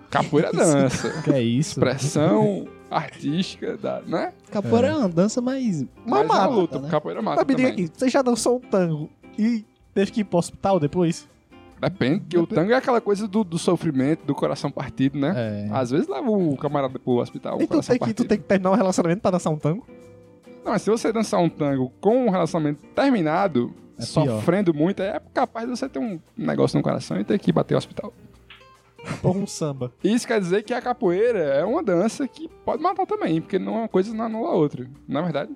Capoeira é dança. Que é isso? Expressão artística, da, né? Capoeira é. uma dança, mas. Mas na mata, luta, né? capoeira mata Mas me diga também. aqui, você já dançou um tango e teve que ir pro hospital depois? Depende, que o tango é aquela coisa do, do sofrimento, do coração partido, né? É. Às vezes leva o camarada pro hospital, o então coração tem que, tu partido. tem que terminar um relacionamento pra dançar um tango? Não, mas se você dançar um tango com um relacionamento terminado, É sofrendo muito, é capaz de você ter um negócio no coração e ter que bater o hospital. Ou um samba? *laughs* Isso quer dizer que a capoeira é uma dança que pode matar também, porque não é uma coisa não anula a outra. Na verdade,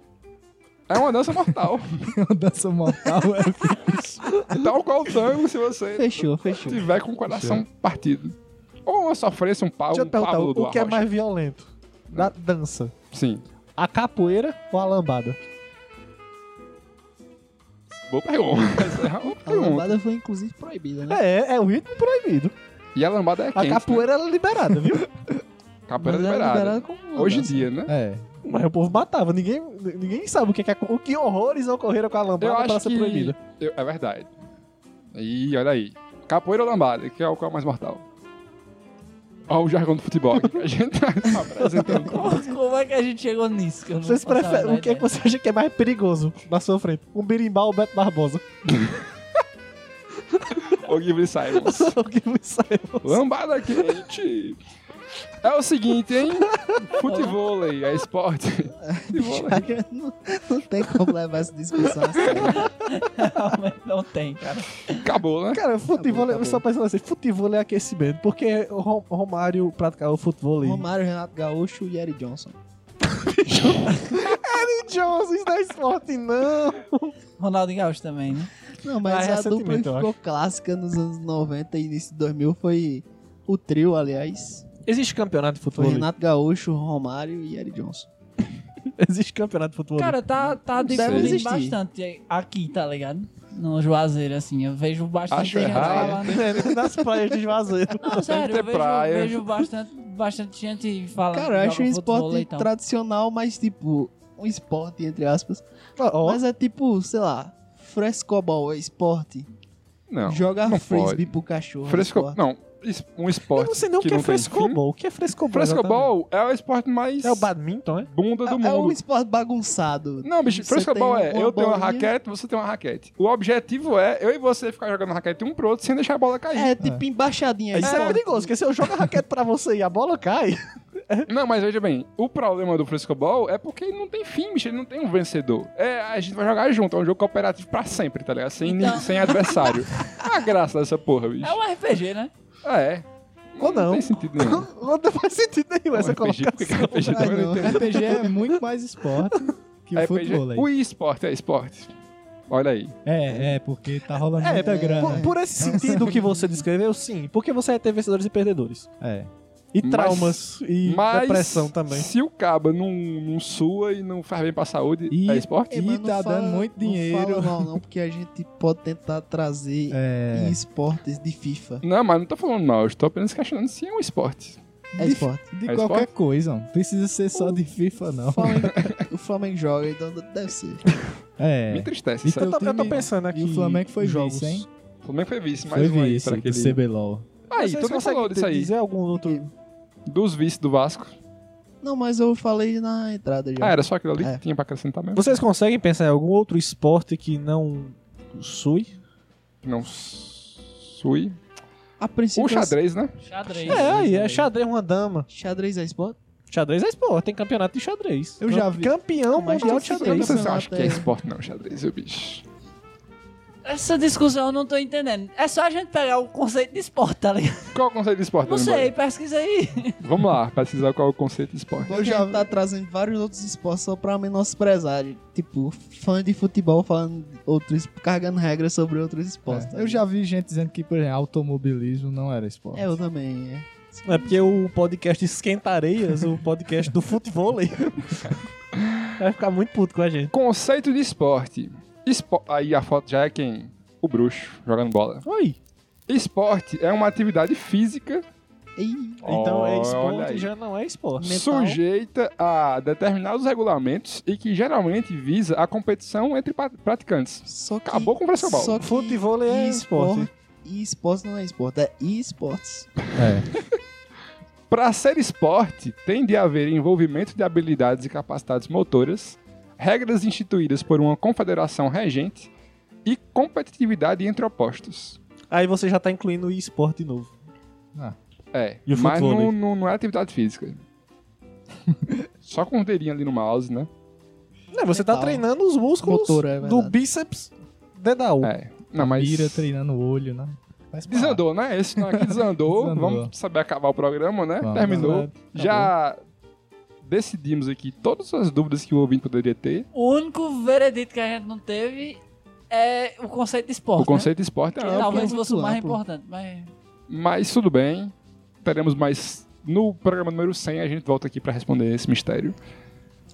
é uma dança *laughs* mortal. *laughs* Uma dança mortal é isso. Tal qual o tango, se você Fechou, fechou. tiver com o coração partido. Ou uma sofrência, um pau, Deixa eu um te perguntar, Pablo do o que é Arrocha. Hum. mais violento? Da dança? Sim, A capoeira ou a lambada? boa *laughs* pergunta. Essa é uma A pergunta. lambada foi inclusive proibida, né? É, é o ritmo proibido. E a lambada é A quente, capoeira é liberada, viu? *laughs* né? Capoeira Mas era liberada. liberada como uma Hoje em *laughs* dança. dia, né? É. Mas o povo matava, ninguém, ninguém sabe o que, é que, é- o que horrores ocorreram com a Eu lambada pra acho ser que... proibida. Eu- É verdade. E olha aí. Capoeira ou lambada, que é o qual é o mais mortal? Olha o jargão do futebol *laughs* aqui que a gente tá apresentando. Como, como é que a gente chegou nisso? que eu não Vocês faço a preferem, menor o que, é que ideia? você acha que é mais perigoso na sua frente? Um berimbau ou Beto Barbosa? *laughs* O Ghibli Simons. *laughs* O que você Lambada quente. É o seguinte, *laughs* hein? Futevôlei é esporte. *laughs* Futevôlei. não, não tem como levar essa discussão a sério. Realmente não tem, cara. Acabou, né? Cara, futebol, Acabou, eu só pensando assim, futebol é aquecimento, porque o Rom- Romário praticava o futebol e... Romário, Renato Gaúcho e Eric Johnson. Johnson, isso não é esporte, não! Ronaldo Gaúcho também, né? Não, mas Ah, é a dupla que sentimento, eu ficou clássica nos anos 90 e início de 2000 foi o trio, aliás. Existe campeonato de Foi futebol? Renato Gaúcho, Romário e Eric Johnson. Existe campeonato de futebol? Cara, tá, tá difundindo existir. bastante aqui, tá ligado? No Juazeiro, assim. Eu vejo bastante Acho gente errado. falando. Ah, é, né? nas praias de Juazeiro. Não, sério, ter eu vejo, praia. vejo bastante, bastante gente Ah, falando. Cara, eu que acho um joga futebol esporte e tal. tradicional, mas tipo, um esporte entre aspas. Ó, Mas é tipo, sei lá, frescobol é esporte. Não. Jogar não frisbee pro cachorro. é Fresco... esporte. Não. es- Um eu esporte não sei nem o que, é não tem frescobol. O que é fim. frescobol? Frescobol é o esporte mais exatamente? É o badminton, é? bunda do É, é um mundo. esporte bagunçado. Não, bicho, Você frescobol tem é uma eu tenho uma bolinha- raquete, você tem uma raquete. O objetivo é eu e você ficar jogando raquete um pro outro sem deixar a bola cair. É tipo embaixadinha. Isso é, esporte. perigoso, porque se eu jogo a raquete pra você e a bola cai... *laughs* Não, mas veja bem, o problema do frescobol é porque ele não tem fim, bicho, ele não tem um vencedor. É, a gente vai jogar junto, é um jogo cooperativo pra sempre, tá ligado? Sem, Então- sem adversário. a graça dessa porra, bicho. É um RPG, né? Ah, é. Ou não. Não tem sentido nenhum. Não faz sentido nenhum essa RPG, colocação. por é que que RPG Ah, também não não. entende? RPG é muito mais esporte que o RPG futebol aí. É O esporte é esporte. Olha aí. É, é, porque tá rolando É, muita grana. Então, Por, por esse sentido *laughs* que você descreveu, sim. Porque você vai ter vencedores e perdedores. É. E Mas- traumas. e Mas depressão também. se o caba não, não sua e não faz bem pra saúde, E- é esporte? Ei, mas E não tá dando muito dinheiro. Não fala mal, não, porque a gente pode tentar trazer É. esportes de FIFA. Não, mas não tô falando mal, eu estou apenas questionando se é um esporte. É esporte. De É qualquer esporte? coisa, não precisa ser só de FIFA, O não. Flamengo, o Flamengo joga, então deve ser. Me É. entristece, Então- sabe? Eu tô, eu tô time- pensando aqui. E o Flamengo foi jogos. vice, hein? Também foi vice, mais Foi um aí vice, pra do aquele... CBLOL. Aí, Vocês todo mundo conseguem falou disso aí. dizer algum outro. Dos vice do Vasco. Não, mas eu falei na entrada já. Ah, era só aquilo ali É. que tinha pra acrescentar mesmo. Vocês conseguem pensar em algum outro esporte que não sui? Não sui. A princípio. O xadrez, né? Xadrez. É, aí, é xadrez, uma dama. Xadrez é esporte? Xadrez é esporte, tem campeonato de xadrez. Eu já vi. Campeão Mas mundial tem de Eu xadrez. não sei se eu Campeonato acho que é é- esporte, não, xadrez, o bicho. Essa discussão eu não tô entendendo. É só a gente pegar o conceito de esporte, tá ligado? Qual é o conceito de esporte? Não Dani sei, pesquisa aí. Boy? Vamos lá, precisar qual é o conceito de esporte. Eu já tá trazendo vários outros esportes só pra menosprezar. Tipo, fã de futebol falando outros. carregando regras sobre outros esportes. tá É. Eu já vi gente dizendo que, por exemplo, automobilismo não era esporte. ligado? É, eu também. É. É porque o podcast Esquentareias, o podcast do futebol, aí, *laughs* vai ficar muito puto com a gente. Conceito de esporte. Espo- Aí a foto já é quem? O bruxo, jogando bola. Oi. Esporte é uma atividade física Ih, Então é Olha esporte aí. já não é esporte. Sujeita a determinados regulamentos e que geralmente visa a competição entre pa- praticantes. só que. Acabou com o Brasil Só que Futebol é esporte. E esportes não é esporte, é esportes. Para ser esporte, tem de haver envolvimento de habilidades e capacidades motoras, regras instituídas por uma confederação regente e competitividade entre opostos. Aí você já tá incluindo o esporte de novo. É, E o mas futebol, né? não, não, não é atividade física. *laughs* Só com o dedinho ali no mouse, né? Não, você tá Mental. treinando os músculos Motor, é do verdade. bíceps dedal. É. Não, mas... Mira treinando o olho, né? Faz parte. Desandou, né? Esse não aqui desandou. Desandou. Vamos saber acabar o programa, né? Vamos. Terminou. Acabou. Já decidimos aqui todas as dúvidas que o ouvinte poderia ter. O único veredito que a gente não teve é o conceito de esporte. o conceito de esporte é né? amplo, Talvez é fosse o muito mais amplo. importante, mas. mas tudo bem. Teremos mais. No programa número 100, a gente volta aqui pra responder esse mistério.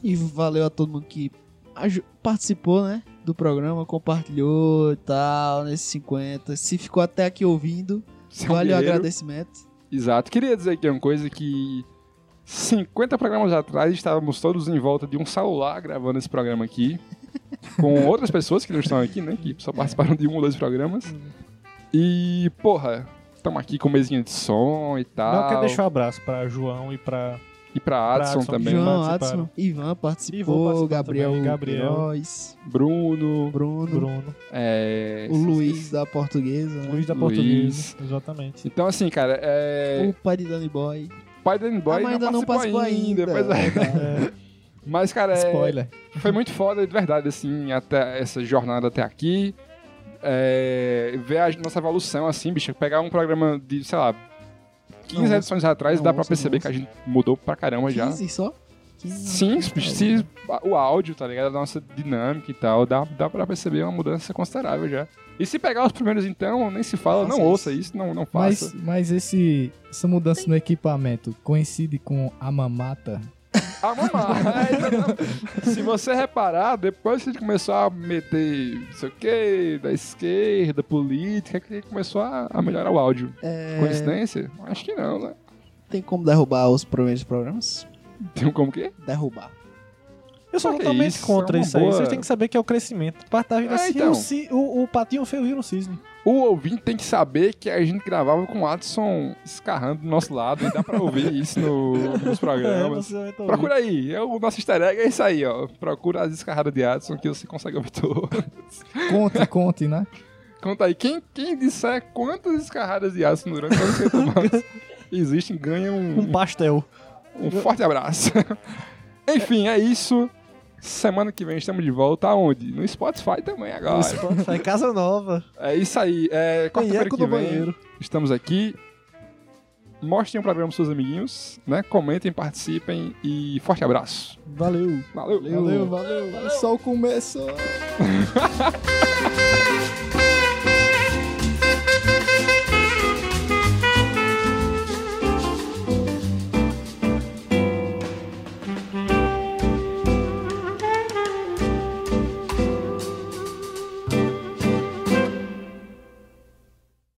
E valeu a todo mundo que aju- participou, né? Do programa, compartilhou e tal, nesses 50. Se ficou até aqui ouvindo, Você é um vale o guerreiro. agradecimento. Exato. Queria dizer aqui uma coisa que 50 programas atrás estávamos todos em volta de um celular gravando esse programa aqui. com outras pessoas que não estão aqui, né? Que só participaram de um ou dois programas. E, porra, estamos aqui com mesinha de som e tal. Não quer deixar um abraço pra João e pra. E pra Adson, Adson. também. João participaram. Adson, Ivan participou, Ivan participou Gabriel, também, Gabriel. Queiroz, Bruno. Bruno, Bruno, É... o Luiz da Portuguesa, né? Luiz da Luiz. Portuguesa. Exatamente. Então, assim, cara, é... o pai de Danny Boy. Pai Danny Boy Ah, mas não, participou ainda. Pois *laughs* é. É, Mas, cara, é... Spoiler. foi muito foda, de verdade, assim, até essa jornada até aqui. É, ver a nossa evolução, assim, bicho. Pegar um programa de, sei lá, 15 Não, é edições atrás, dá pra nossa, perceber nossa. que a gente mudou pra caramba já. 15 só? É, 15 é Sim, bicho, se- o áudio, tá ligado? A nossa dinâmica e tal, dá, dá pra perceber uma mudança considerável já. E se pegar os primeiros, então, nem se fala, Faça não ouça isso, não, não faça. Mas, mas esse, essa mudança no equipamento coincide com a mamata? Ah, mamãe. Se você reparar, depois que ele começou a meter, não sei o que, da esquerda, política, que ele começou a, a melhorar o áudio. Coincidência? Acho que não, né? Tem como derrubar os primeiros programas? Tem um como que? Derrubar. Eu sou Pô, que totalmente isso, contra é uma isso aí. boa. Vocês têm que saber que é o crescimento. Parte da vida É, assim, então. o, ci- o, o patinho feio vira um cisne. O ouvinte tem que saber que a gente gravava com o Adson escarrando do nosso lado e dá pra ouvir isso no- nos programas. É, você vai tomar. Procura aí, é o nosso easter egg é isso aí, ó. Procura as escarradas de Adson que você consegue ouvir todo. Conte, conte, né? Conta aí, quem, quem disser quantas escarradas de aço durante todas as *laughs* semanas existem, ganha um um, pastel. um forte abraço. *laughs* Enfim, é isso. Semana que vem estamos de volta aonde? No Spotify também agora. Isso, pronto, tá em casa nova. É isso aí. É, Quarta-feira Conheco que do vem banheiro. estamos aqui. Mostrem o programa pros seus amiguinhos, né? Comentem, participem e forte abraço. Valeu. Valeu. Valeu, valeu. É Só o começo.